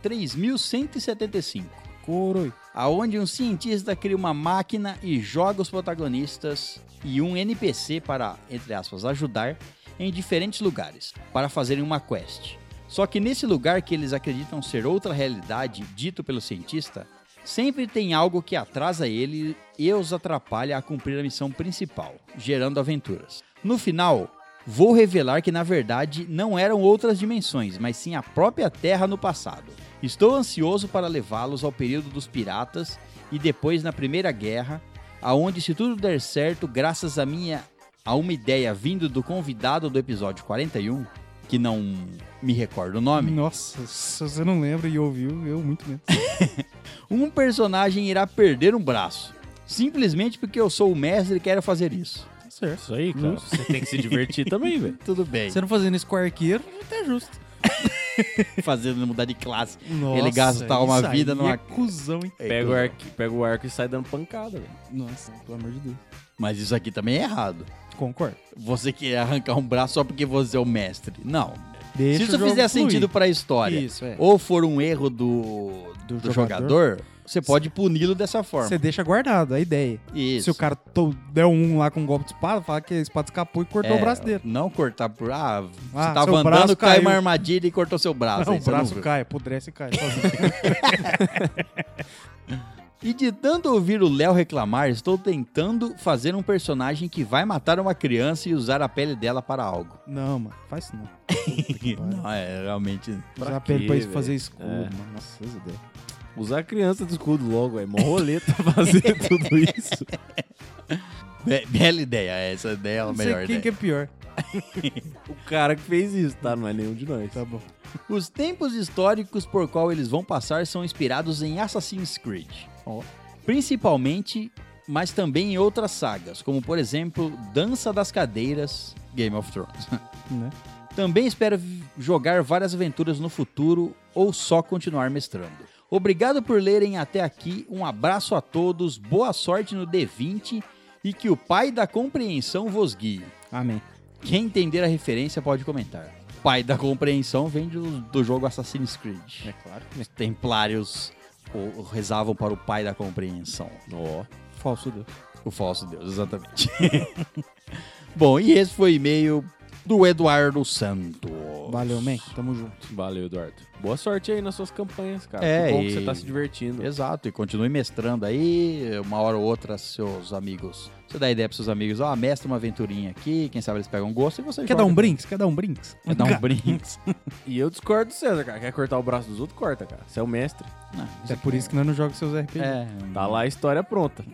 [SPEAKER 1] 3175.
[SPEAKER 6] Coroi.
[SPEAKER 1] aonde um cientista cria uma máquina e joga os protagonistas e um NPC para, entre aspas, ajudar em diferentes lugares para fazerem uma quest. Só que nesse lugar que eles acreditam ser outra realidade, dito pelo cientista, sempre tem algo que atrasa ele e os atrapalha a cumprir a missão principal, gerando aventuras. No final, vou revelar que na verdade não eram outras dimensões, mas sim a própria Terra no passado. Estou ansioso para levá-los ao período dos piratas e depois na Primeira Guerra, aonde se tudo der certo, graças a minha a uma ideia vindo do convidado do episódio 41, que não me recordo o nome,
[SPEAKER 6] Nossa, se você não lembra e ouviu, eu muito menos.
[SPEAKER 1] um personagem irá perder um braço, simplesmente porque eu sou o mestre e quero fazer isso.
[SPEAKER 2] Tá certo. Isso aí, cara. Você tem que se divertir também, velho.
[SPEAKER 1] Tudo bem.
[SPEAKER 5] Você não fazendo isso com arqueiro, até justo.
[SPEAKER 1] Fazendo ele mudar de classe.
[SPEAKER 3] Nossa,
[SPEAKER 1] é ele gastar uma
[SPEAKER 6] é
[SPEAKER 1] vida numa
[SPEAKER 3] Cusão, hein?
[SPEAKER 2] Pega o, arco, pega o arco e sai dando pancada, velho.
[SPEAKER 6] Nossa, pelo amor de Deus.
[SPEAKER 1] Mas isso aqui também é errado.
[SPEAKER 6] Concordo.
[SPEAKER 1] Você quer arrancar um braço só porque você é o mestre. Não.
[SPEAKER 3] Deixa
[SPEAKER 1] Se
[SPEAKER 3] o
[SPEAKER 1] isso
[SPEAKER 3] jogo
[SPEAKER 1] fizer
[SPEAKER 3] fluir.
[SPEAKER 1] sentido pra história,
[SPEAKER 6] Isso, é.
[SPEAKER 1] ou for um erro do, do,
[SPEAKER 6] Do
[SPEAKER 1] jogador,
[SPEAKER 6] jogador,
[SPEAKER 1] você pode puni-lo dessa forma.
[SPEAKER 6] Você deixa guardado a ideia.
[SPEAKER 1] Isso.
[SPEAKER 6] Se o cara to- der um lá com um golpe de espada, fala que a espada escapou e cortou
[SPEAKER 1] É,
[SPEAKER 6] o braço dele.
[SPEAKER 1] Não cortar por. Ah, você
[SPEAKER 6] Ah,
[SPEAKER 1] tava
[SPEAKER 6] seu
[SPEAKER 1] andando,
[SPEAKER 6] braço
[SPEAKER 1] caiu
[SPEAKER 6] caiu.
[SPEAKER 1] uma armadilha e cortou seu braço.
[SPEAKER 6] Não,
[SPEAKER 1] aí
[SPEAKER 6] o
[SPEAKER 1] você não
[SPEAKER 6] braço
[SPEAKER 1] viu.
[SPEAKER 6] cai, apodrece e cai.
[SPEAKER 1] E de tanto ouvir o Léo reclamar, estou tentando fazer um personagem que vai matar uma criança e usar a pele dela para algo.
[SPEAKER 6] não, mano, faz isso não.
[SPEAKER 1] Não, é realmente.
[SPEAKER 6] Usar a pele
[SPEAKER 2] quê,
[SPEAKER 6] pra isso
[SPEAKER 2] velho?
[SPEAKER 6] fazer escudo,
[SPEAKER 2] É.
[SPEAKER 6] mano. Nossa, essa ideia.
[SPEAKER 2] Usar a criança do escudo logo, velho. Mó rolê pra fazer tudo isso.
[SPEAKER 1] Be- bela ideia, essa ideia é a
[SPEAKER 6] Não sei
[SPEAKER 1] melhor
[SPEAKER 6] quem
[SPEAKER 1] ideia.
[SPEAKER 6] que é pior.
[SPEAKER 2] O cara que fez isso, tá? Não é nenhum de nós.
[SPEAKER 6] Tá bom.
[SPEAKER 1] Os tempos históricos por qual eles vão passar são inspirados em Assassin's Creed.
[SPEAKER 6] Ó.
[SPEAKER 1] Principalmente, mas também em outras sagas, como por exemplo Dança das Cadeiras, Game of Thrones.
[SPEAKER 6] Né?
[SPEAKER 1] Também espero vi- jogar várias aventuras no futuro ou só continuar mestrando. Obrigado por lerem até aqui, um abraço a todos, boa sorte no D20 e que o pai da compreensão vos guie.
[SPEAKER 6] Amém.
[SPEAKER 1] Quem entender a referência pode comentar. Pai da compreensão vem do, do jogo Assassin's Creed.
[SPEAKER 6] É claro.
[SPEAKER 1] Os templários o- rezavam para o pai da compreensão.
[SPEAKER 2] Ó.
[SPEAKER 6] Falso Deus.
[SPEAKER 1] O falso deus, exatamente. Bom, e esse foi o e-mail do Eduardo Santos.
[SPEAKER 6] Valeu, man. Tamo junto.
[SPEAKER 2] Valeu, Eduardo. Boa sorte aí nas suas campanhas, cara.
[SPEAKER 1] É,
[SPEAKER 2] que bom
[SPEAKER 1] e-
[SPEAKER 2] que você tá se divertindo.
[SPEAKER 1] Exato, e continue mestrando aí, uma hora ou outra, seus amigos. Você dá ideia pros seus amigos, ó, mestra uma aventurinha aqui, quem sabe eles pegam gosto e você
[SPEAKER 6] Quer
[SPEAKER 1] joga.
[SPEAKER 6] dar um brinks? Quer dar um brinks?
[SPEAKER 1] Quer dar um brinks.
[SPEAKER 2] E eu discordo do César, cara. Quer cortar o braço dos outros? Corta, cara. Você é o mestre.
[SPEAKER 6] É por isso que nós não jogamos seus RPG.
[SPEAKER 1] É,
[SPEAKER 2] Uhum. Tá lá a história pronta.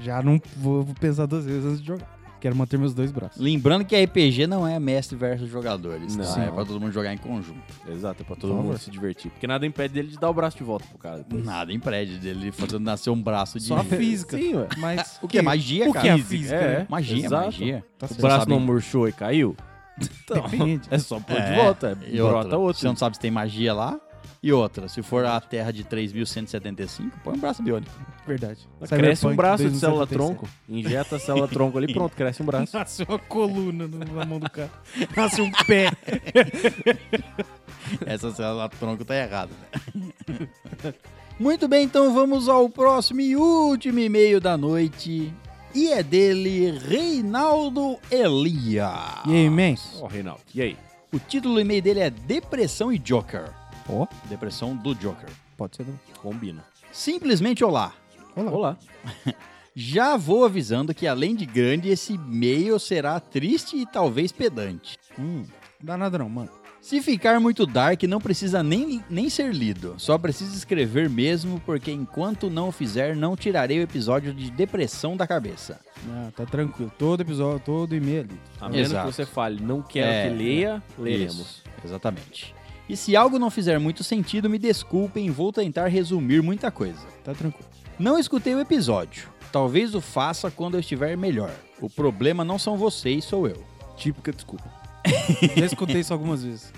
[SPEAKER 6] Já não vou, vou pensar duas vezes antes de jogar. Quero manter meus dois braços.
[SPEAKER 1] Lembrando que RPG não é mestre versus jogadores,
[SPEAKER 2] Não.
[SPEAKER 1] tá? É pra todo mundo jogar em conjunto.
[SPEAKER 2] Exato, é pra todo
[SPEAKER 6] Por
[SPEAKER 2] mundo
[SPEAKER 6] favor.
[SPEAKER 2] se divertir. Uhum. Porque nada impede dele de dar o braço de volta pro cara. depois.
[SPEAKER 1] Nada impede dele fazendo nascer um braço de...
[SPEAKER 6] Só a física.
[SPEAKER 2] Sim, ué.
[SPEAKER 6] Mas
[SPEAKER 1] O que é magia,
[SPEAKER 6] O
[SPEAKER 1] cara?
[SPEAKER 6] que é física?
[SPEAKER 2] É,
[SPEAKER 6] né?
[SPEAKER 1] Magia,
[SPEAKER 2] Exato.
[SPEAKER 1] magia.
[SPEAKER 6] Tá
[SPEAKER 2] O
[SPEAKER 6] certo.
[SPEAKER 2] braço
[SPEAKER 1] sabe.
[SPEAKER 2] não murchou e caiu? Então,
[SPEAKER 6] Depende.
[SPEAKER 2] é só pôr de
[SPEAKER 1] É.
[SPEAKER 2] volta. É,
[SPEAKER 1] E
[SPEAKER 2] brota
[SPEAKER 1] outra,
[SPEAKER 2] outro.
[SPEAKER 1] você não sabe se tem magia lá. E outra, se for a terra de 3.175, põe um braço biônico.
[SPEAKER 6] Verdade.
[SPEAKER 2] Cresce um
[SPEAKER 6] Cyberpunk
[SPEAKER 2] braço de célula
[SPEAKER 6] 2077.
[SPEAKER 2] tronco, injeta a célula tronco ali, pronto, cresce um braço.
[SPEAKER 6] Nasce uma coluna no- na mão do cara. Nasce um pé.
[SPEAKER 1] Essa célula tronco tá errada. né? Muito bem, então vamos ao próximo e último e-mail da noite. E é dele, Reinaldo Elia.
[SPEAKER 6] E aí, imenso?
[SPEAKER 2] Ó, Reinaldo, e aí?
[SPEAKER 1] O título do e-mail dele é Depressão e Joker.
[SPEAKER 6] Ó.
[SPEAKER 1] Depressão do Joker.
[SPEAKER 6] Pode ser. não.
[SPEAKER 2] Combina.
[SPEAKER 1] Simplesmente olá.
[SPEAKER 2] Olá.
[SPEAKER 1] Já vou avisando que além de grande, esse e-mail será triste e talvez pedante.
[SPEAKER 2] Hum.
[SPEAKER 6] Dá nada não, mano.
[SPEAKER 1] Se ficar muito dark, não precisa nem, nem ser lido. Só precisa escrever mesmo, porque enquanto não o fizer, não tirarei o episódio de depressão da cabeça.
[SPEAKER 6] Ah, tá tranquilo. Todo episódio, todo e-mail ali. Tá
[SPEAKER 2] A menos
[SPEAKER 1] Exato.
[SPEAKER 2] que você fale, não quero
[SPEAKER 1] É,
[SPEAKER 2] que leia, leremos.
[SPEAKER 1] Isso, exatamente. E se algo não fizer muito sentido, me desculpem, vou tentar resumir muita coisa.
[SPEAKER 6] Tá tranquilo.
[SPEAKER 1] Não escutei o episódio. Talvez o faça quando eu estiver melhor. O problema não são vocês, sou eu.
[SPEAKER 2] Típica desculpa.
[SPEAKER 6] Já escutei isso algumas vezes.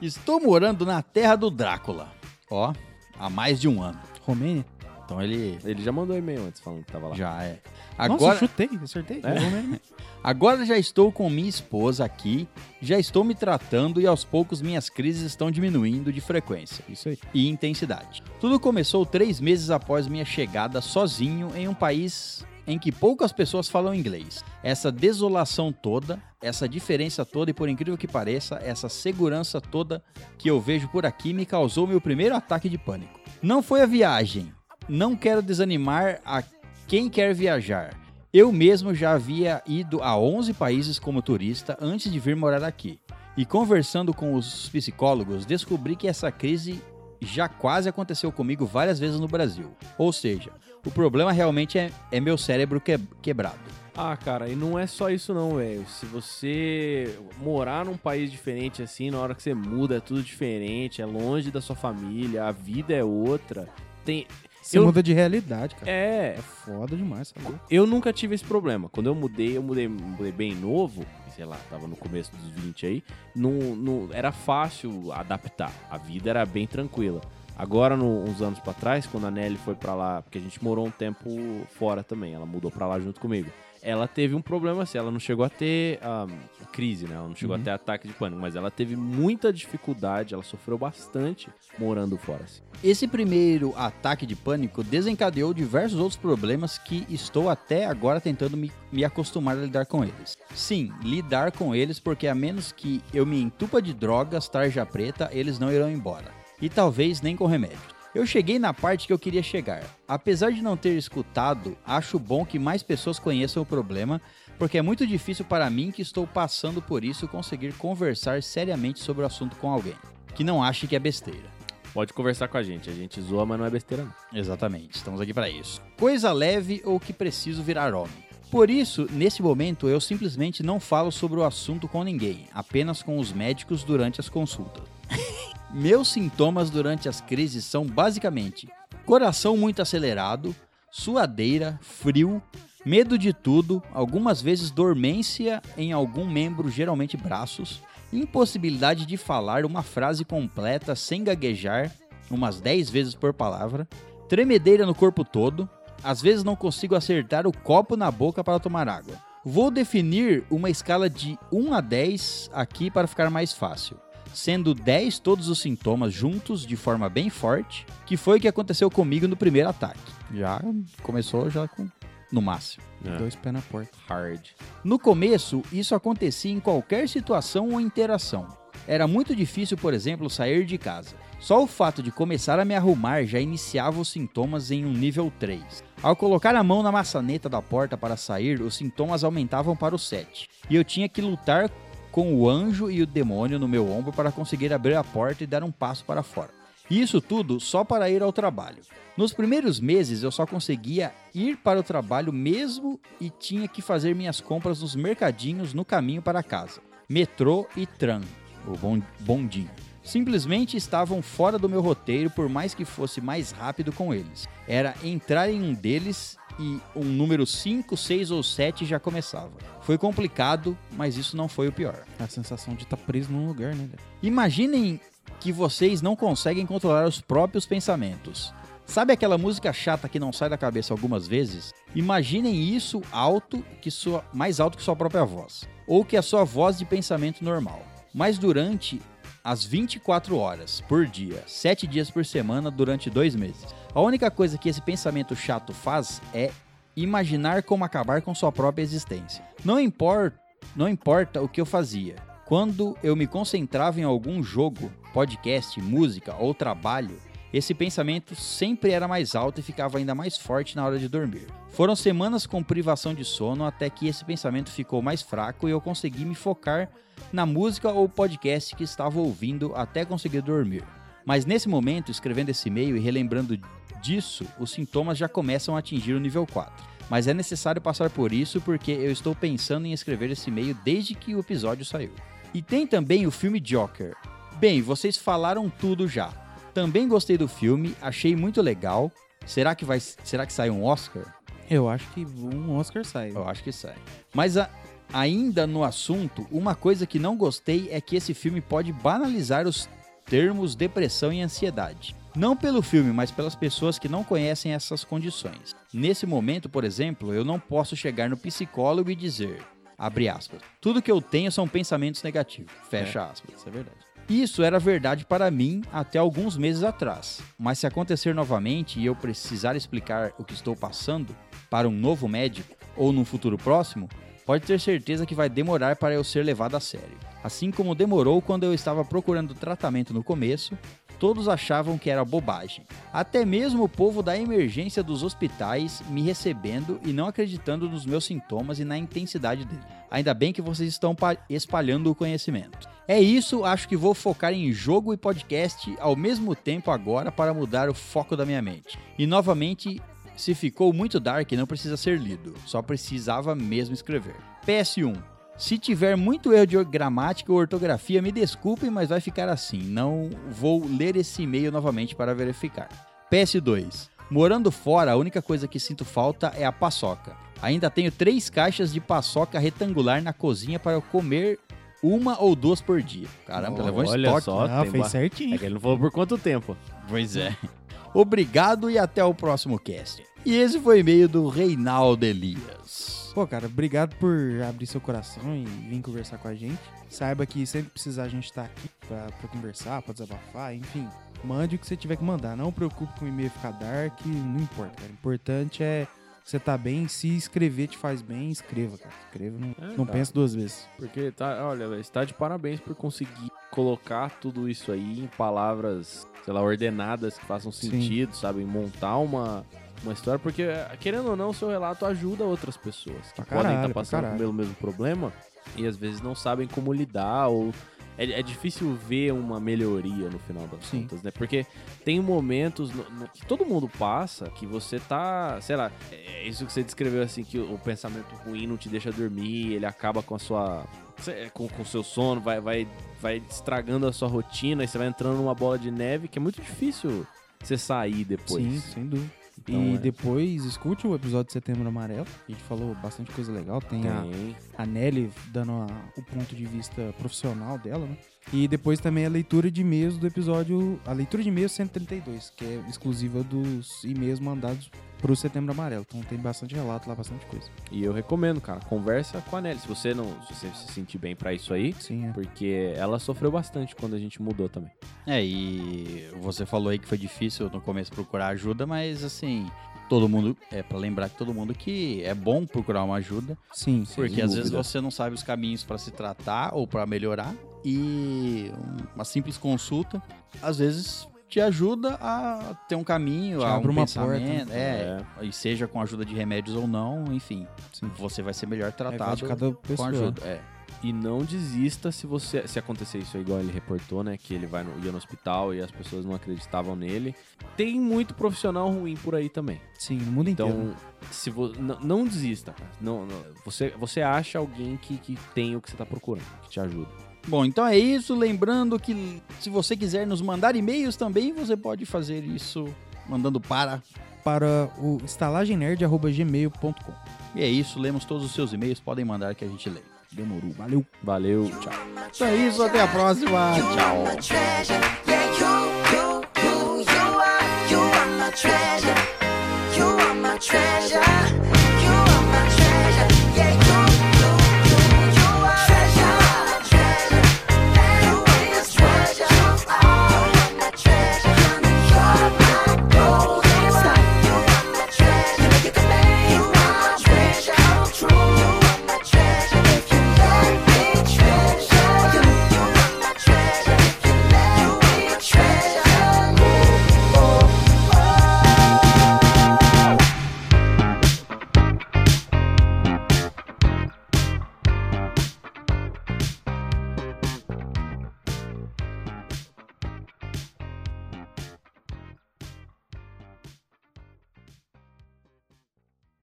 [SPEAKER 1] Estou morando na terra do Drácula. Ó, há mais de um ano.
[SPEAKER 6] Romênia?
[SPEAKER 1] Então ele
[SPEAKER 2] Ele já mandou e-mail antes falando que tava lá.
[SPEAKER 1] já é.
[SPEAKER 6] Nossa, eu
[SPEAKER 1] Agora,
[SPEAKER 6] chutei, acertei. É. Romênia mesmo.
[SPEAKER 1] agora já estou com minha esposa aqui, já estou me tratando e aos poucos minhas crises estão diminuindo de frequência
[SPEAKER 6] Isso aí.
[SPEAKER 1] e intensidade. Tudo começou três meses após minha chegada sozinho em um país em que poucas pessoas falam inglês. Essa desolação toda, essa diferença toda e por incrível que pareça, essa segurança toda que eu vejo por aqui me causou meu primeiro ataque de pânico. Não foi a viagem. Não quero desanimar a quem quer viajar. Eu mesmo já havia ido a 11 países como turista antes de vir morar aqui. E conversando com os psicólogos, descobri que essa crise já quase aconteceu comigo várias vezes no Brasil. Ou seja, o problema realmente é, é meu cérebro que- quebrado.
[SPEAKER 2] Ah, cara, e não é só isso não, velho. Se você morar num país diferente assim, na hora que você muda, é tudo diferente, é longe da sua família, a vida é outra. Tem...
[SPEAKER 6] Você
[SPEAKER 2] Eu-
[SPEAKER 6] muda de realidade, cara.
[SPEAKER 2] É,
[SPEAKER 6] Foda demais, tá sabe?
[SPEAKER 2] eu nunca tive esse problema. Quando eu mudei, eu mudei, mudei bem novo, sei lá, tava no começo dos 20 aí, não, não- era fácil adaptar. A vida era bem tranquila. Agora, no- uns anos pra trás, quando a Nelly foi pra lá, porque a gente morou um tempo fora também, ela mudou pra lá junto comigo. Ela teve um problema assim, ela não chegou a ter ah, crise, né? Ela não chegou a ter ataque de pânico, mas ela teve muita dificuldade, ela sofreu bastante morando fora. Assim.
[SPEAKER 1] Esse primeiro ataque de pânico desencadeou diversos outros problemas que estou até agora tentando me, me acostumar a lidar com eles. Sim, lidar com eles porque a menos que eu me entupa de drogas, tarja preta, eles não irão embora. E talvez nem com remédio. Eu cheguei na parte que eu queria chegar. Apesar de não ter escutado, acho bom que mais pessoas conheçam o problema, porque é muito difícil para mim que estou passando por isso conseguir conversar seriamente sobre o assunto com alguém que não ache que é besteira.
[SPEAKER 2] Pode conversar com a gente, a gente zoa, mas não é besteira não.
[SPEAKER 1] Exatamente, estamos aqui para isso. Coisa leve ou que preciso virar homem. Por isso, nesse momento, eu simplesmente não falo sobre o assunto com ninguém, apenas com os médicos durante as consultas. Meus sintomas durante as crises são basicamente coração muito acelerado, suadeira, frio, medo de tudo, algumas vezes dormência em algum membro, geralmente braços, impossibilidade de falar uma frase completa sem gaguejar, umas 10 vezes por palavra, tremedeira no corpo todo, às vezes não consigo acertar o copo na boca para tomar água. Vou definir uma escala de 1 a 10 aqui para ficar mais fácil, sendo 10 todos os sintomas juntos de forma bem forte, que foi o que aconteceu comigo no primeiro ataque. Já começou já com no máximo.
[SPEAKER 2] É.
[SPEAKER 6] Dois pés na porta.
[SPEAKER 2] Hard.
[SPEAKER 1] No começo, isso acontecia em qualquer situação ou interação. Era muito difícil, por exemplo, sair de casa. Só o fato de começar a me arrumar já iniciava os sintomas em um nível 3. Ao colocar a mão na maçaneta da porta para sair, os sintomas aumentavam para o 7. E eu tinha que lutar com o anjo e o demônio no meu ombro para conseguir abrir a porta e dar um passo para fora. Isso tudo só para ir ao trabalho. Nos primeiros meses eu só conseguia ir para o trabalho mesmo e tinha que fazer minhas compras nos mercadinhos no caminho para casa. Metrô e tram, o bon- bondinho. Simplesmente estavam fora do meu roteiro, por mais que fosse mais rápido com eles. Era entrar em um deles e um número 5, 6 ou 7 já começava. Foi complicado, mas isso não foi o pior.
[SPEAKER 6] A sensação de estar preso num lugar, né? velho?
[SPEAKER 1] Imaginem que vocês não conseguem controlar os próprios pensamentos. Sabe aquela música chata que não sai da cabeça algumas vezes? Imaginem isso alto que sua mais alto que sua própria voz, ou que a sua voz de pensamento normal. Mas durante as 24 horas por dia, 7 dias por semana durante dois meses. A única coisa que esse pensamento chato faz é imaginar como acabar com sua própria existência. Não importa, não importa o que eu fazia. Quando eu me concentrava em algum jogo, podcast, música ou trabalho, esse pensamento sempre era mais alto e ficava ainda mais forte na hora de dormir. Foram semanas com privação de sono até que esse pensamento ficou mais fraco e eu consegui me focar na música ou podcast que estava ouvindo até conseguir dormir. Mas nesse momento, escrevendo esse e-mail e relembrando disso, os sintomas já começam a atingir o nível 4. Mas é necessário passar por isso porque eu estou pensando em escrever esse e-mail desde que o episódio saiu. E tem também o filme Joker. Bem, vocês falaram tudo já. Também gostei do filme, achei muito legal. Será que vai, será que sai um Oscar?
[SPEAKER 6] Eu acho que um Oscar sai.
[SPEAKER 1] Eu acho que sai. Mas a- ainda no assunto, uma coisa que não gostei é que esse filme pode banalizar os termos depressão e ansiedade. Não pelo filme, mas pelas pessoas que não conhecem essas condições. Nesse momento, por exemplo, eu não posso chegar no psicólogo e dizer, abre aspas, tudo que eu tenho são pensamentos negativos, fecha aspas.
[SPEAKER 6] Isso é verdade.
[SPEAKER 1] Isso era verdade para mim até alguns meses atrás, mas se acontecer novamente e eu precisar explicar o que estou passando para um novo médico ou num futuro próximo, pode ter certeza que vai demorar para eu ser levado a sério. Assim como demorou quando eu estava procurando tratamento no começo, todos achavam que era bobagem. Até mesmo o povo da emergência dos hospitais me recebendo e não acreditando nos meus sintomas e na intensidade dele. Ainda bem que vocês estão pa- espalhando o conhecimento. É isso, acho que vou focar em jogo e podcast ao mesmo tempo agora para mudar o foco da minha mente. E novamente, se ficou muito dark, não precisa ser lido, só precisava mesmo escrever. PS1. Se tiver muito erro de gramática ou ortografia, me desculpem, mas vai ficar assim. Não vou ler esse e-mail novamente para verificar. PS2. Morando fora, a única coisa que sinto falta é a paçoca. Ainda tenho três caixas de paçoca retangular na cozinha para eu comer uma ou duas por dia. Caramba, levou um
[SPEAKER 2] Olha
[SPEAKER 1] estoque.
[SPEAKER 2] só,
[SPEAKER 6] ah,
[SPEAKER 2] tem
[SPEAKER 6] fez
[SPEAKER 2] ba-
[SPEAKER 6] certinho.
[SPEAKER 2] É que ele não falou por quanto tempo.
[SPEAKER 1] Pois é. Obrigado e até o próximo cast. E esse foi o e-mail do Reinaldo Elias.
[SPEAKER 6] Pô, cara, obrigado por abrir seu coração e vir conversar com a gente. Saiba que sempre que precisar a gente tá aqui pra, pra conversar, pra desabafar, enfim. Mande o que você tiver que mandar. Não preocupe com o e-mail ficar dark, não importa, cara. O importante é você tá bem. Se escrever te faz bem, escreva, cara. Escreva, não,
[SPEAKER 2] É,
[SPEAKER 6] não
[SPEAKER 2] tá.
[SPEAKER 6] pensa duas vezes.
[SPEAKER 2] Porque, tá, olha, velho, está de parabéns por conseguir colocar tudo isso aí em palavras, sei lá, ordenadas que façam
[SPEAKER 6] Sim.
[SPEAKER 2] sentido, sabe? Em Montar uma, uma história. Porque, eh, querendo ou não, o seu relato ajuda outras pessoas que
[SPEAKER 6] Pra
[SPEAKER 2] podem estar
[SPEAKER 6] caralho, pra
[SPEAKER 2] passando
[SPEAKER 6] caralho.
[SPEAKER 2] pelo mesmo problema e às vezes não sabem como lidar ou. É, é difícil ver uma melhoria no final das
[SPEAKER 6] Sim.
[SPEAKER 2] contas, né? Porque tem momentos no- no- que todo mundo passa que você tá, sei lá, é isso que você descreveu assim, que o, o pensamento ruim não te deixa dormir, ele acaba com a sua. cê- é, com o seu sono, vai, vai, vai estragando a sua rotina, e você vai entrando numa bola de neve que é muito difícil você sair depois.
[SPEAKER 6] Sim, sem dúvida.
[SPEAKER 2] Então,
[SPEAKER 6] e
[SPEAKER 2] é,
[SPEAKER 6] depois escute o episódio de Setembro Amarelo. A gente falou bastante coisa legal. Tem, a,
[SPEAKER 2] tem.
[SPEAKER 6] a Nelly dando a- o ponto de vista profissional dela, né? E depois também a leitura de e-mails do episódio, a leitura de e-mails 132, que é exclusiva dos e-mails mandados pro Setembro Amarelo. Então tem bastante relato lá, bastante coisa.
[SPEAKER 2] E eu recomendo, cara, conversa com a Nelly. Se você não. Se você se sentir bem pra isso aí,
[SPEAKER 6] Sim, é.
[SPEAKER 2] porque ela sofreu bastante quando a gente mudou também.
[SPEAKER 1] É, e você falou aí que foi difícil no começo procurar ajuda, mas assim, todo mundo. É pra lembrar que todo mundo que é bom procurar uma ajuda,
[SPEAKER 6] Sim.
[SPEAKER 1] porque é
[SPEAKER 2] Sem
[SPEAKER 1] às vezes
[SPEAKER 2] dúvida.
[SPEAKER 1] você não sabe os caminhos pra se tratar ou pra melhorar. E uma simples consulta, às vezes te ajuda a ter um caminho,
[SPEAKER 6] Te
[SPEAKER 1] a
[SPEAKER 6] abre
[SPEAKER 1] um
[SPEAKER 6] uma
[SPEAKER 1] pensamento,
[SPEAKER 6] porta,
[SPEAKER 1] é, e seja com a ajuda de remédios ou não, enfim,
[SPEAKER 6] Sim.
[SPEAKER 1] você vai ser melhor
[SPEAKER 6] É, vai
[SPEAKER 1] tratado
[SPEAKER 6] de cada
[SPEAKER 1] com
[SPEAKER 6] pessoa.
[SPEAKER 1] ajuda, é.
[SPEAKER 2] E não desista se você se acontecer isso aí, igual ele reportou, né? Que ele vai no, ia no hospital e as pessoas não acreditavam nele. Tem muito profissional ruim por aí também.
[SPEAKER 6] Sim, no mundo inteiro.
[SPEAKER 2] Então, se vo, n- não desista, cara. Não, não- você, você acha alguém que, que tem o que você tá procurando, que te ajuda.
[SPEAKER 1] Bom, então é isso. Lembrando que se você quiser nos mandar e-mails também, você pode fazer isso mandando para.
[SPEAKER 6] Para o estalagemnerd.gmail.com.
[SPEAKER 1] E é isso. Lemos todos os seus e-mails. Podem mandar que a gente lê.
[SPEAKER 6] Demorou, valeu.
[SPEAKER 2] Valeu, tchau.
[SPEAKER 1] Então é isso. Até a próxima.
[SPEAKER 4] You
[SPEAKER 1] Tchau.
[SPEAKER 4] are my treasure. Yeah, you, you, you, you are, you are my treasure. You are my treasure. oh,